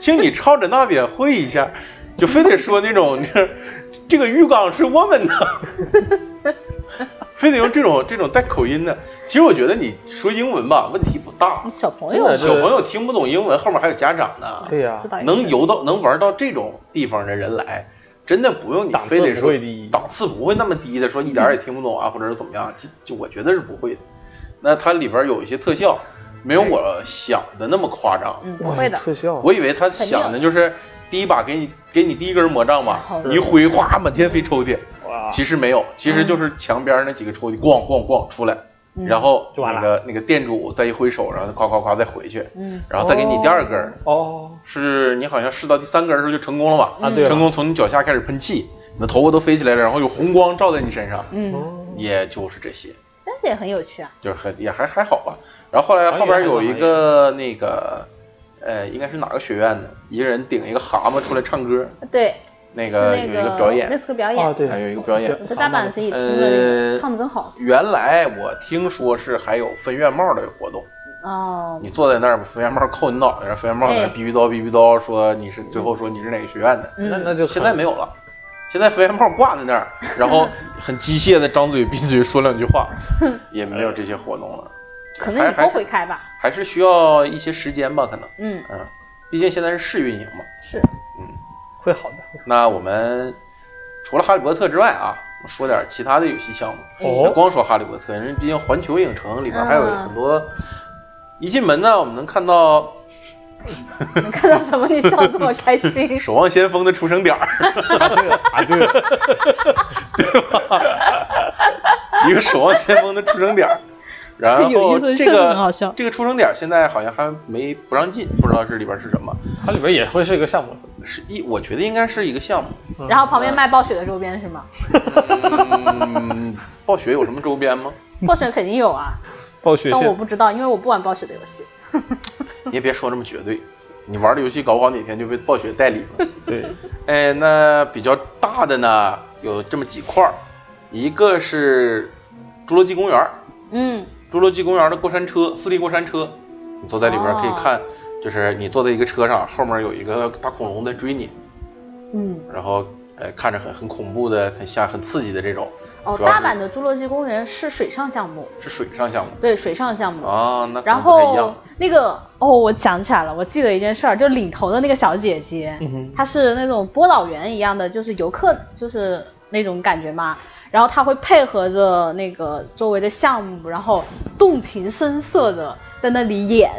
[SPEAKER 1] 请你朝着那边会一下，就非得说那种这这个浴缸是我们的。非得用这种这种带口音的，其实我觉得你说英文吧，问题不大。
[SPEAKER 2] 小朋
[SPEAKER 3] 真
[SPEAKER 2] 友
[SPEAKER 3] 的
[SPEAKER 1] 小朋友听不懂英文，后面还有家长呢。
[SPEAKER 3] 对呀
[SPEAKER 2] 知，道也是
[SPEAKER 1] 能游到能玩到这种地方的人来，真的不用你非得
[SPEAKER 3] 档次不
[SPEAKER 1] 说
[SPEAKER 3] 会低
[SPEAKER 1] 档次不会那么低的，说一点儿也听不懂啊，或者是怎么样，就就我觉得是不会的。那它里边有一些特效，没有我想的那么夸张。
[SPEAKER 2] 嗯
[SPEAKER 3] 哇
[SPEAKER 2] 会的，
[SPEAKER 3] 特效，
[SPEAKER 1] 我以为他想的就是第一把给你给你第一根魔杖嘛
[SPEAKER 2] 好，的
[SPEAKER 1] 你一挥哗满天飞抽屉，
[SPEAKER 3] 哇，
[SPEAKER 1] 其实没有，其实就是墙边那几个抽屉咣咣咣出来，然后
[SPEAKER 3] 就完了
[SPEAKER 1] 那个那个店主再一挥手，然后夸夸夸再回去，
[SPEAKER 5] 嗯，
[SPEAKER 1] 然后再给你第二根儿，
[SPEAKER 3] 哦，
[SPEAKER 1] 是你好像试到第三根儿的时候就成功了吧？
[SPEAKER 3] 啊对了
[SPEAKER 1] 成功从你脚下开始喷气，你的头发都飞起来了，然后有红光照在你身上，
[SPEAKER 5] 嗯，
[SPEAKER 1] 也就是这些，
[SPEAKER 2] 但是也很有趣啊。
[SPEAKER 1] 就是很也还还好吧。然后后来
[SPEAKER 3] 行业
[SPEAKER 1] 后边有
[SPEAKER 3] 还是
[SPEAKER 1] 一
[SPEAKER 3] 行业
[SPEAKER 1] 个那个，呃，应该是哪个学院的，一个人顶一个蛤蟆出来唱歌，
[SPEAKER 2] 对，
[SPEAKER 1] 那
[SPEAKER 2] 是
[SPEAKER 1] 个
[SPEAKER 2] 那
[SPEAKER 1] 有一个表
[SPEAKER 2] 那
[SPEAKER 1] 演，
[SPEAKER 2] 是个表
[SPEAKER 3] 哦
[SPEAKER 2] 演，
[SPEAKER 3] 对，
[SPEAKER 1] 嗯还有一个表演。
[SPEAKER 2] 在大阪时也出了那
[SPEAKER 1] 呃
[SPEAKER 2] 个，唱的真好
[SPEAKER 1] 原来我听说是还有分院帽的活动，
[SPEAKER 2] 哦。
[SPEAKER 1] 你坐在那儿，分院帽扣你脑袋上，分院帽在那儿
[SPEAKER 2] 哎
[SPEAKER 1] 逼逼叨逼逼叨，说你是最后说你是哪个学院的，
[SPEAKER 2] 嗯
[SPEAKER 6] 那那就
[SPEAKER 1] 现在没有了。现在肥羊帽挂在那儿，然后很机械的张嘴闭嘴说两句话，也没有这些活动了，
[SPEAKER 2] 可能你
[SPEAKER 1] 还还
[SPEAKER 2] 后
[SPEAKER 1] 是
[SPEAKER 2] 悔开吧，
[SPEAKER 1] 还是需要一些时间吧，可能，
[SPEAKER 2] 嗯，
[SPEAKER 1] 嗯，毕竟现在是试运营嘛。
[SPEAKER 2] 是
[SPEAKER 3] 会好的。
[SPEAKER 1] 那我们除了哈利波特之外啊，说点其他的游戏项目，
[SPEAKER 3] 哦
[SPEAKER 1] 光说哈利波特，因为毕竟环球影城里边还有很多，一进门呢，我们能看到
[SPEAKER 2] 你看到什么你笑这么开心？
[SPEAKER 1] 《守望先锋》的出生点儿，
[SPEAKER 3] 答啊对了，答对了，
[SPEAKER 1] 一个《守望先锋》的出生点儿。然后
[SPEAKER 5] 有意思
[SPEAKER 1] 这
[SPEAKER 5] 确实
[SPEAKER 1] 个
[SPEAKER 5] 很好笑
[SPEAKER 1] 这个出生点儿现在好像还没不让进，不知道是里边是什么，
[SPEAKER 3] 它里边也会是一个项目。
[SPEAKER 1] 是一我觉得应该是一个项目。
[SPEAKER 2] 然后旁边卖暴雪的周边是吗？
[SPEAKER 1] 嗯， 暴雪有什么周边吗？
[SPEAKER 2] 暴雪肯定有啊，
[SPEAKER 3] 暴雪
[SPEAKER 2] 但我
[SPEAKER 3] 线
[SPEAKER 2] 不知道，因为我不玩暴雪的游戏。
[SPEAKER 1] 你也别说这么绝对，你玩的游戏搞不好哪天就被暴雪代理了。
[SPEAKER 3] 对，
[SPEAKER 1] 哎，那比较大的呢，有这么几块儿，一个是侏罗纪公园儿，
[SPEAKER 2] 嗯，
[SPEAKER 1] 侏罗纪公园的过山车，四 D 过山车，你坐在里边儿可以看，就是你坐在一个车上，后面有一个大恐龙在追你，
[SPEAKER 2] 嗯，
[SPEAKER 1] 然后呃看着很很恐怖的、很吓、很刺激的这种，
[SPEAKER 2] 哦，
[SPEAKER 1] 主要
[SPEAKER 2] 大
[SPEAKER 1] 是
[SPEAKER 2] 阪的侏罗纪公园是水上项目，
[SPEAKER 1] 是水上项目
[SPEAKER 2] 对，水上项目。
[SPEAKER 1] 啊，那可
[SPEAKER 2] 然
[SPEAKER 1] 能不太一
[SPEAKER 2] 后
[SPEAKER 1] 样。
[SPEAKER 2] 那个哦，我想起来了，我记得一件事儿，就领头的那个小姐姐，
[SPEAKER 1] 嗯
[SPEAKER 3] 哼
[SPEAKER 2] 她是那种播导员一样的，就是游客就是那种感觉嘛。然后她会配合着那个周围的项目，然后动情声色的在那里演，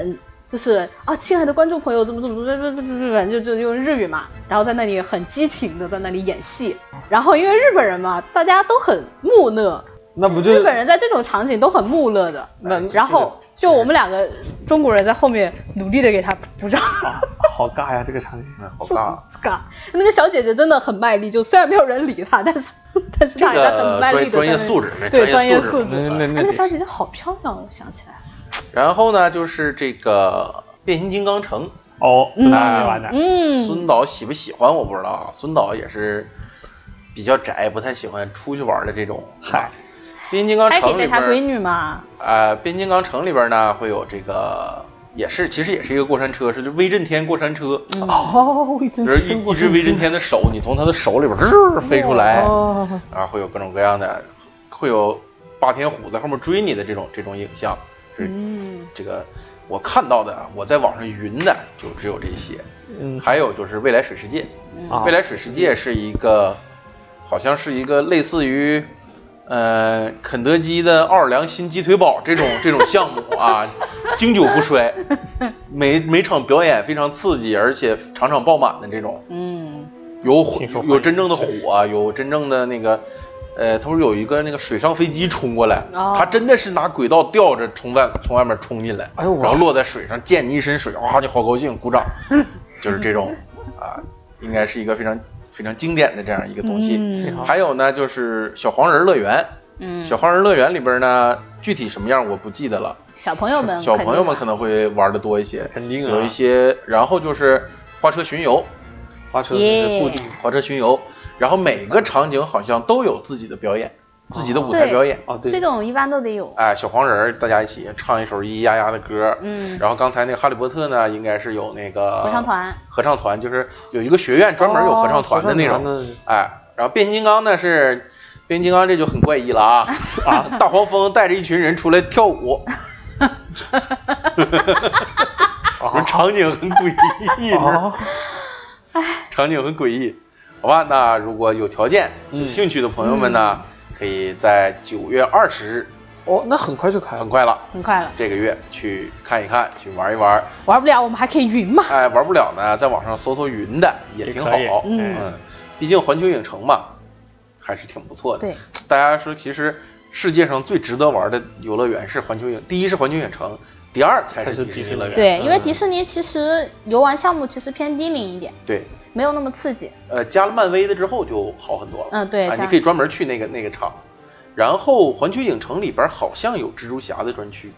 [SPEAKER 2] 就是啊，亲爱的观众朋友，怎么怎么怎么怎么怎么怎么，就就用日语嘛，然后在那里很激情的在那里演戏。然后因为日本人嘛，大家都很木讷，
[SPEAKER 6] 那不
[SPEAKER 2] 日
[SPEAKER 6] 就
[SPEAKER 2] 本人在这种场景都很木讷的。
[SPEAKER 6] 那
[SPEAKER 2] 然后就我们两个中国人在后面努力的给他鼓掌，
[SPEAKER 3] 啊好尬呀，这个场景。
[SPEAKER 1] 嗯好尬。
[SPEAKER 2] 这个那个小姐姐真的很卖力，就虽然没有人理她，但是 但是
[SPEAKER 1] 这
[SPEAKER 2] 她也在很
[SPEAKER 1] 个
[SPEAKER 2] 卖
[SPEAKER 1] 专
[SPEAKER 2] 力的
[SPEAKER 1] 专业素质，这
[SPEAKER 2] 对
[SPEAKER 1] 专
[SPEAKER 2] 专
[SPEAKER 1] 业
[SPEAKER 2] 业
[SPEAKER 1] 素
[SPEAKER 2] 素
[SPEAKER 1] 质
[SPEAKER 2] 质。哎
[SPEAKER 6] 那那
[SPEAKER 2] 那个
[SPEAKER 6] 那
[SPEAKER 2] 小姐姐好漂亮，我想起来了，
[SPEAKER 1] 然后呢，就是这个变形金刚城，
[SPEAKER 3] 哦，孙
[SPEAKER 1] 哎
[SPEAKER 3] 大没玩的。
[SPEAKER 2] 嗯，
[SPEAKER 1] 孙导喜不喜欢我不知道啊。孙导也是比较宅，不太喜欢出去玩的这种。
[SPEAKER 3] 嗨，
[SPEAKER 1] 变形金刚
[SPEAKER 2] 还可
[SPEAKER 1] 城
[SPEAKER 2] 以
[SPEAKER 1] 里
[SPEAKER 2] 带她闺
[SPEAKER 1] 边，
[SPEAKER 2] 女嘛，
[SPEAKER 1] 呃，变形金刚城里边呢会有这个，也是其实也是一个过山车，是就威震天过山车，
[SPEAKER 3] 哦，一
[SPEAKER 1] 就是一一只威震天的手，你从他的手里边儿飞出来，
[SPEAKER 3] 哦，
[SPEAKER 1] 啊，会有各种各样的，会有霸天虎在后面追你的这种这种影像，是
[SPEAKER 2] 嗯，
[SPEAKER 1] 这个我看到的，啊我在网上云的就只有这些。
[SPEAKER 3] 嗯，
[SPEAKER 1] 还有就是未来水世界，嗯
[SPEAKER 3] 啊
[SPEAKER 1] 未来水世界是一个，好像是一个类似于，呃，肯德基的奥尔良新鸡腿堡这种这种项目啊，经久不衰，每每场表演非常刺激，而且场场爆满的这种，
[SPEAKER 2] 嗯，
[SPEAKER 1] 有火
[SPEAKER 3] 挺受欢迎
[SPEAKER 1] 有真正的火、啊有真正的那个。呃，他不是有一个那个水上飞机冲过来，
[SPEAKER 2] 哦
[SPEAKER 1] 他真的是拿轨道吊着从外从外面冲进来，
[SPEAKER 6] 哎呦我
[SPEAKER 1] 然后落在水上溅你一身水，哇，你好高兴，鼓掌，就是这种啊，应该是一个非常非常经典的这样一个东西。
[SPEAKER 2] 嗯
[SPEAKER 1] 还有呢，就是小黄人乐园，
[SPEAKER 2] 嗯，
[SPEAKER 1] 小黄人乐园里边呢，具体什么样我不记得了，
[SPEAKER 2] 小朋友们，
[SPEAKER 1] 小朋友们可能会玩的多一些，
[SPEAKER 6] 肯定啊
[SPEAKER 1] 有一些，然后就是花车巡游，
[SPEAKER 6] 花车
[SPEAKER 2] 耶
[SPEAKER 6] 固定
[SPEAKER 1] 花车巡游，然后每个场景好像都有自己的表演，自己的舞台表演。
[SPEAKER 6] 哦，对，
[SPEAKER 2] 这种一般都得有，
[SPEAKER 1] 哎，小黄人儿，大家一起唱一首咿咿呀呀的歌。
[SPEAKER 2] 嗯
[SPEAKER 1] 然后刚才那个《哈利波特》呢，应该是有那个
[SPEAKER 2] 合唱团，
[SPEAKER 1] 合唱团就是有一个学院专门有合唱团的那种。
[SPEAKER 6] 哦合唱团的
[SPEAKER 1] 哎，然后变形金刚呢是，变形金刚这就很怪异了 啊啊！大黄蜂带着一群人出来跳 舞，我说场景很诡异，你知道吗
[SPEAKER 3] 哦，
[SPEAKER 1] 场景很诡异。好吧，那如果有条件、有兴趣的朋友们呢，可以在九月二十日，
[SPEAKER 3] 哦，那很快就开
[SPEAKER 1] 很
[SPEAKER 3] 了。
[SPEAKER 1] 快了，
[SPEAKER 2] 很快了，
[SPEAKER 1] 这个月去看一看，去玩一玩。
[SPEAKER 2] 玩不了我们还可以云嘛，
[SPEAKER 1] 哎，玩不了呢，在网上搜搜云的也挺好
[SPEAKER 3] 也可以。
[SPEAKER 1] 嗯，毕竟环球影城嘛，还是挺不错的。
[SPEAKER 4] 对，
[SPEAKER 1] 大家说其实世界上最值得玩的游乐园是环球影，第一是环球影城，第二才
[SPEAKER 7] 才
[SPEAKER 1] 是
[SPEAKER 7] 是
[SPEAKER 1] 迪
[SPEAKER 7] 迪
[SPEAKER 1] 士
[SPEAKER 7] 士
[SPEAKER 1] 尼
[SPEAKER 7] 尼
[SPEAKER 1] 乐
[SPEAKER 7] 乐
[SPEAKER 1] 园。
[SPEAKER 7] 园
[SPEAKER 4] 对，
[SPEAKER 7] 嗯
[SPEAKER 4] 因为迪士尼其实游玩项目其实偏低龄一点，
[SPEAKER 1] 对，
[SPEAKER 4] 没有那么刺激。
[SPEAKER 1] 呃，加了漫威的之后就好很多了。
[SPEAKER 4] 嗯对
[SPEAKER 1] 啊，
[SPEAKER 4] 加
[SPEAKER 1] 你可以专门去那个那个场。然后环球影城里边好像有蜘蛛侠的专区，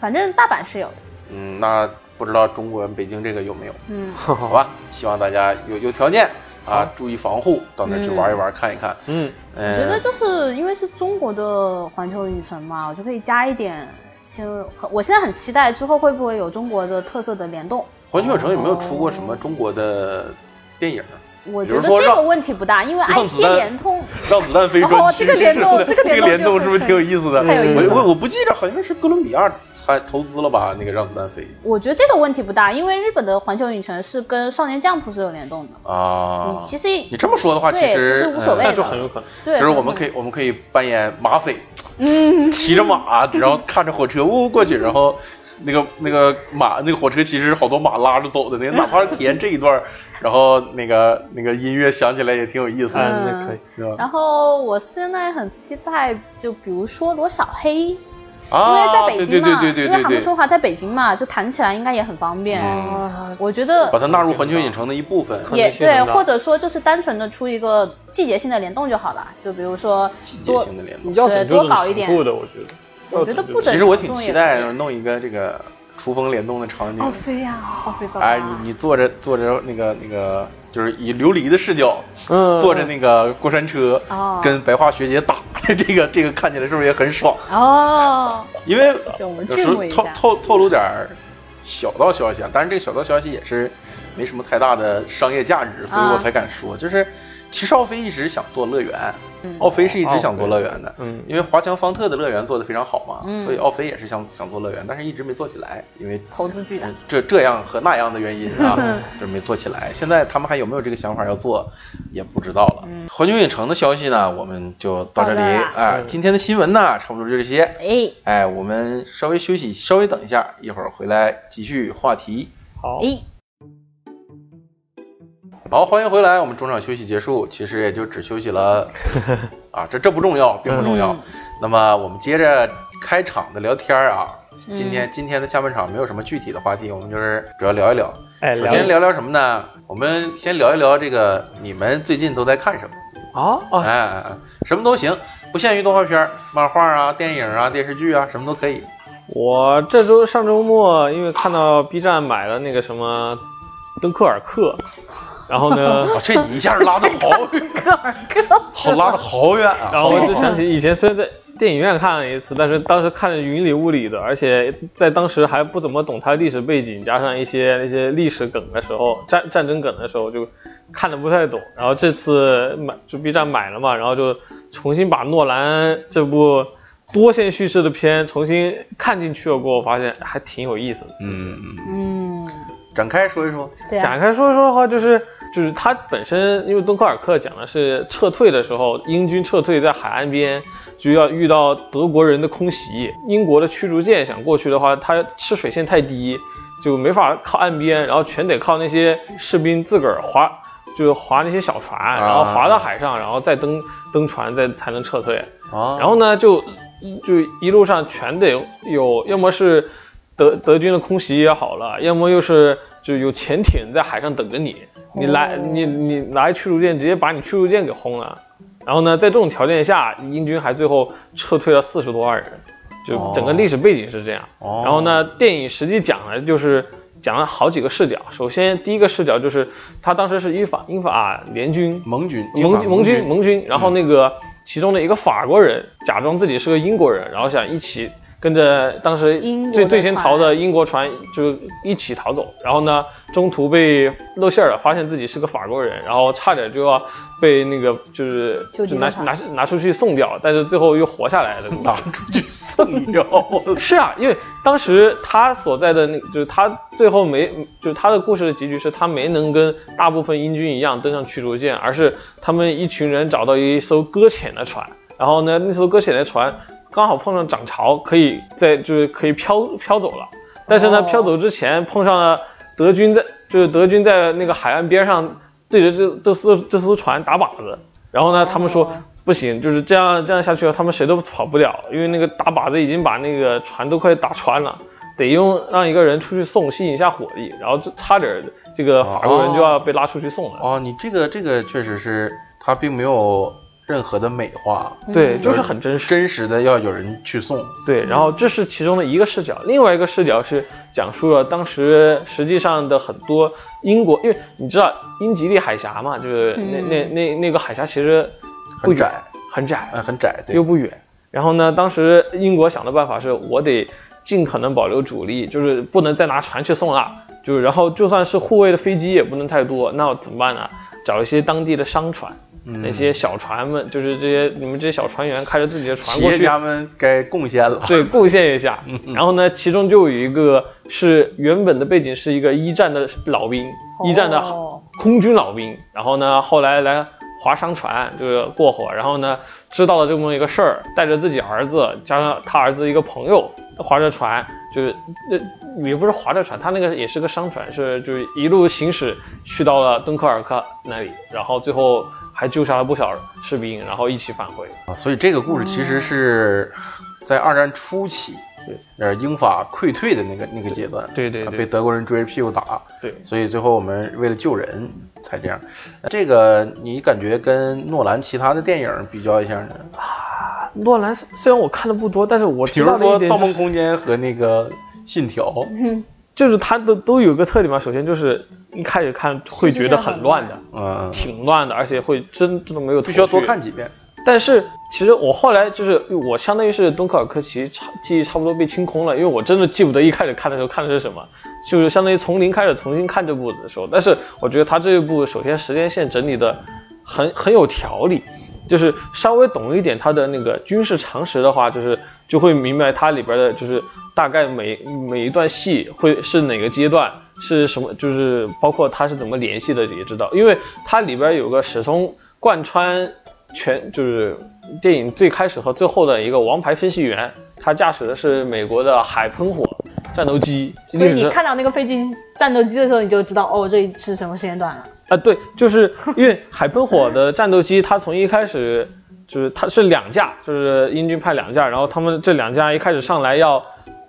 [SPEAKER 4] 反正大阪是有的，
[SPEAKER 1] 嗯，那不知道中国北京这个有没
[SPEAKER 2] 哦
[SPEAKER 1] 有？
[SPEAKER 4] 嗯，
[SPEAKER 1] 好吧，希望大家有有条件啊，注意防护，到那儿去
[SPEAKER 4] 嗯
[SPEAKER 1] 玩一玩，看一看。
[SPEAKER 7] 嗯，
[SPEAKER 1] 嗯，
[SPEAKER 4] 我觉得就是因为是中国的环球影城嘛，我就可以加一点。其实很我现在很期待之后会不会有中国的特色的联动。
[SPEAKER 1] 环球影城有没有出过什么中国的电影？啊
[SPEAKER 4] 我觉
[SPEAKER 1] 比
[SPEAKER 4] 得
[SPEAKER 1] 如说
[SPEAKER 4] 这
[SPEAKER 1] 让
[SPEAKER 4] 个问题不大，因为
[SPEAKER 1] 让
[SPEAKER 4] IP
[SPEAKER 1] 子弹
[SPEAKER 4] 联通
[SPEAKER 1] 让子弹飞专区，
[SPEAKER 4] 哦这个联动
[SPEAKER 1] 是不是
[SPEAKER 4] 这个联动
[SPEAKER 1] 联动
[SPEAKER 4] 就是
[SPEAKER 1] 不是挺有意思的？哎
[SPEAKER 4] 太有意思了
[SPEAKER 1] 我我我不记得好像是哥伦比亚才投资了吧？那个让子弹飞
[SPEAKER 4] 我觉得这个问题不大，因为日本的环球影城是跟少年将不是有联动的。
[SPEAKER 1] 啊
[SPEAKER 4] 你。其实也
[SPEAKER 1] 你这么说的话，
[SPEAKER 4] 对
[SPEAKER 1] 其
[SPEAKER 4] 其实无所谓
[SPEAKER 1] 嗯
[SPEAKER 3] 那就很有可能。
[SPEAKER 4] 对，嗯
[SPEAKER 1] 就是我们可以我们可以扮演马匪，骑着马，然后看着火车呜呜过去，然后那个那个马那个火车其实是好多马拉着走的那个，哪怕是体验这一段儿，然后那个那个音乐响起来也挺有意思的，
[SPEAKER 7] 嗯，那可以。
[SPEAKER 1] 是吧？
[SPEAKER 4] 然后我现在很期待，就比如说罗小黑，因为在
[SPEAKER 1] 啊，
[SPEAKER 4] 北
[SPEAKER 1] 对对
[SPEAKER 4] 京嘛，
[SPEAKER 1] 对对对
[SPEAKER 4] 因为
[SPEAKER 1] 对
[SPEAKER 4] 韩国春
[SPEAKER 1] 对，
[SPEAKER 4] 华在北京嘛，就弹起来应该也很方便。
[SPEAKER 1] 嗯，
[SPEAKER 4] 我觉得
[SPEAKER 1] 把它纳入环球影城的一部分。
[SPEAKER 4] 也
[SPEAKER 7] 可能性很
[SPEAKER 4] 对，
[SPEAKER 7] 大
[SPEAKER 4] 或者说就是单纯的出一个季节性的联动就好了，就比如说
[SPEAKER 1] 季节
[SPEAKER 4] 多，
[SPEAKER 1] 性的联动
[SPEAKER 7] 你。要
[SPEAKER 4] 对
[SPEAKER 7] 整
[SPEAKER 4] 多
[SPEAKER 7] 就
[SPEAKER 4] 搞一
[SPEAKER 7] 整
[SPEAKER 4] 点
[SPEAKER 7] 程度的，我觉得。
[SPEAKER 4] 我觉得不整
[SPEAKER 1] 其实我挺期待弄一个这个厨风联动的场景。
[SPEAKER 4] 飞呀，奥飞宝
[SPEAKER 1] 哎，你你坐着坐着那个那个，就是以琉璃的视角，
[SPEAKER 7] 嗯
[SPEAKER 1] 坐着那个过山车，
[SPEAKER 4] 哦
[SPEAKER 1] 跟白化学姐打，这个这个看起来是不是也很爽？
[SPEAKER 4] 哦，
[SPEAKER 1] 因为
[SPEAKER 4] 就我们
[SPEAKER 1] 有时
[SPEAKER 4] 证
[SPEAKER 1] 候
[SPEAKER 4] 伪一
[SPEAKER 1] 透
[SPEAKER 4] 下，
[SPEAKER 1] 透透露点儿小道消息啊，但是这个小道消息也是没什么太大的商业价值，所以
[SPEAKER 4] 啊
[SPEAKER 1] 我才敢说，就是其实奥飞一直想做乐园，
[SPEAKER 4] 嗯
[SPEAKER 1] 奥飞是一直想做乐园的，
[SPEAKER 7] 嗯
[SPEAKER 1] 因为华强方特的乐园做得非常好嘛，
[SPEAKER 4] 嗯
[SPEAKER 1] 所以奥飞也是想想做乐园，但是一直没做起来，因为
[SPEAKER 4] 投资巨大
[SPEAKER 1] 嗯。这这样和那样的原因
[SPEAKER 4] 嗯
[SPEAKER 1] 啊，就没做起来。现在他们还有没有这个想法要做，也不知道了。环球影城的消息呢，我们就到这里
[SPEAKER 4] 嗯到这儿了
[SPEAKER 1] 啊、今天的新闻呢，差不多就这些。
[SPEAKER 4] 哎
[SPEAKER 1] 哎，我们稍微休息，稍微等一下，一会儿回来继续话题。
[SPEAKER 7] 好，
[SPEAKER 4] 哎，
[SPEAKER 1] 好，欢迎回来。我们中场休息结束，其实也就只休 息了啊，这这不重要，并不重
[SPEAKER 7] 嗯
[SPEAKER 1] 要。那么我们接着开场的聊天儿啊，
[SPEAKER 7] 嗯
[SPEAKER 1] 今天、今天的下半场没有什么具体的话题，我们就是主要聊一聊。
[SPEAKER 7] 哎，
[SPEAKER 1] 首
[SPEAKER 7] 聊
[SPEAKER 1] 先聊聊什么呢？我们先聊一聊这个你们最近都在看什么？
[SPEAKER 7] 啊
[SPEAKER 3] 哦
[SPEAKER 1] 哎
[SPEAKER 7] 啊，
[SPEAKER 1] 哎，哎什么都行，不限于动画片儿、漫画啊、电影啊、电视剧啊，什么都可以。，
[SPEAKER 3] 我这周上周末因为看到 B 站买了那个什么敦刻尔克，然后呢
[SPEAKER 1] 哦，这你一下拉的好远，好拉的好远啊！
[SPEAKER 3] 然后我就想起以前虽然在电影院看了一次，但是当时看的云里雾里的，而且在当时还不怎么懂它的历史背景，加上一些那些历史梗的时候，战战争梗的时候就看的不太懂。然后这次买就 B 站买了嘛，然后就重新把诺兰这部多线叙事的片重新看进去了，过后发现还挺有意思的。
[SPEAKER 1] 嗯，
[SPEAKER 4] 嗯，
[SPEAKER 1] 展开说一说。
[SPEAKER 4] 对啊
[SPEAKER 3] 展，开说说的话，就是就是它本身，因为敦刻尔克讲的是撤退的时候，英军撤退在海岸边就要遇到德国人的空袭，英国的驱逐舰想过去的话，它吃水线太低，就没法靠岸边，然后全得靠那些士兵自个儿划，就是划那些小船，然后划到海上，然后再登登船，再才能撤退。
[SPEAKER 1] 啊，
[SPEAKER 3] 然后呢，就就一路上全得有，要么是德德军的空袭也好了，要么又是就有潜艇在海上等着你，你来你你来驱逐舰直接把你驱逐舰给轰了。然后呢，在这种条件下，英军还最后撤退了四十多万人，就整个历史背景是这样。
[SPEAKER 1] 哦
[SPEAKER 3] 然后呢，电影实际讲的就是讲了好几个视角。首先，第一个视角就是他当时是英法英法联军
[SPEAKER 1] 盟军，
[SPEAKER 3] 盟盟军
[SPEAKER 1] 军，
[SPEAKER 3] 盟军，然后那个其中的一个法国人假装自己是个英国人，然后想一起跟着当时
[SPEAKER 4] 英国
[SPEAKER 3] 最
[SPEAKER 4] 的
[SPEAKER 3] 最先
[SPEAKER 4] 船
[SPEAKER 3] 逃的英国船就一起逃走，然后呢中途被露馅了，发现自己是个法国人，然后差点就要被那个就是
[SPEAKER 4] 就
[SPEAKER 3] 就
[SPEAKER 4] 地
[SPEAKER 3] 拿
[SPEAKER 4] 自杀
[SPEAKER 3] 拿拿出去送掉，但是最后又活下来了。
[SPEAKER 1] 拿出去送药。
[SPEAKER 3] 是啊，因为当时他所在的那，就是他最后没，就是他的故事的结局是他没能跟大部分英军一样登上驱逐舰，而是他们一群人找到一艘搁浅的船，然后呢，那艘搁浅的船刚好碰上涨潮，可以在就是可以飘飘走了，但是呢，飘走之前碰上了德军在，就是德军在那个海岸边上对着这这艘这艘船打靶子，然后呢，他们说不行，就是这样这样下去了，他们谁都跑不了，因为那个大靶子已经把那个船都快打穿了，得用让一个人出去送，吸引一下火力，然后就差点儿这个法国人就要被拉出去送了。
[SPEAKER 1] 哦，你这个这个确实是他并没有任何的美化，
[SPEAKER 3] 对，就是很真实。
[SPEAKER 1] 真实的要有人去送。
[SPEAKER 3] 对，然后这是其中的一个视角，另外一个视角是讲述了当时实际上的很多英国，因为你知道英吉利海峡嘛，就是那、那那那个海峡其实不
[SPEAKER 1] 很
[SPEAKER 3] 远
[SPEAKER 1] 窄，
[SPEAKER 3] 很窄，
[SPEAKER 1] 呃，很窄，对
[SPEAKER 3] 又，不远。然后呢，当时英国想的办法是我得尽可能保留主力，就是不能再拿船去送了，就是然后就算是护卫的飞机也不能太多，那怎么办呢？找一些当地的商船，那些小船们，就是这些你们这些小船员开着自己的船
[SPEAKER 1] 企
[SPEAKER 3] 过
[SPEAKER 1] 业
[SPEAKER 3] 去，嗯
[SPEAKER 1] 家们该贡献了。
[SPEAKER 3] 对，贡献一下。然后呢，其中就有一个是原本的背景是一个一战的老兵，
[SPEAKER 2] 哦
[SPEAKER 3] 一战的
[SPEAKER 4] 哦
[SPEAKER 3] 空军老兵。然后呢，后来来划商船，就是过火。然后呢，知道了这么一个事儿，带着自己儿子加上他儿子一个朋友，划着船，就是那也不是划着船，他那个也是个商船，是就是一路行驶去到了敦刻尔克那里，然后最后。还救下了不少士兵，然后一起返回。
[SPEAKER 1] 啊，所以这个故事其实是在二战初期，
[SPEAKER 3] 对，
[SPEAKER 1] 呃，英法溃退的那个那个阶段，
[SPEAKER 3] 对对
[SPEAKER 1] 啊
[SPEAKER 3] 对
[SPEAKER 1] 被德国人追着屁股打，
[SPEAKER 3] 对，
[SPEAKER 1] 所以最后我们为了救人才这样。呃这个你感觉跟诺兰其他的电影比较一下呢？
[SPEAKER 3] 诺兰虽虽然我看的不多，但是我
[SPEAKER 1] 比
[SPEAKER 3] 知
[SPEAKER 1] 如
[SPEAKER 3] 道的一
[SPEAKER 1] 说《
[SPEAKER 3] 点、
[SPEAKER 1] 盗
[SPEAKER 3] 就是
[SPEAKER 1] 梦，空间》和那个《信条》，
[SPEAKER 3] 就是它都都有个特点嘛。首先就是一开始看会觉得很乱的，
[SPEAKER 1] 嗯，
[SPEAKER 3] 挺乱的，而且会真真的没有头
[SPEAKER 1] 必须要多
[SPEAKER 3] 绪
[SPEAKER 1] 看几遍。
[SPEAKER 3] 但是其实我后来就是我相当于是敦刻尔克其实差记忆差不多被清空了，因为我真的记不得一开始看的时候看的是什么，就是相当于从零开始重新看这部的时候。但是我觉得他这一部首先时间线整理的很很有条理，就是稍微懂一点他的那个军事常识的话，就是就会明白它里边的就是大概每每一段戏会是哪个阶段。是什么？就是包括它是怎么联系的也知道，因为它里边有个始终贯穿全就是电影最开始和最后的一个王牌飞行员，他驾驶的是美国的海喷火战斗机，
[SPEAKER 2] 所以
[SPEAKER 3] 历史
[SPEAKER 2] 你
[SPEAKER 3] 上
[SPEAKER 2] 看到那个飞机战斗机的时候，你就知道哦，这是什么时间段了。
[SPEAKER 3] 啊，对，就是因为海喷火的战斗机，它从一开始就是它是两架，就是英军派两架，然后他们这两架一开始上来要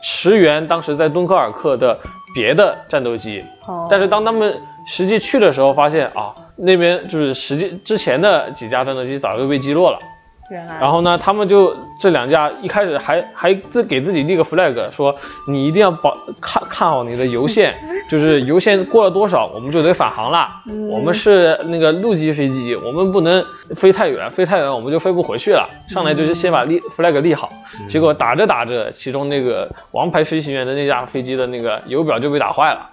[SPEAKER 3] 驰援当时在敦刻尔克的别的战斗机，
[SPEAKER 2] 哦，
[SPEAKER 3] 但是当他们实际去的时候，发现啊，那边就是实际之前的几架战斗机早就被击落了。
[SPEAKER 2] 原来
[SPEAKER 3] 然后呢，他们就这两家一开始还还自给自己立个 flag，说你一定要保看看好你的 油线，就是油线过了多少，我们就得返航啦。
[SPEAKER 2] 嗯
[SPEAKER 3] 我们是那个陆基飞机，我们不能飞太远，飞太远我们就飞不回去了。上来就是先把立 flag 立好，结果打着打着，其中那个王牌飞行员的那架飞机的那个油表就被打坏了。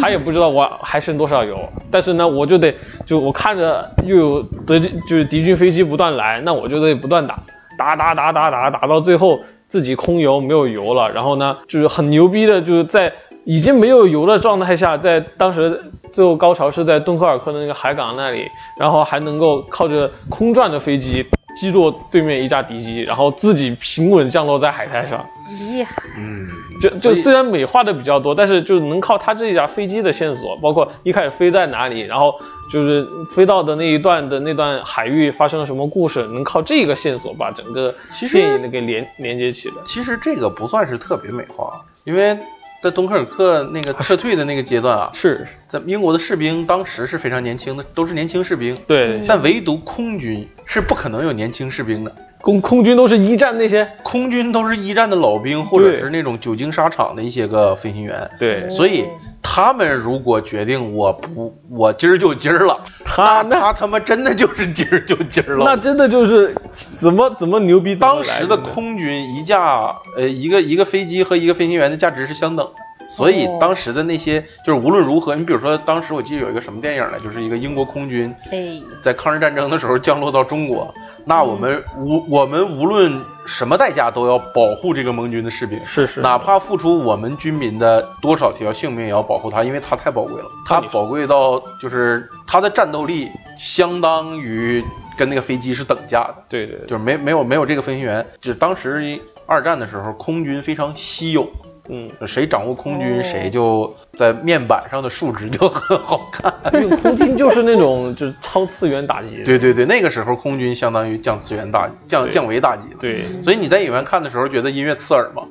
[SPEAKER 3] 他也不知道我还剩多少油，但是呢，我就得就我看着又有德军就是敌军飞机不断来，那我就得不断打，打打打打打打到最后自己空油没有油了，然后呢，就是很牛逼的，就是在已经没有油的状态下，在当时最后高潮是在敦刻尔克的那个海港那里，然后还能够靠着空转的飞机击落对面一架敌机，然后自己平稳降落在海滩上。
[SPEAKER 2] 厉害，
[SPEAKER 1] 嗯，
[SPEAKER 3] 就
[SPEAKER 1] 所
[SPEAKER 3] 就
[SPEAKER 1] 以
[SPEAKER 3] 虽然美化的比较多，但是就能靠他这一架飞机的线索，包括一开始飞在哪里，然后就是飞到的那一段的那段海域发生了什么故事，能靠这个线索把整个
[SPEAKER 1] 其实
[SPEAKER 3] 电影的给连连接起来。
[SPEAKER 1] 其实这个不算是特别美化，啊因为在敦刻尔克那个撤退的那个阶段 啊，
[SPEAKER 3] 是，
[SPEAKER 1] 咱们英国的士兵当时是非常年轻的，都是年轻士兵。
[SPEAKER 3] 对，
[SPEAKER 1] 但唯独空军是不可能有年轻士兵的，
[SPEAKER 3] 空空军都是一战那些，
[SPEAKER 1] 空军都是一战的老兵，或者
[SPEAKER 3] 对
[SPEAKER 1] 是那种久经沙场的一些个飞行员。
[SPEAKER 3] 对
[SPEAKER 1] 所以他们如果决定我不，我今儿就今儿了，
[SPEAKER 3] 他
[SPEAKER 1] 那他他妈真的就是今儿就今儿了。
[SPEAKER 3] 啊那真的就是怎么怎么牛逼，怎 么
[SPEAKER 1] 当时
[SPEAKER 3] 来
[SPEAKER 1] 的
[SPEAKER 3] 真
[SPEAKER 1] 空军一架呃一个一个飞机和一个飞行员的价值是相等的。所以当时的那些就是无论如何，你比如说当时我记得有一个什么电影呢，就是一个英国空军
[SPEAKER 2] 哎，
[SPEAKER 1] 在抗日战争的时候降落到中国，那我们无我们无论什么代价都要保护这个盟军的士兵，
[SPEAKER 3] 是是
[SPEAKER 1] 哪怕付出我们军民的多少条性命也要保护他，因为他太宝贵了，他
[SPEAKER 3] 那你说
[SPEAKER 1] 宝贵到就是他的战斗力相当于跟那个飞机是等价的。
[SPEAKER 3] 对对
[SPEAKER 1] 就是没没有没有这个飞行员，就是当时二战的时候，空军非常稀有，
[SPEAKER 8] 嗯，
[SPEAKER 1] 谁掌握空
[SPEAKER 3] 哦
[SPEAKER 1] 军，谁就在面板上的数值就很好看。
[SPEAKER 3] 那个空军就是那种就是超次元打击，
[SPEAKER 1] 对对对，那个时候空军相当于降次元大降
[SPEAKER 3] 对
[SPEAKER 1] 降维大击了。
[SPEAKER 3] 对，
[SPEAKER 1] 所以你在影院看的时候觉得音乐刺耳 吗？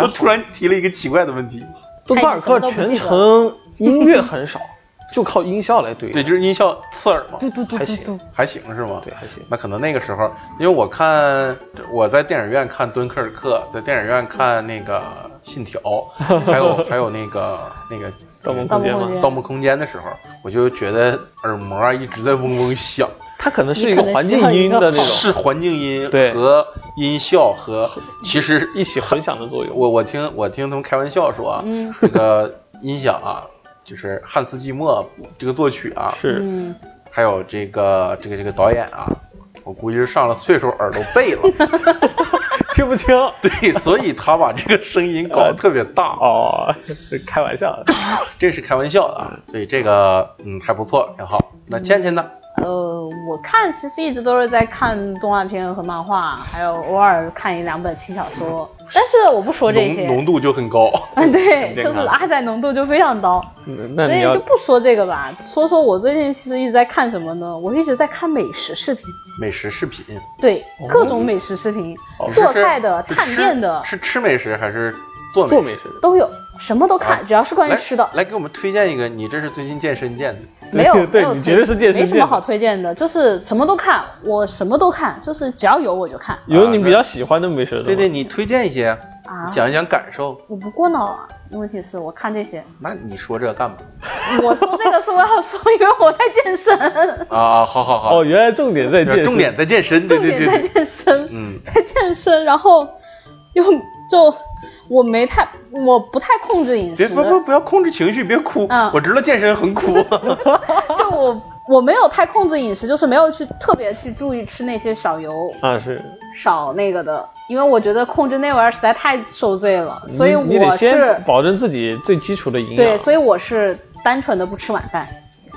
[SPEAKER 1] 我突然提了一个奇怪的问题，
[SPEAKER 8] 敦刻尔克全程音乐很 少，就靠音效来对
[SPEAKER 1] 对，就是音效刺耳吗？
[SPEAKER 8] 还行，
[SPEAKER 1] 还行是吗？
[SPEAKER 8] 对，还行。
[SPEAKER 1] 那可能那个时候，因为我看我在电影院看《敦刻尔克》，在电影院看那个《信条》，还有还有那个那个《
[SPEAKER 3] 盗梦空间
[SPEAKER 2] 盗梦空
[SPEAKER 3] 嘛
[SPEAKER 2] 间，
[SPEAKER 1] 盗梦空间》的时候，我就觉得耳膜啊一直在嗡嗡响，
[SPEAKER 8] 它可能是一个环境音的那种
[SPEAKER 1] 是环境音
[SPEAKER 8] 对
[SPEAKER 1] 和音效和其实
[SPEAKER 8] 一起混响的作用。
[SPEAKER 1] 我我听我听他们开玩笑说啊，
[SPEAKER 2] 嗯
[SPEAKER 4] 嗯
[SPEAKER 1] 这个音响啊，就是汉斯季默这个作曲啊，
[SPEAKER 8] 是，
[SPEAKER 9] 嗯，
[SPEAKER 1] 还有这个这个这个导演啊，我估计是上了岁数，耳朵背 了，
[SPEAKER 8] 听不清
[SPEAKER 1] 对，所以他把这个声音搞得特别大，
[SPEAKER 8] 哦，开玩笑的。
[SPEAKER 1] 这是开玩笑的啊，所以这个嗯还不错，挺好。那倩倩呢？
[SPEAKER 2] 呃，我看其实一直都是在看动画片和漫画，还有偶尔看一两本轻小说，但是我不说这
[SPEAKER 1] 浓
[SPEAKER 2] 些。
[SPEAKER 1] 浓度就很高，
[SPEAKER 2] 嗯， 对，
[SPEAKER 1] 健
[SPEAKER 2] 就
[SPEAKER 1] 康
[SPEAKER 2] 是阿仔浓度就非常高，
[SPEAKER 8] 嗯那
[SPEAKER 2] 所
[SPEAKER 8] 你
[SPEAKER 2] 以
[SPEAKER 8] 要
[SPEAKER 2] 就不说这个吧。说说我最近其实一直在看什么呢？我一直在看美食视频，
[SPEAKER 1] 美食视频，
[SPEAKER 2] 对，各种美食视频，
[SPEAKER 1] 你哦是
[SPEAKER 2] 做菜的、
[SPEAKER 1] 是
[SPEAKER 2] 探
[SPEAKER 1] 吃
[SPEAKER 2] 店的
[SPEAKER 1] 是吃美食还是做
[SPEAKER 8] 做美
[SPEAKER 1] 美食？
[SPEAKER 8] 食的，
[SPEAKER 2] 都有，什么都
[SPEAKER 1] 啊
[SPEAKER 2] 看，只要是关于
[SPEAKER 1] 来
[SPEAKER 2] 吃 的，
[SPEAKER 1] 来给我们推荐一个，你这是最近健身健的，
[SPEAKER 2] 没有，
[SPEAKER 8] 对
[SPEAKER 2] 没有
[SPEAKER 8] 你
[SPEAKER 2] 推
[SPEAKER 8] 绝对是健身
[SPEAKER 2] 没什
[SPEAKER 8] 健
[SPEAKER 2] 么
[SPEAKER 8] 的
[SPEAKER 2] 好推荐的，就是什么都看，我什么都看，就是只要有我就看
[SPEAKER 3] 有你比较喜欢的美食的吗，
[SPEAKER 1] 对对，你推荐一些，
[SPEAKER 2] 啊。
[SPEAKER 1] 讲一讲感受。
[SPEAKER 2] 我不过脑啊，问题是我看这些，
[SPEAKER 1] 那你说这 干嘛？
[SPEAKER 2] 我说这个是我要说，因为我在健身，
[SPEAKER 1] 啊，好好好
[SPEAKER 3] 哦，，原来重点在健身，
[SPEAKER 1] 重点在健身， 对
[SPEAKER 2] 重
[SPEAKER 1] 对
[SPEAKER 2] 点
[SPEAKER 1] 对
[SPEAKER 2] 在
[SPEAKER 1] 对，
[SPEAKER 2] 健身，
[SPEAKER 1] 嗯，
[SPEAKER 2] 在健身，然后又就我没太，我不太控制饮
[SPEAKER 1] 别
[SPEAKER 2] 食，
[SPEAKER 1] 不不不要控制情绪，别哭
[SPEAKER 2] 嗯，
[SPEAKER 1] 我知道健身很 苦，
[SPEAKER 2] 就我我没有太控制饮食，就是没有去特别去注意吃那些少油、
[SPEAKER 3] 啊是，
[SPEAKER 2] 少那个的，因为我觉得控制那玩意儿实在太受罪了，所以
[SPEAKER 3] 你你得
[SPEAKER 2] 我是
[SPEAKER 3] 先保证自己最基础的营养，
[SPEAKER 2] 对，所以我是单纯的不吃晚饭。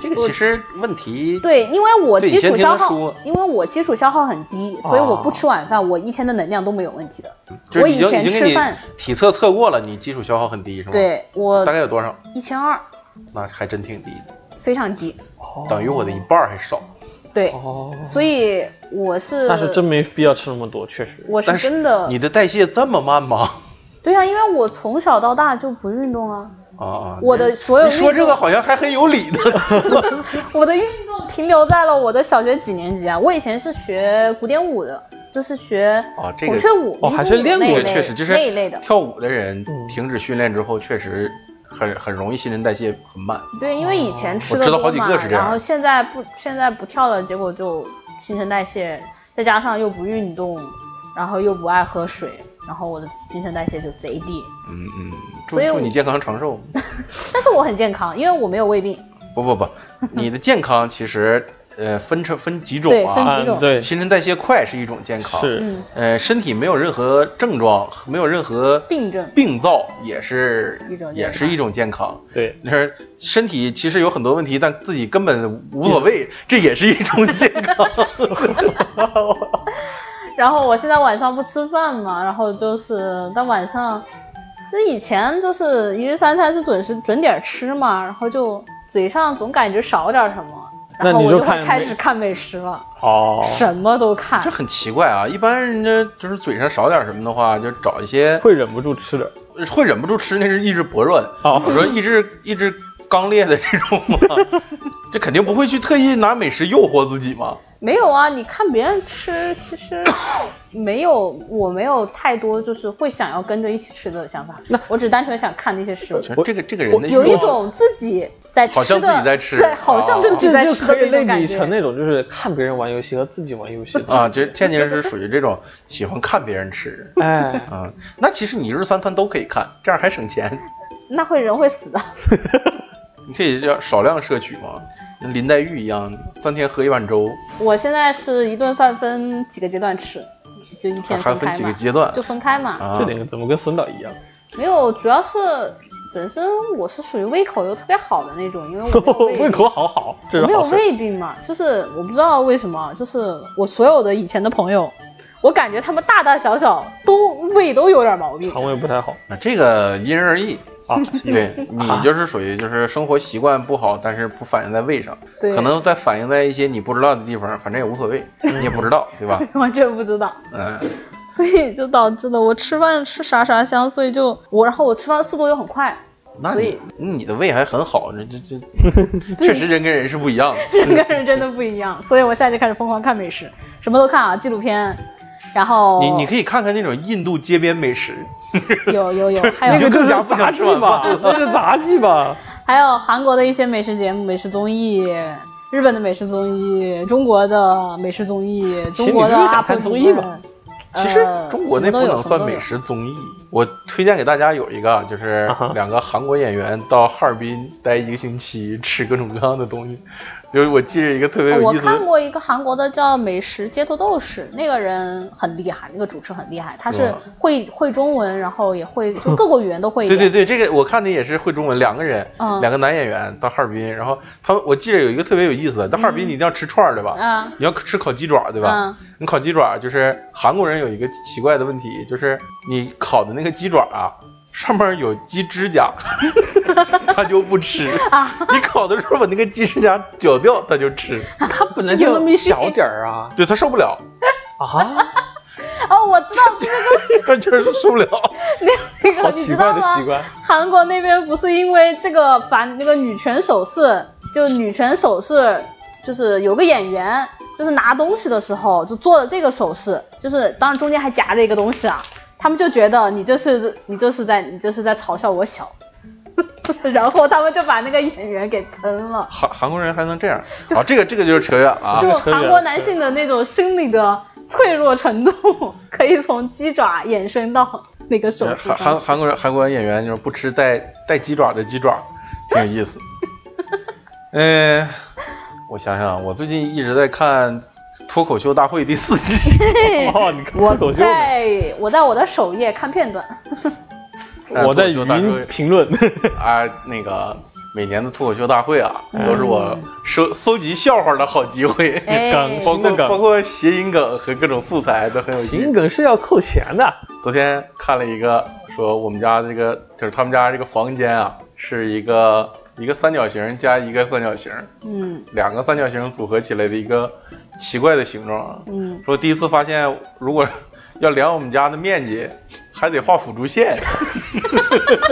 [SPEAKER 1] 这个其实问题
[SPEAKER 2] 对，因为我
[SPEAKER 1] 对
[SPEAKER 2] 基
[SPEAKER 1] 先
[SPEAKER 2] 础
[SPEAKER 1] 听他
[SPEAKER 2] 消耗
[SPEAKER 1] 说，哦
[SPEAKER 2] 因为我基础消耗很低，所以我不吃晚饭，我一天的能量都没有问题的。
[SPEAKER 1] 嗯就
[SPEAKER 2] 我
[SPEAKER 1] 是已
[SPEAKER 2] 以
[SPEAKER 1] 经已
[SPEAKER 2] 前
[SPEAKER 1] 经给
[SPEAKER 2] 吃
[SPEAKER 1] 你
[SPEAKER 2] 饭
[SPEAKER 1] 体测测过了，你基础消耗很低是吗？，
[SPEAKER 2] 对我
[SPEAKER 1] 大概有多少？
[SPEAKER 2] 一千二，
[SPEAKER 1] 那还真挺低的，
[SPEAKER 2] 非常低。
[SPEAKER 1] 等于我的一半儿还少。
[SPEAKER 2] 对，
[SPEAKER 8] 哦，
[SPEAKER 2] 所以我是
[SPEAKER 3] 那是真没必要吃那么多，确实。
[SPEAKER 2] 我是
[SPEAKER 1] 但是
[SPEAKER 2] 真的
[SPEAKER 1] 你的代谢这么慢吗？
[SPEAKER 2] 对啊呀、因为我从小到大就不运动啊，
[SPEAKER 1] 啊啊，
[SPEAKER 2] 我的所有
[SPEAKER 1] 你说
[SPEAKER 2] 运
[SPEAKER 1] 这
[SPEAKER 2] 动
[SPEAKER 1] 个好像还很有理呢。
[SPEAKER 2] 我的运动停留在了我的小学几年级啊？我以前是学古典舞的，就是学
[SPEAKER 1] 哦这个
[SPEAKER 2] 孔雀舞、
[SPEAKER 3] 哦
[SPEAKER 2] 民族
[SPEAKER 3] 还是
[SPEAKER 2] 舞
[SPEAKER 3] 练
[SPEAKER 2] 那
[SPEAKER 3] 过
[SPEAKER 2] 一
[SPEAKER 1] 对，
[SPEAKER 2] 类
[SPEAKER 1] 确实就是
[SPEAKER 2] 那一类的。
[SPEAKER 1] 跳舞的人
[SPEAKER 2] 嗯
[SPEAKER 1] 停止训练之后，确实很很容易新陈代谢很慢。
[SPEAKER 2] 对，因为以前
[SPEAKER 1] 哦
[SPEAKER 2] 吃
[SPEAKER 1] 我
[SPEAKER 2] 的
[SPEAKER 1] 知道
[SPEAKER 2] 多
[SPEAKER 1] 好几
[SPEAKER 2] 嘛，
[SPEAKER 1] 个是这样
[SPEAKER 2] 然后现在不现在不跳了，结果就新陈代谢，再加上又不运动，然后又不爱喝水，然后我的新陈代谢就贼低。
[SPEAKER 1] 嗯嗯，祝
[SPEAKER 2] 所以
[SPEAKER 1] 祝
[SPEAKER 2] 我
[SPEAKER 1] 你健康长寿。
[SPEAKER 2] 但是我很健康，因为我没有胃病。
[SPEAKER 1] 不不不，你的健康其实呃分成分几种
[SPEAKER 2] 对分
[SPEAKER 1] 啊，
[SPEAKER 2] 几种嗯
[SPEAKER 3] 嗯，对，
[SPEAKER 1] 新陈代谢快是一种健康，
[SPEAKER 3] 是
[SPEAKER 1] 呃身体没有任何症状，没有任何
[SPEAKER 2] 病症
[SPEAKER 1] 病灶也是
[SPEAKER 2] 一种健康
[SPEAKER 1] 也是一种健康。
[SPEAKER 3] 对，
[SPEAKER 1] 就是身体其实有很多问题，但自己根本无所谓，这也是一种健康。
[SPEAKER 2] 然后我现在晚上不吃饭嘛，然后就是但晚上，就是以前就是一日三餐是准时准点吃嘛，然后就嘴上总感觉少点什么，然后
[SPEAKER 3] 那你
[SPEAKER 2] 我
[SPEAKER 3] 就
[SPEAKER 2] 就
[SPEAKER 3] 看
[SPEAKER 2] 会
[SPEAKER 3] 美
[SPEAKER 2] 开始看美食了，
[SPEAKER 3] 哦，
[SPEAKER 2] 什么都看
[SPEAKER 1] 这。很奇怪啊！一般人家就是嘴上少点什么的话，就找一些
[SPEAKER 3] 会忍不住吃的。
[SPEAKER 1] 会忍不住吃，那是意志薄弱的。
[SPEAKER 3] 哦
[SPEAKER 1] 我说意志意志刚烈的这种嘛， 这肯定不会去特意拿美食诱惑自己嘛。
[SPEAKER 2] 没有啊，你看别人吃，其实 没有，我没有太多就是会想要跟着一起吃的想法，我只单纯想看那些食物
[SPEAKER 1] 其，实这个这个人的
[SPEAKER 2] 有
[SPEAKER 1] 欲
[SPEAKER 2] 一
[SPEAKER 1] 望
[SPEAKER 2] 种自己在吃的，
[SPEAKER 1] 好像自己在吃
[SPEAKER 2] 对，好像
[SPEAKER 1] 啊
[SPEAKER 2] 自己
[SPEAKER 3] 这
[SPEAKER 2] 在
[SPEAKER 3] 哦就
[SPEAKER 2] 吃的
[SPEAKER 3] 可以
[SPEAKER 2] 那
[SPEAKER 3] 类
[SPEAKER 2] 种感
[SPEAKER 3] 比成
[SPEAKER 2] 觉。
[SPEAKER 3] 那种，就是看别人玩游戏和自己玩游戏的
[SPEAKER 1] 啊，这倩倩是属于这种喜欢看别人吃的
[SPEAKER 3] 哎，
[SPEAKER 1] 啊。那其实你一日三餐都可以看，这样还省钱，
[SPEAKER 2] 那会人会死的。
[SPEAKER 1] 你可以叫少量摄取嘛，跟林黛玉一样，三天喝一碗粥，
[SPEAKER 2] 我现在是一顿饭分几个阶段吃，就一
[SPEAKER 1] 还
[SPEAKER 2] 天
[SPEAKER 1] 还
[SPEAKER 2] 分
[SPEAKER 1] 分
[SPEAKER 2] 开
[SPEAKER 1] 几个
[SPEAKER 2] 嘛，
[SPEAKER 1] 阶段
[SPEAKER 2] 就分开嘛。
[SPEAKER 1] 啊
[SPEAKER 3] 这。点怎么跟孙导一样？
[SPEAKER 2] 没有，主要是本身我是属于胃口又特别好的那种，因为 我没有
[SPEAKER 3] 胃口好好，这
[SPEAKER 2] 我
[SPEAKER 3] 是
[SPEAKER 2] 没有
[SPEAKER 3] 好事。
[SPEAKER 2] 胃病嘛，就是我不知道为什么，就是我所有的以前的朋友，我感觉他们大大小小都胃都有点毛病。
[SPEAKER 3] 肠胃不太好
[SPEAKER 1] 那这个因人而异。
[SPEAKER 3] 啊。
[SPEAKER 1] 对你就是属于就是生活习惯不好，但是不反映在胃上，
[SPEAKER 2] 对，
[SPEAKER 1] 可能在反映在一些你不知道的地方，反正也无所谓，
[SPEAKER 2] 嗯
[SPEAKER 1] 你也不知道，对 吧？
[SPEAKER 2] 完全不知道。
[SPEAKER 1] 嗯，
[SPEAKER 2] 所以就导致了我吃饭吃啥啥香，所以就我，然后我吃饭速度又很 快，
[SPEAKER 1] 那
[SPEAKER 2] 所
[SPEAKER 1] 你嗯
[SPEAKER 2] 以
[SPEAKER 1] 你的胃还很好，这这 这确实人跟人是不一样的。
[SPEAKER 2] 两个人真的不一样。所以我现在就开始疯狂看美食，什么都看啊，纪录片，然后
[SPEAKER 1] 你你可以看看那种印度街边美食，
[SPEAKER 2] 嗯有有有，
[SPEAKER 1] 你
[SPEAKER 2] 还
[SPEAKER 1] 就
[SPEAKER 2] 有
[SPEAKER 1] 更
[SPEAKER 3] 这
[SPEAKER 1] 加
[SPEAKER 3] 是
[SPEAKER 1] 不
[SPEAKER 3] 杂
[SPEAKER 1] 想吃
[SPEAKER 3] 技
[SPEAKER 1] 晚
[SPEAKER 3] 吧
[SPEAKER 1] 饭？了。
[SPEAKER 3] 那是杂技 吧？
[SPEAKER 2] 还有韩国的一些美食节目、美食综艺。日本的美食综艺，中国的美食综艺，中国的
[SPEAKER 3] 你就是
[SPEAKER 2] 阿婆
[SPEAKER 3] 想看
[SPEAKER 2] 综
[SPEAKER 3] 综艺吧
[SPEAKER 1] 其实
[SPEAKER 2] 呃
[SPEAKER 1] 中国那
[SPEAKER 2] 什
[SPEAKER 1] 不
[SPEAKER 2] 么都有
[SPEAKER 1] 能算美食综艺，我推荐给大家有一个啊，就是
[SPEAKER 3] 啊哈
[SPEAKER 1] 两个韩国演员到哈尔滨待一个星期，吃各种各样的东西。就是我记着一个特别有
[SPEAKER 2] 哦我
[SPEAKER 1] 意思的
[SPEAKER 2] 看过一个韩国的叫《美食街头斗士》，那个人很厉害，那个主持很厉害，他
[SPEAKER 1] 是
[SPEAKER 2] 是
[SPEAKER 1] 吧
[SPEAKER 2] 会会中文，然后也会就各国语言都会一
[SPEAKER 1] 对
[SPEAKER 2] 点。
[SPEAKER 1] 对对，这个我看的也是会中文，两个人，
[SPEAKER 2] 嗯
[SPEAKER 1] 两个男演员到哈尔滨，然后他们我记得有一个特别有意思的，到哈尔滨你一定要吃串儿，对吧？
[SPEAKER 2] 啊
[SPEAKER 1] 你要吃烤鸡爪，对吧？
[SPEAKER 2] 嗯
[SPEAKER 1] 你烤鸡爪就是韩国人有一个奇怪的问题，就是你烤的那个鸡爪啊，上面有鸡指甲， 他就不吃；你烤的时候把那个鸡指甲绞掉，他就吃，
[SPEAKER 3] 它本来就那么一小点儿啊
[SPEAKER 1] 对他受不了，
[SPEAKER 3] 啊！
[SPEAKER 2] 哦，我知道这个
[SPEAKER 1] 他就是受不了。
[SPEAKER 2] 那个，
[SPEAKER 3] 好
[SPEAKER 2] 哎你
[SPEAKER 3] 奇
[SPEAKER 2] 知
[SPEAKER 3] 怪
[SPEAKER 2] 道
[SPEAKER 3] 的
[SPEAKER 2] 吗
[SPEAKER 3] 习？ 惯，
[SPEAKER 2] 韩国那边不是因为这个反那个女权手势，就女权手势，就是有个演员就是拿东西的时候就做了这个手势，就是当然中间还夹着一个东西啊，他们就觉得你这是你这是在你这是在嘲笑我小。然后他们就把那个演员给喷了，
[SPEAKER 1] 韩韩国人还能这样啊？这个这个就是扯远了啊。
[SPEAKER 2] 就
[SPEAKER 3] 这扯远
[SPEAKER 2] 韩国男性的那种心理的脆弱程度，可以从鸡爪延伸到那个手势
[SPEAKER 1] 韩韩
[SPEAKER 2] 上
[SPEAKER 1] 韩国人韩国演员就是不吃带带鸡爪的鸡爪，挺有意思。嗯、我想想啊，我最近一直在看《脱口秀大会》第四季，
[SPEAKER 3] 哦，你看脱口
[SPEAKER 2] 哎我
[SPEAKER 3] 秀呢，
[SPEAKER 2] 在我在我的首页看片段，
[SPEAKER 1] 在
[SPEAKER 3] 我在
[SPEAKER 1] 脱口秀
[SPEAKER 3] 语
[SPEAKER 1] 大会
[SPEAKER 3] 音评论，
[SPEAKER 1] 啊，那个每年的脱口秀大会啊，
[SPEAKER 3] 嗯
[SPEAKER 1] 都是我收搜集笑话的好机会，
[SPEAKER 2] 哎
[SPEAKER 3] 梗
[SPEAKER 1] 包
[SPEAKER 3] 新的
[SPEAKER 1] 括包
[SPEAKER 3] 梗，
[SPEAKER 1] 括谐音梗和各种素材都很有趣
[SPEAKER 3] 新。梗是要扣钱的。
[SPEAKER 1] 昨天看了一个，说我们家这个就是他们家这个房间啊，是一个一个三角形加一个三角形，
[SPEAKER 2] 嗯
[SPEAKER 1] 两个三角形组合起来的一个奇怪的形状啊。
[SPEAKER 2] 嗯，
[SPEAKER 1] 说第一次发现，如果要量我们家的面积，还得画辅助线。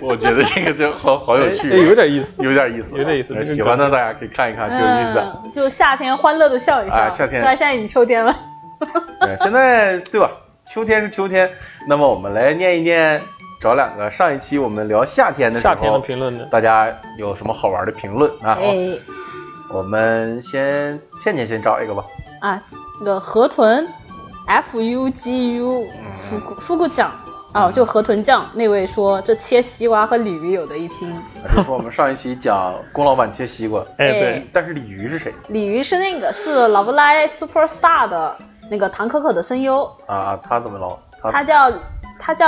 [SPEAKER 1] 我觉得这个就好好有
[SPEAKER 3] 哎哎有
[SPEAKER 1] 趣，
[SPEAKER 3] 点意思。
[SPEAKER 1] 有点意思啊，
[SPEAKER 3] 有点意思这个
[SPEAKER 1] 喜欢的大家可以看一看，挺有意思的。
[SPEAKER 2] 嗯，就夏天欢乐的笑一笑。
[SPEAKER 1] 哎夏天
[SPEAKER 2] 虽然现在已经秋天了，
[SPEAKER 3] 嗯
[SPEAKER 1] 对，哎现在对吧？秋天是秋天，那么我们来念一念，找两个上一期我们聊夏天的时
[SPEAKER 3] 夏天的
[SPEAKER 1] 候，
[SPEAKER 3] 评论呢？
[SPEAKER 1] 大家有什么好玩的评论啊？
[SPEAKER 2] 哎
[SPEAKER 1] 我们先倩倩先找一个吧。
[SPEAKER 2] 啊，那个河豚，F U G U
[SPEAKER 1] 嗯
[SPEAKER 2] 复古复古酱哦，就河豚酱那位说这切西瓜和鲤鱼有的一拼，
[SPEAKER 1] 还啊是说我们上一期讲龚老板切西瓜，
[SPEAKER 3] 哎，
[SPEAKER 2] 哎
[SPEAKER 3] 对，
[SPEAKER 1] 但是鲤鱼是谁
[SPEAKER 2] 鲤鱼是那个是老布拉 Superstar 的那个唐可可的声优，
[SPEAKER 1] 啊？他怎么捞？
[SPEAKER 2] 他
[SPEAKER 1] 他
[SPEAKER 2] 叫他叫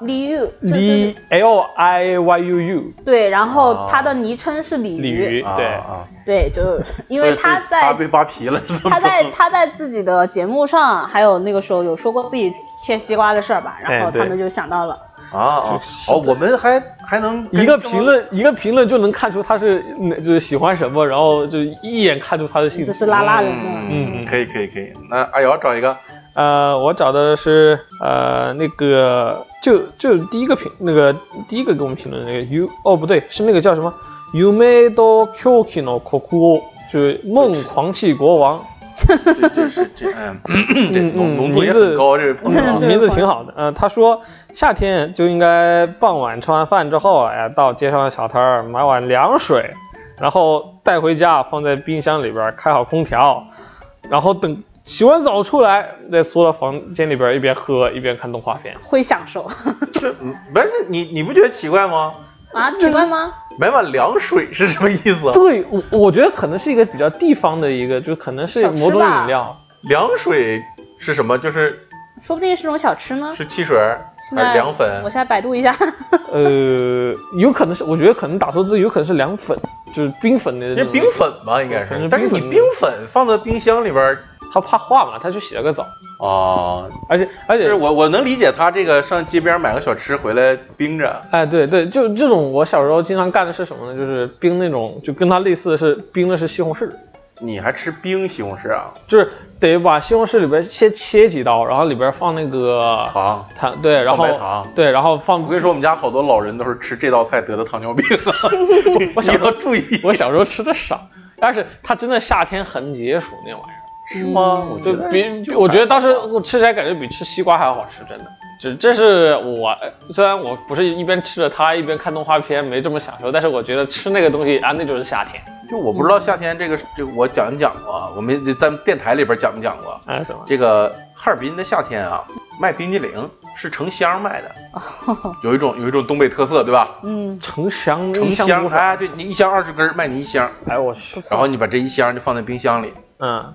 [SPEAKER 2] 鲤鱼，这这
[SPEAKER 3] D L I Y U U
[SPEAKER 2] 对，然后
[SPEAKER 1] 哦
[SPEAKER 2] 他的昵称是鲤
[SPEAKER 3] 鲤鱼，
[SPEAKER 1] 啊
[SPEAKER 3] 对，
[SPEAKER 1] 啊，
[SPEAKER 2] 对，就是因
[SPEAKER 1] 所以所
[SPEAKER 2] 为
[SPEAKER 1] 以
[SPEAKER 2] 他
[SPEAKER 1] 他
[SPEAKER 2] 在
[SPEAKER 1] 被扒皮了，是吧
[SPEAKER 2] 他在他在自己的节目上，还有那个时候有说过自己切西瓜的事儿吧，然后
[SPEAKER 3] 哎对
[SPEAKER 2] 他们就想到了，
[SPEAKER 1] 啊啊！哦，我们还还能跟
[SPEAKER 3] 一个评论一个评论就能看出他是嗯就是喜欢什么，然后就一眼看出他的性
[SPEAKER 2] 这
[SPEAKER 3] 格。
[SPEAKER 2] 是拉拉人的。
[SPEAKER 1] 嗯，
[SPEAKER 3] 嗯
[SPEAKER 1] 可以可以可以。那阿瑶找一个，
[SPEAKER 3] 呃，我找的是呃那个就就第一个评那个第一个给我们评论的那个 U 哦不对是那个叫什么 u m e d o Kyoki no Kokuo 就是梦狂气国王，
[SPEAKER 1] 这这是这嗯，这
[SPEAKER 3] 嗯
[SPEAKER 1] 浓
[SPEAKER 3] 嗯
[SPEAKER 1] 浓度也
[SPEAKER 3] 名字
[SPEAKER 1] 很高，这位朋友啊
[SPEAKER 3] 嗯，名字挺好的。嗯、他说夏天就应该傍晚吃完饭之后，哎呀，到街上的小摊儿买碗凉水，然后带回家，放在冰箱里边儿，开好空调，然后等洗完澡出来，再缩到房间里边儿，一边喝一边看动画片。
[SPEAKER 2] 会享受
[SPEAKER 1] 这嗯不是你你不觉得奇怪吗？
[SPEAKER 2] 啊？奇怪吗？
[SPEAKER 1] 买碗凉水是什么意思啊？
[SPEAKER 3] 对，我我觉得可能是一个比较地方的一个，就可能是
[SPEAKER 2] 小吃
[SPEAKER 3] 某种
[SPEAKER 2] 吧
[SPEAKER 3] 饮料。
[SPEAKER 1] 凉水是什么？就是
[SPEAKER 2] 说不定是种小吃呢。
[SPEAKER 1] 是汽水儿
[SPEAKER 2] 现
[SPEAKER 1] 还
[SPEAKER 2] 在
[SPEAKER 1] 是凉粉
[SPEAKER 2] 我？现在百度一下，
[SPEAKER 3] 呃，有可能是，我觉得可能打错字，有可能是凉粉，就是冰粉的那
[SPEAKER 1] 这
[SPEAKER 3] 种。
[SPEAKER 1] 冰粉吧，应该
[SPEAKER 3] 可能
[SPEAKER 1] 是。
[SPEAKER 3] 是
[SPEAKER 1] 但是
[SPEAKER 3] 冰
[SPEAKER 1] 你
[SPEAKER 3] 粉
[SPEAKER 1] 冰粉放到冰箱里边儿，
[SPEAKER 3] 他怕化嘛，他去洗了个澡，
[SPEAKER 1] 哦，
[SPEAKER 3] 而且而
[SPEAKER 1] 就
[SPEAKER 3] 且
[SPEAKER 1] 是我我能理解他这个上街边买个小吃回来冰着，
[SPEAKER 3] 哎，对对，就这种我小时候经常干的是什么呢？就是冰那种，就跟它类似的是冰的是西红柿，
[SPEAKER 1] 你还吃冰西红柿啊？
[SPEAKER 3] 就是得把西红柿里边先切几刀，然后里边放那个
[SPEAKER 1] 糖。
[SPEAKER 3] 糖，对，然后
[SPEAKER 1] 白糖
[SPEAKER 3] 对，然后放
[SPEAKER 1] 我跟你说，我们家好多老人都是吃这道菜得的糖尿病啊，
[SPEAKER 3] 我
[SPEAKER 1] 你
[SPEAKER 3] 小时
[SPEAKER 1] 要
[SPEAKER 3] 候
[SPEAKER 1] 注意。
[SPEAKER 3] 我小时候吃的少，但是它真的夏天很解暑那玩意儿。
[SPEAKER 1] 是吗？我觉
[SPEAKER 3] 对
[SPEAKER 1] 得，
[SPEAKER 3] 比我觉得当时我吃起来感觉比吃西瓜还要好吃，真的。这这是我虽然我不是一边吃着它一边看动画片，没这么享受，但是我觉得吃那个东西啊，那就是夏天。
[SPEAKER 1] 就我不知道夏天这个，这个我讲没讲过啊，我们就咱们电台里边讲没讲过？
[SPEAKER 3] 哎，怎么？
[SPEAKER 1] 这个哈尔滨的夏天啊，卖冰激凌是成箱卖 的，有一种有一种东北特色，对吧？
[SPEAKER 2] 嗯，
[SPEAKER 3] 成箱
[SPEAKER 1] 成
[SPEAKER 3] 箱
[SPEAKER 1] 箱，
[SPEAKER 3] 多少
[SPEAKER 1] 哎，对你一箱二十根儿，卖你一箱，
[SPEAKER 3] 哎我去，
[SPEAKER 1] 然后你把这一箱就放在冰箱里，
[SPEAKER 3] 嗯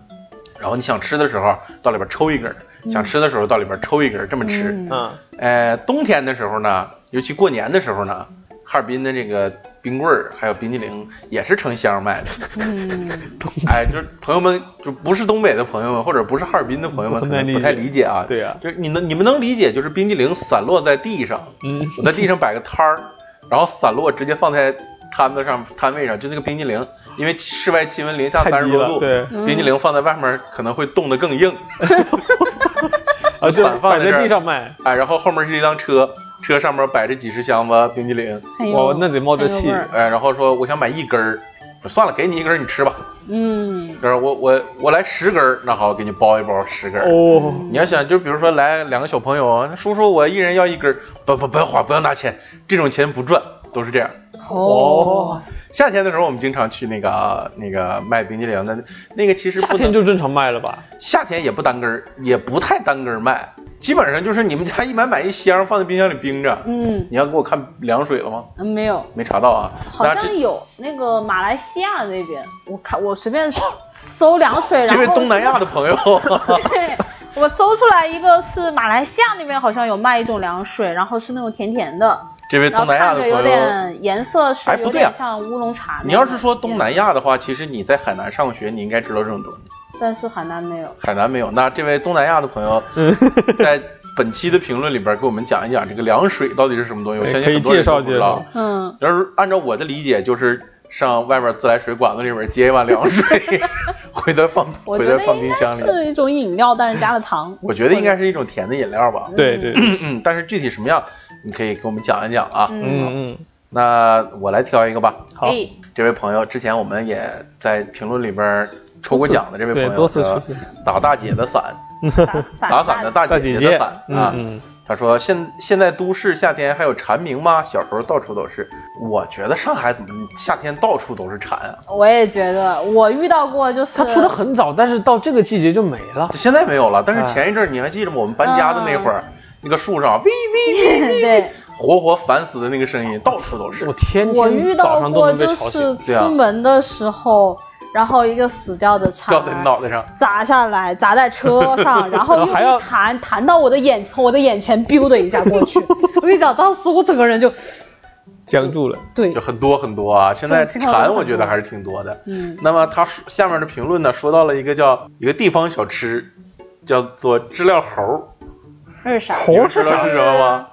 [SPEAKER 1] 然后你想吃的时候到里边抽一根儿，想吃的时候到里边抽一根儿，这么吃。
[SPEAKER 3] 嗯，
[SPEAKER 1] 呃，冬天的时候呢，尤其过年的时候呢，哈尔滨的这个冰棍儿还有冰激凌也是成箱卖的。
[SPEAKER 2] 嗯
[SPEAKER 1] 哎，就是朋友们，就不是东北的朋友们，或者不是哈尔滨的朋友们，可
[SPEAKER 3] 不太
[SPEAKER 1] 能
[SPEAKER 3] 理
[SPEAKER 1] 不
[SPEAKER 3] 解
[SPEAKER 1] 太理解啊。
[SPEAKER 3] 对呀
[SPEAKER 1] 就是你能你们能理解，就是冰激凌散落在地上，
[SPEAKER 3] 嗯，
[SPEAKER 1] 我在地上摆个摊儿，然后散落直接放在摊子上摊位上，就那个冰激凌，因为室外气温零下
[SPEAKER 3] 太
[SPEAKER 1] 三十
[SPEAKER 3] 低
[SPEAKER 1] 多
[SPEAKER 3] 了
[SPEAKER 1] 度，
[SPEAKER 3] 对，
[SPEAKER 1] 冰激凌放在外面可能会冻得更硬。
[SPEAKER 3] 啊就
[SPEAKER 1] 散放
[SPEAKER 3] 摆
[SPEAKER 1] 在这
[SPEAKER 3] 在
[SPEAKER 1] 儿
[SPEAKER 3] 地上卖，
[SPEAKER 1] 哎，然后后面是一辆车，车上面摆着几十箱子冰激凌，
[SPEAKER 2] 很
[SPEAKER 3] 哇
[SPEAKER 2] 有，
[SPEAKER 3] 那得冒着气
[SPEAKER 2] 很有味儿
[SPEAKER 1] 哎，然后说我想买一根儿，我说算了，给你一根儿你吃吧。
[SPEAKER 2] 嗯，
[SPEAKER 1] 就是我我我来十根儿，那好，给你包一包十根儿。
[SPEAKER 3] 哦，
[SPEAKER 1] 你要想，就比如说来两个小朋友，啊叔叔我一人要一根儿，不不不要花，不要拿钱，这种钱不赚，都是这样。
[SPEAKER 3] 哦，
[SPEAKER 1] 夏天的时候，我们经常去那个那个卖冰激凌的，那个其实
[SPEAKER 3] 夏
[SPEAKER 1] 不
[SPEAKER 3] 天
[SPEAKER 1] 能，
[SPEAKER 3] 就正常卖了吧？
[SPEAKER 1] 夏天也不单根儿，也不太单根儿卖，基本上就是你们家一买买一箱，放在冰箱里冰着。
[SPEAKER 2] 嗯，
[SPEAKER 1] 你要给我看凉水了吗？
[SPEAKER 2] 嗯没有，
[SPEAKER 1] 没查到啊，
[SPEAKER 2] 好
[SPEAKER 1] 那
[SPEAKER 2] 像
[SPEAKER 1] 这
[SPEAKER 2] 有那个马来西亚那边，我看我随便搜凉水，
[SPEAKER 1] 这
[SPEAKER 2] 然
[SPEAKER 1] 位
[SPEAKER 2] 后
[SPEAKER 1] 东南亚的朋友，
[SPEAKER 2] 对， 我搜出来一个是马来西亚那边好像有卖一种凉水，然后是那种甜甜的，
[SPEAKER 1] 这位
[SPEAKER 2] 然
[SPEAKER 1] 东
[SPEAKER 2] 后
[SPEAKER 1] 南亚
[SPEAKER 2] 看
[SPEAKER 1] 的
[SPEAKER 2] 着
[SPEAKER 1] 朋
[SPEAKER 2] 有
[SPEAKER 1] 友，
[SPEAKER 2] 点颜色是
[SPEAKER 1] 哎不
[SPEAKER 2] 有
[SPEAKER 1] 对啊
[SPEAKER 2] 点像乌龙茶那种。
[SPEAKER 1] 你要是说东南亚的话，其实你在海南上学，你应该知道这种东西。
[SPEAKER 2] 但是海南没有，
[SPEAKER 1] 海南没有，那这位东南亚的朋 友，在本期的评论里边给我们讲一讲这个凉水到底是什么东西，我
[SPEAKER 3] 哎
[SPEAKER 1] 相
[SPEAKER 3] 可
[SPEAKER 1] 信
[SPEAKER 3] 以
[SPEAKER 1] 很多人都不
[SPEAKER 3] 介
[SPEAKER 1] 知
[SPEAKER 3] 绍
[SPEAKER 1] 道
[SPEAKER 3] 介。
[SPEAKER 2] 嗯，
[SPEAKER 1] 要是按照我的理解，就是上外面自来水管子里边接一碗凉 水，回头放
[SPEAKER 2] 我
[SPEAKER 1] 回
[SPEAKER 2] 觉
[SPEAKER 1] 头
[SPEAKER 2] 得
[SPEAKER 1] 放
[SPEAKER 2] 应
[SPEAKER 1] 冰
[SPEAKER 2] 该
[SPEAKER 1] 箱里。。
[SPEAKER 2] 是一种饮料，但是加了糖
[SPEAKER 1] 我觉得应该是一种甜的饮料吧，
[SPEAKER 3] 对对，
[SPEAKER 1] 嗯，但是具体什么样，你可以给我们讲一讲啊。
[SPEAKER 2] 嗯，
[SPEAKER 3] 嗯嗯，
[SPEAKER 1] 那我来挑一个吧。
[SPEAKER 3] 好，
[SPEAKER 2] 哎
[SPEAKER 1] 这位朋友，之前我们也在评论里边抽过奖的这位朋
[SPEAKER 3] 对
[SPEAKER 1] 友，，
[SPEAKER 3] 多次出现，
[SPEAKER 1] 打大姐的伞，
[SPEAKER 2] 打伞
[SPEAKER 1] 打伞的大
[SPEAKER 3] 大
[SPEAKER 1] 姐
[SPEAKER 3] 姐
[SPEAKER 1] 的
[SPEAKER 3] 姐
[SPEAKER 1] 伞，啊。
[SPEAKER 3] 嗯嗯，
[SPEAKER 1] 他说现现在都市夏天还有蝉鸣吗？小时候到处都是。我觉得上海怎么夏天到处都是蝉啊？
[SPEAKER 2] 我也觉得，我遇到过就是
[SPEAKER 3] 它出的很早，但是到这个季节就没了。
[SPEAKER 1] 这现在没有了，但是
[SPEAKER 3] 哎
[SPEAKER 1] 前一阵儿你还记得吗？我们搬家的那会儿，那个树上哔哔
[SPEAKER 2] 对，
[SPEAKER 1] 活活烦死的那个声音，到处都是
[SPEAKER 3] 我。天
[SPEAKER 2] 我
[SPEAKER 3] 天
[SPEAKER 2] 遇
[SPEAKER 3] 早
[SPEAKER 2] 到
[SPEAKER 3] 上都
[SPEAKER 2] 过
[SPEAKER 3] 能被
[SPEAKER 2] 就
[SPEAKER 3] 吵醒
[SPEAKER 2] 是。出门的时候，然后一个死掉的蝉
[SPEAKER 1] 掉在你脑袋上，
[SPEAKER 2] 砸下来，砸在车 上，然后又
[SPEAKER 3] 还要
[SPEAKER 2] 一弹弹到我的眼，从我的眼前 biu 的一下过去。 我跟你讲，当时我整个人就
[SPEAKER 3] 僵住了。
[SPEAKER 2] 对
[SPEAKER 1] 就，很多很多啊！现在
[SPEAKER 2] 这种情况都
[SPEAKER 1] 蝉
[SPEAKER 2] 很
[SPEAKER 1] 我觉得
[SPEAKER 2] 多
[SPEAKER 1] 还是挺多的。
[SPEAKER 2] 嗯，
[SPEAKER 1] 那么他说下面的评论呢，说到了一个叫一个地方小吃，叫做知了猴儿。
[SPEAKER 2] 那是啥？
[SPEAKER 1] 你
[SPEAKER 3] 猴
[SPEAKER 1] 们
[SPEAKER 3] 是
[SPEAKER 1] 知道
[SPEAKER 3] 啥
[SPEAKER 1] 是？什么吗？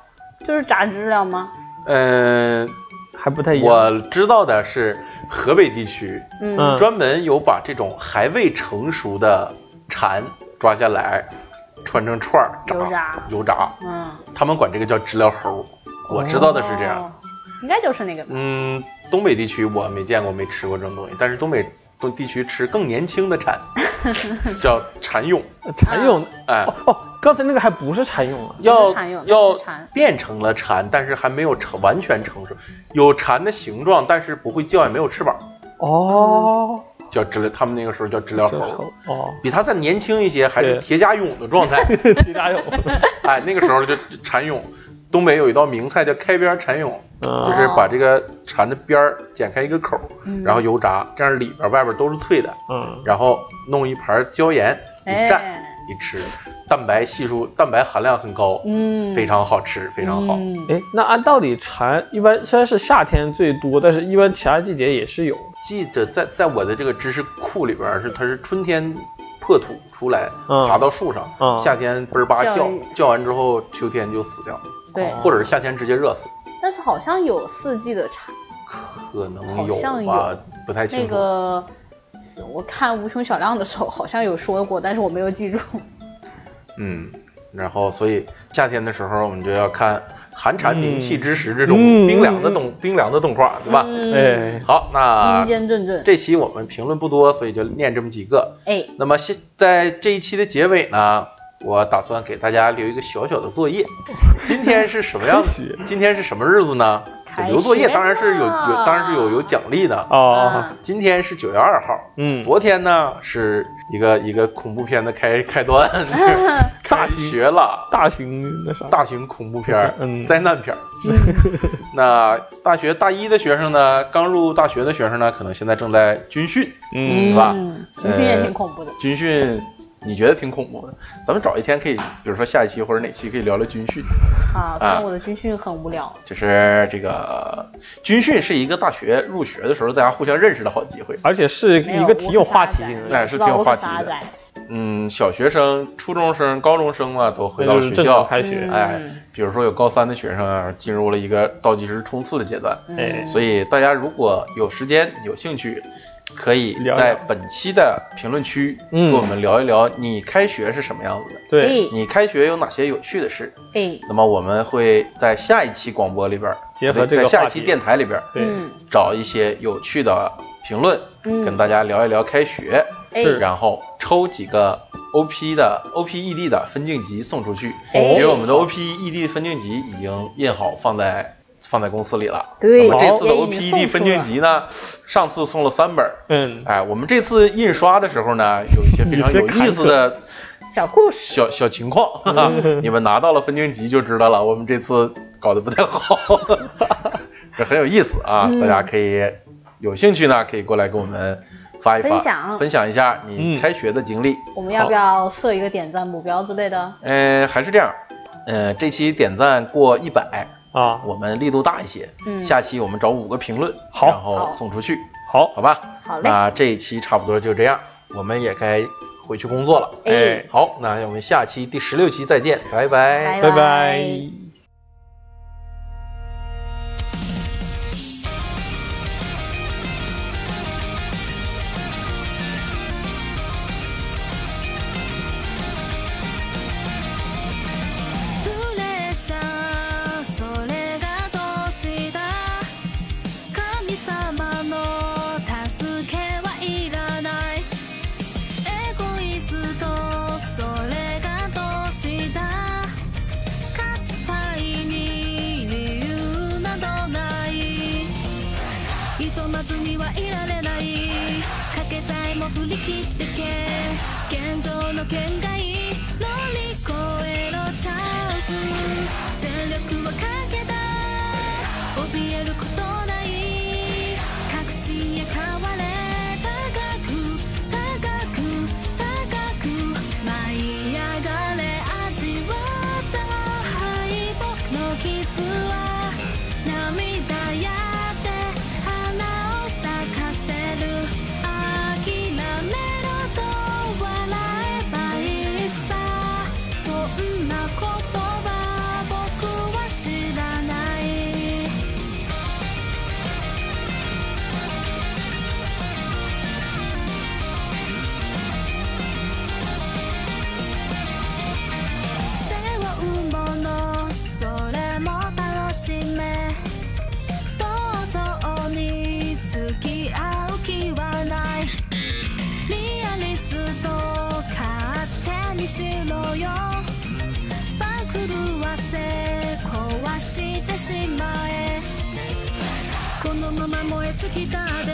[SPEAKER 2] 就是炸知了吗？
[SPEAKER 1] 嗯、
[SPEAKER 3] 还
[SPEAKER 2] 哎
[SPEAKER 3] 不太一样。
[SPEAKER 1] 我知道的是河北地区，
[SPEAKER 3] 嗯
[SPEAKER 1] 专门有把这种还未成熟的蝉抓下来，穿成串儿炸
[SPEAKER 2] 油炸
[SPEAKER 1] 油炸，
[SPEAKER 2] 嗯，
[SPEAKER 1] 他们管这个叫知了猴儿。我知道的是这样。
[SPEAKER 2] 哦，应该就是那个吧。
[SPEAKER 1] 嗯，东北地区我没见过，没吃过这种东西，但是东北东地区吃更年轻的蝉，叫蝉蛹。
[SPEAKER 3] 蚕蛹
[SPEAKER 1] 哎，
[SPEAKER 3] 哦哦，刚才那个还不是蚕蛹啊，
[SPEAKER 1] 要
[SPEAKER 2] 蝉蛹
[SPEAKER 1] 要
[SPEAKER 2] 那是蝉
[SPEAKER 1] 变成了蝉，但是还没有成完全成熟，有蝉的形状，但是不会叫，也没有翅膀，
[SPEAKER 3] 哦，
[SPEAKER 1] 叫知了。他们那个时候叫知了
[SPEAKER 3] 这
[SPEAKER 1] 猴。
[SPEAKER 3] 手哦，
[SPEAKER 1] 比他再年轻一些，还是
[SPEAKER 3] 对
[SPEAKER 1] 铁甲蛹的状态。
[SPEAKER 3] 皮甲蛹，
[SPEAKER 1] 哎，那个时候就就蝉蛹，东北有一道名菜叫开边蝉蛹，就
[SPEAKER 3] 嗯，
[SPEAKER 1] 是把这个蝉的边儿剪开一个口儿，
[SPEAKER 2] 嗯
[SPEAKER 1] 然后油炸，这样里边外边都是脆的，
[SPEAKER 3] 嗯，
[SPEAKER 1] 然后弄一盘椒盐一蘸
[SPEAKER 2] 哎
[SPEAKER 1] 一吃，蛋白系数蛋白含量很高，
[SPEAKER 2] 嗯，
[SPEAKER 1] 非常好吃，非常好。
[SPEAKER 2] 嗯
[SPEAKER 3] 哎，那按道理蝉一般虽然是夏天最多，但是一般其他季节也是有的。
[SPEAKER 1] 记得在在我的这个知识库里边儿是它是春天破土出来，
[SPEAKER 7] 嗯
[SPEAKER 1] 爬到树上，
[SPEAKER 7] 嗯
[SPEAKER 1] 夏天嘣儿吧
[SPEAKER 2] 叫
[SPEAKER 1] 叫
[SPEAKER 2] 一，哦
[SPEAKER 1] 叫完之后秋天就死掉，
[SPEAKER 2] 对
[SPEAKER 1] 或者是夏天直接热死，
[SPEAKER 4] 但是好像有四季的差，
[SPEAKER 1] 可能
[SPEAKER 4] 好像
[SPEAKER 1] 吧
[SPEAKER 4] 有，
[SPEAKER 1] 不太清
[SPEAKER 4] 那
[SPEAKER 1] 楚。
[SPEAKER 4] 个是我看无穷小亮的时候好像有说过，但是我没有记住。
[SPEAKER 1] 嗯，然后所以夏天的时候我们就要看寒蝉鸣泣之时这种
[SPEAKER 7] 嗯
[SPEAKER 1] 冰凉的动、冰凉的动画，对吧？
[SPEAKER 2] 嗯
[SPEAKER 4] 嗯
[SPEAKER 7] 哎，
[SPEAKER 1] 好，那
[SPEAKER 4] 阴间阵阵，
[SPEAKER 1] 啊这期我们评论不多，所以就念这么几个。
[SPEAKER 4] 哎，
[SPEAKER 1] 那么现在这一期的结尾呢，我打算给大家留一个小小的作业。今天是什么样
[SPEAKER 7] 开学
[SPEAKER 1] 的？今天是什么日子呢？
[SPEAKER 4] 开学
[SPEAKER 1] 留作业当然是有有
[SPEAKER 4] 啦，
[SPEAKER 1] 当然是有有奖励的。
[SPEAKER 7] 哦，
[SPEAKER 4] 啊，
[SPEAKER 1] 今天是九月二号，
[SPEAKER 7] 嗯，
[SPEAKER 1] 昨天呢是一个一个恐怖片的开开端，
[SPEAKER 4] 嗯
[SPEAKER 1] 就是开学了，
[SPEAKER 7] 大型那啥，
[SPEAKER 1] 大型恐怖片儿，
[SPEAKER 7] 嗯
[SPEAKER 1] 灾难片儿。 那大学大一的学生呢，刚入大学的学生呢，可能现在正在军训，
[SPEAKER 7] 嗯
[SPEAKER 1] 是吧？呃
[SPEAKER 4] 军训也挺恐怖的。
[SPEAKER 1] 军训你觉得挺恐怖的，咱们找一天可以，比如说下一期或者哪期可以聊聊军训。
[SPEAKER 4] 啊，但我的军训很无聊。
[SPEAKER 1] 就是这个军训是一个大学入学的时候大家互相认识的好机会。
[SPEAKER 3] 哎
[SPEAKER 7] 而且是
[SPEAKER 4] 没有
[SPEAKER 7] 一个挺有话题性的，
[SPEAKER 1] 哎是挺有话题的
[SPEAKER 4] 我可是阿仔
[SPEAKER 1] 嗯，小学生、初中生、高中生啊，都回到
[SPEAKER 7] 那就
[SPEAKER 1] 了
[SPEAKER 7] 是
[SPEAKER 1] 学
[SPEAKER 7] 正常
[SPEAKER 1] 校。
[SPEAKER 7] 开
[SPEAKER 4] 嗯
[SPEAKER 7] 学，
[SPEAKER 1] 哎，比如说有高三的学生啊，进入了一个倒计时冲刺的阶段。
[SPEAKER 7] 哎，
[SPEAKER 4] 嗯
[SPEAKER 1] 所以大家如果有时间、有兴趣，可以
[SPEAKER 7] 聊
[SPEAKER 1] 在
[SPEAKER 7] 聊
[SPEAKER 1] 本期的评论区
[SPEAKER 7] 嗯
[SPEAKER 1] 跟我们聊一聊你开学是什么样子的，
[SPEAKER 4] 嗯
[SPEAKER 7] 对，
[SPEAKER 1] 你开学有哪些有趣的事。
[SPEAKER 4] 哎，
[SPEAKER 1] 那么我们会在下一期广播里边儿，
[SPEAKER 7] 结合这
[SPEAKER 1] 在
[SPEAKER 7] 个
[SPEAKER 1] 下
[SPEAKER 7] 话
[SPEAKER 1] 一期
[SPEAKER 7] 题，
[SPEAKER 1] 电台里边儿
[SPEAKER 7] 对，
[SPEAKER 1] 找一些有趣的评论，
[SPEAKER 4] 嗯
[SPEAKER 1] 跟大家聊一聊开学，
[SPEAKER 4] 哎
[SPEAKER 7] 是
[SPEAKER 1] 然后抽几个 OP 的 OPED 的分镜集送出去，
[SPEAKER 7] 哦
[SPEAKER 4] 哎
[SPEAKER 1] 因为我们的 OPED 分镜集已经印好放在放在公司里了。
[SPEAKER 4] 对哎
[SPEAKER 1] 我们这次的
[SPEAKER 7] 哦
[SPEAKER 4] 也已经送出
[SPEAKER 7] 哎
[SPEAKER 1] OPED
[SPEAKER 4] 了
[SPEAKER 1] 分镜集呢，上次送了三本儿，
[SPEAKER 7] 嗯，
[SPEAKER 1] 哎，我们这次印刷的时候呢，有一些非常有意思的
[SPEAKER 4] 小故事，
[SPEAKER 1] 小小情况，哈哈你们拿到了分镜集就知道了。我们这次搞得不太 好，这很有意思啊！
[SPEAKER 4] 嗯
[SPEAKER 1] 大家可以有兴趣呢，可以过来跟我们发一发，
[SPEAKER 4] 分享
[SPEAKER 1] 一下你
[SPEAKER 7] 嗯
[SPEAKER 1] 开学的经历。
[SPEAKER 4] 我们要不要设一个点赞目标之类的？
[SPEAKER 1] 嗯、还是这样，呃，这期点赞过一百，
[SPEAKER 7] 啊，
[SPEAKER 1] 我们力度大一些。
[SPEAKER 4] 嗯
[SPEAKER 1] 下期我们找五个评论，
[SPEAKER 7] 好
[SPEAKER 1] 然后
[SPEAKER 4] 好
[SPEAKER 1] 送出去，
[SPEAKER 7] 好，
[SPEAKER 1] 好吧？
[SPEAKER 4] 好嘞，
[SPEAKER 1] 那这一期差不多就这样，我们也该回去工作了。
[SPEAKER 4] 哎，
[SPEAKER 1] 好，那我们下期第十六期再见，拜拜。
[SPEAKER 4] 拜
[SPEAKER 7] 拜拜。
[SPEAKER 10] プレッシャーそれがどうした神様の助けはいらないエゴイストそれがどうした勝ちたいに理由などないひとまずにはいられないかけさえも振り切ってけ現状の限界乗り越えろチャンス全力はかけた怯えることない確信へ変われ高く高く高く舞い上がれ味わった敗北の傷は涙やって花を咲かせる諦めろと笑えばいいさそんな言葉僕は知らない背負うものそれも楽しめ同情に付き合う気はないリアリスト勝手にしろよ番狂わせ壊してしまえこのまま燃え尽きたで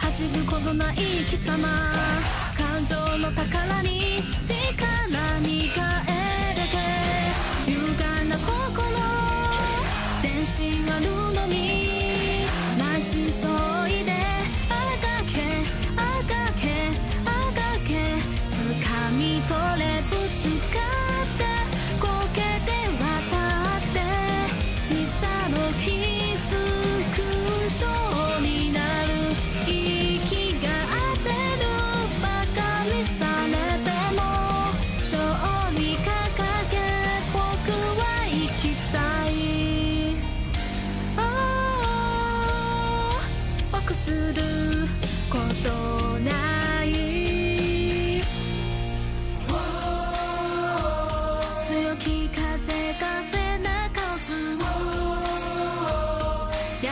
[SPEAKER 10] 恥じることない貴様感情の宝に力に変えだけ勇敢な心全身あるのに満身創痍であがけあがけあがけ掴み取れぶつかってこけて渡って膝の傷「勲章になる」「息が当てるバカにされ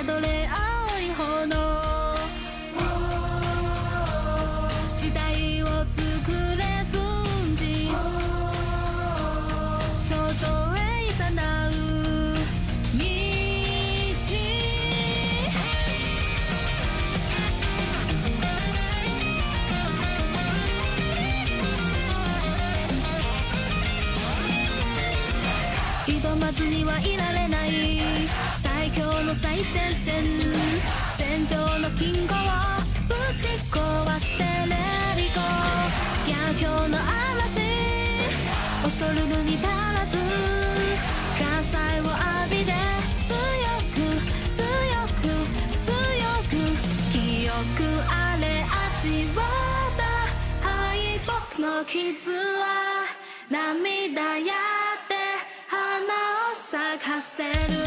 [SPEAKER 10] 宿れ青い炎時代を作れ粉塵頂上へ誘う道挑まずにはいられない最強の最前線戦場の金庫をぶち壊してレリコ逆境の嵐恐るるに足らず火災を浴びて強く強く強く記憶あれ味わった敗北の傷は涙やって花を咲かせる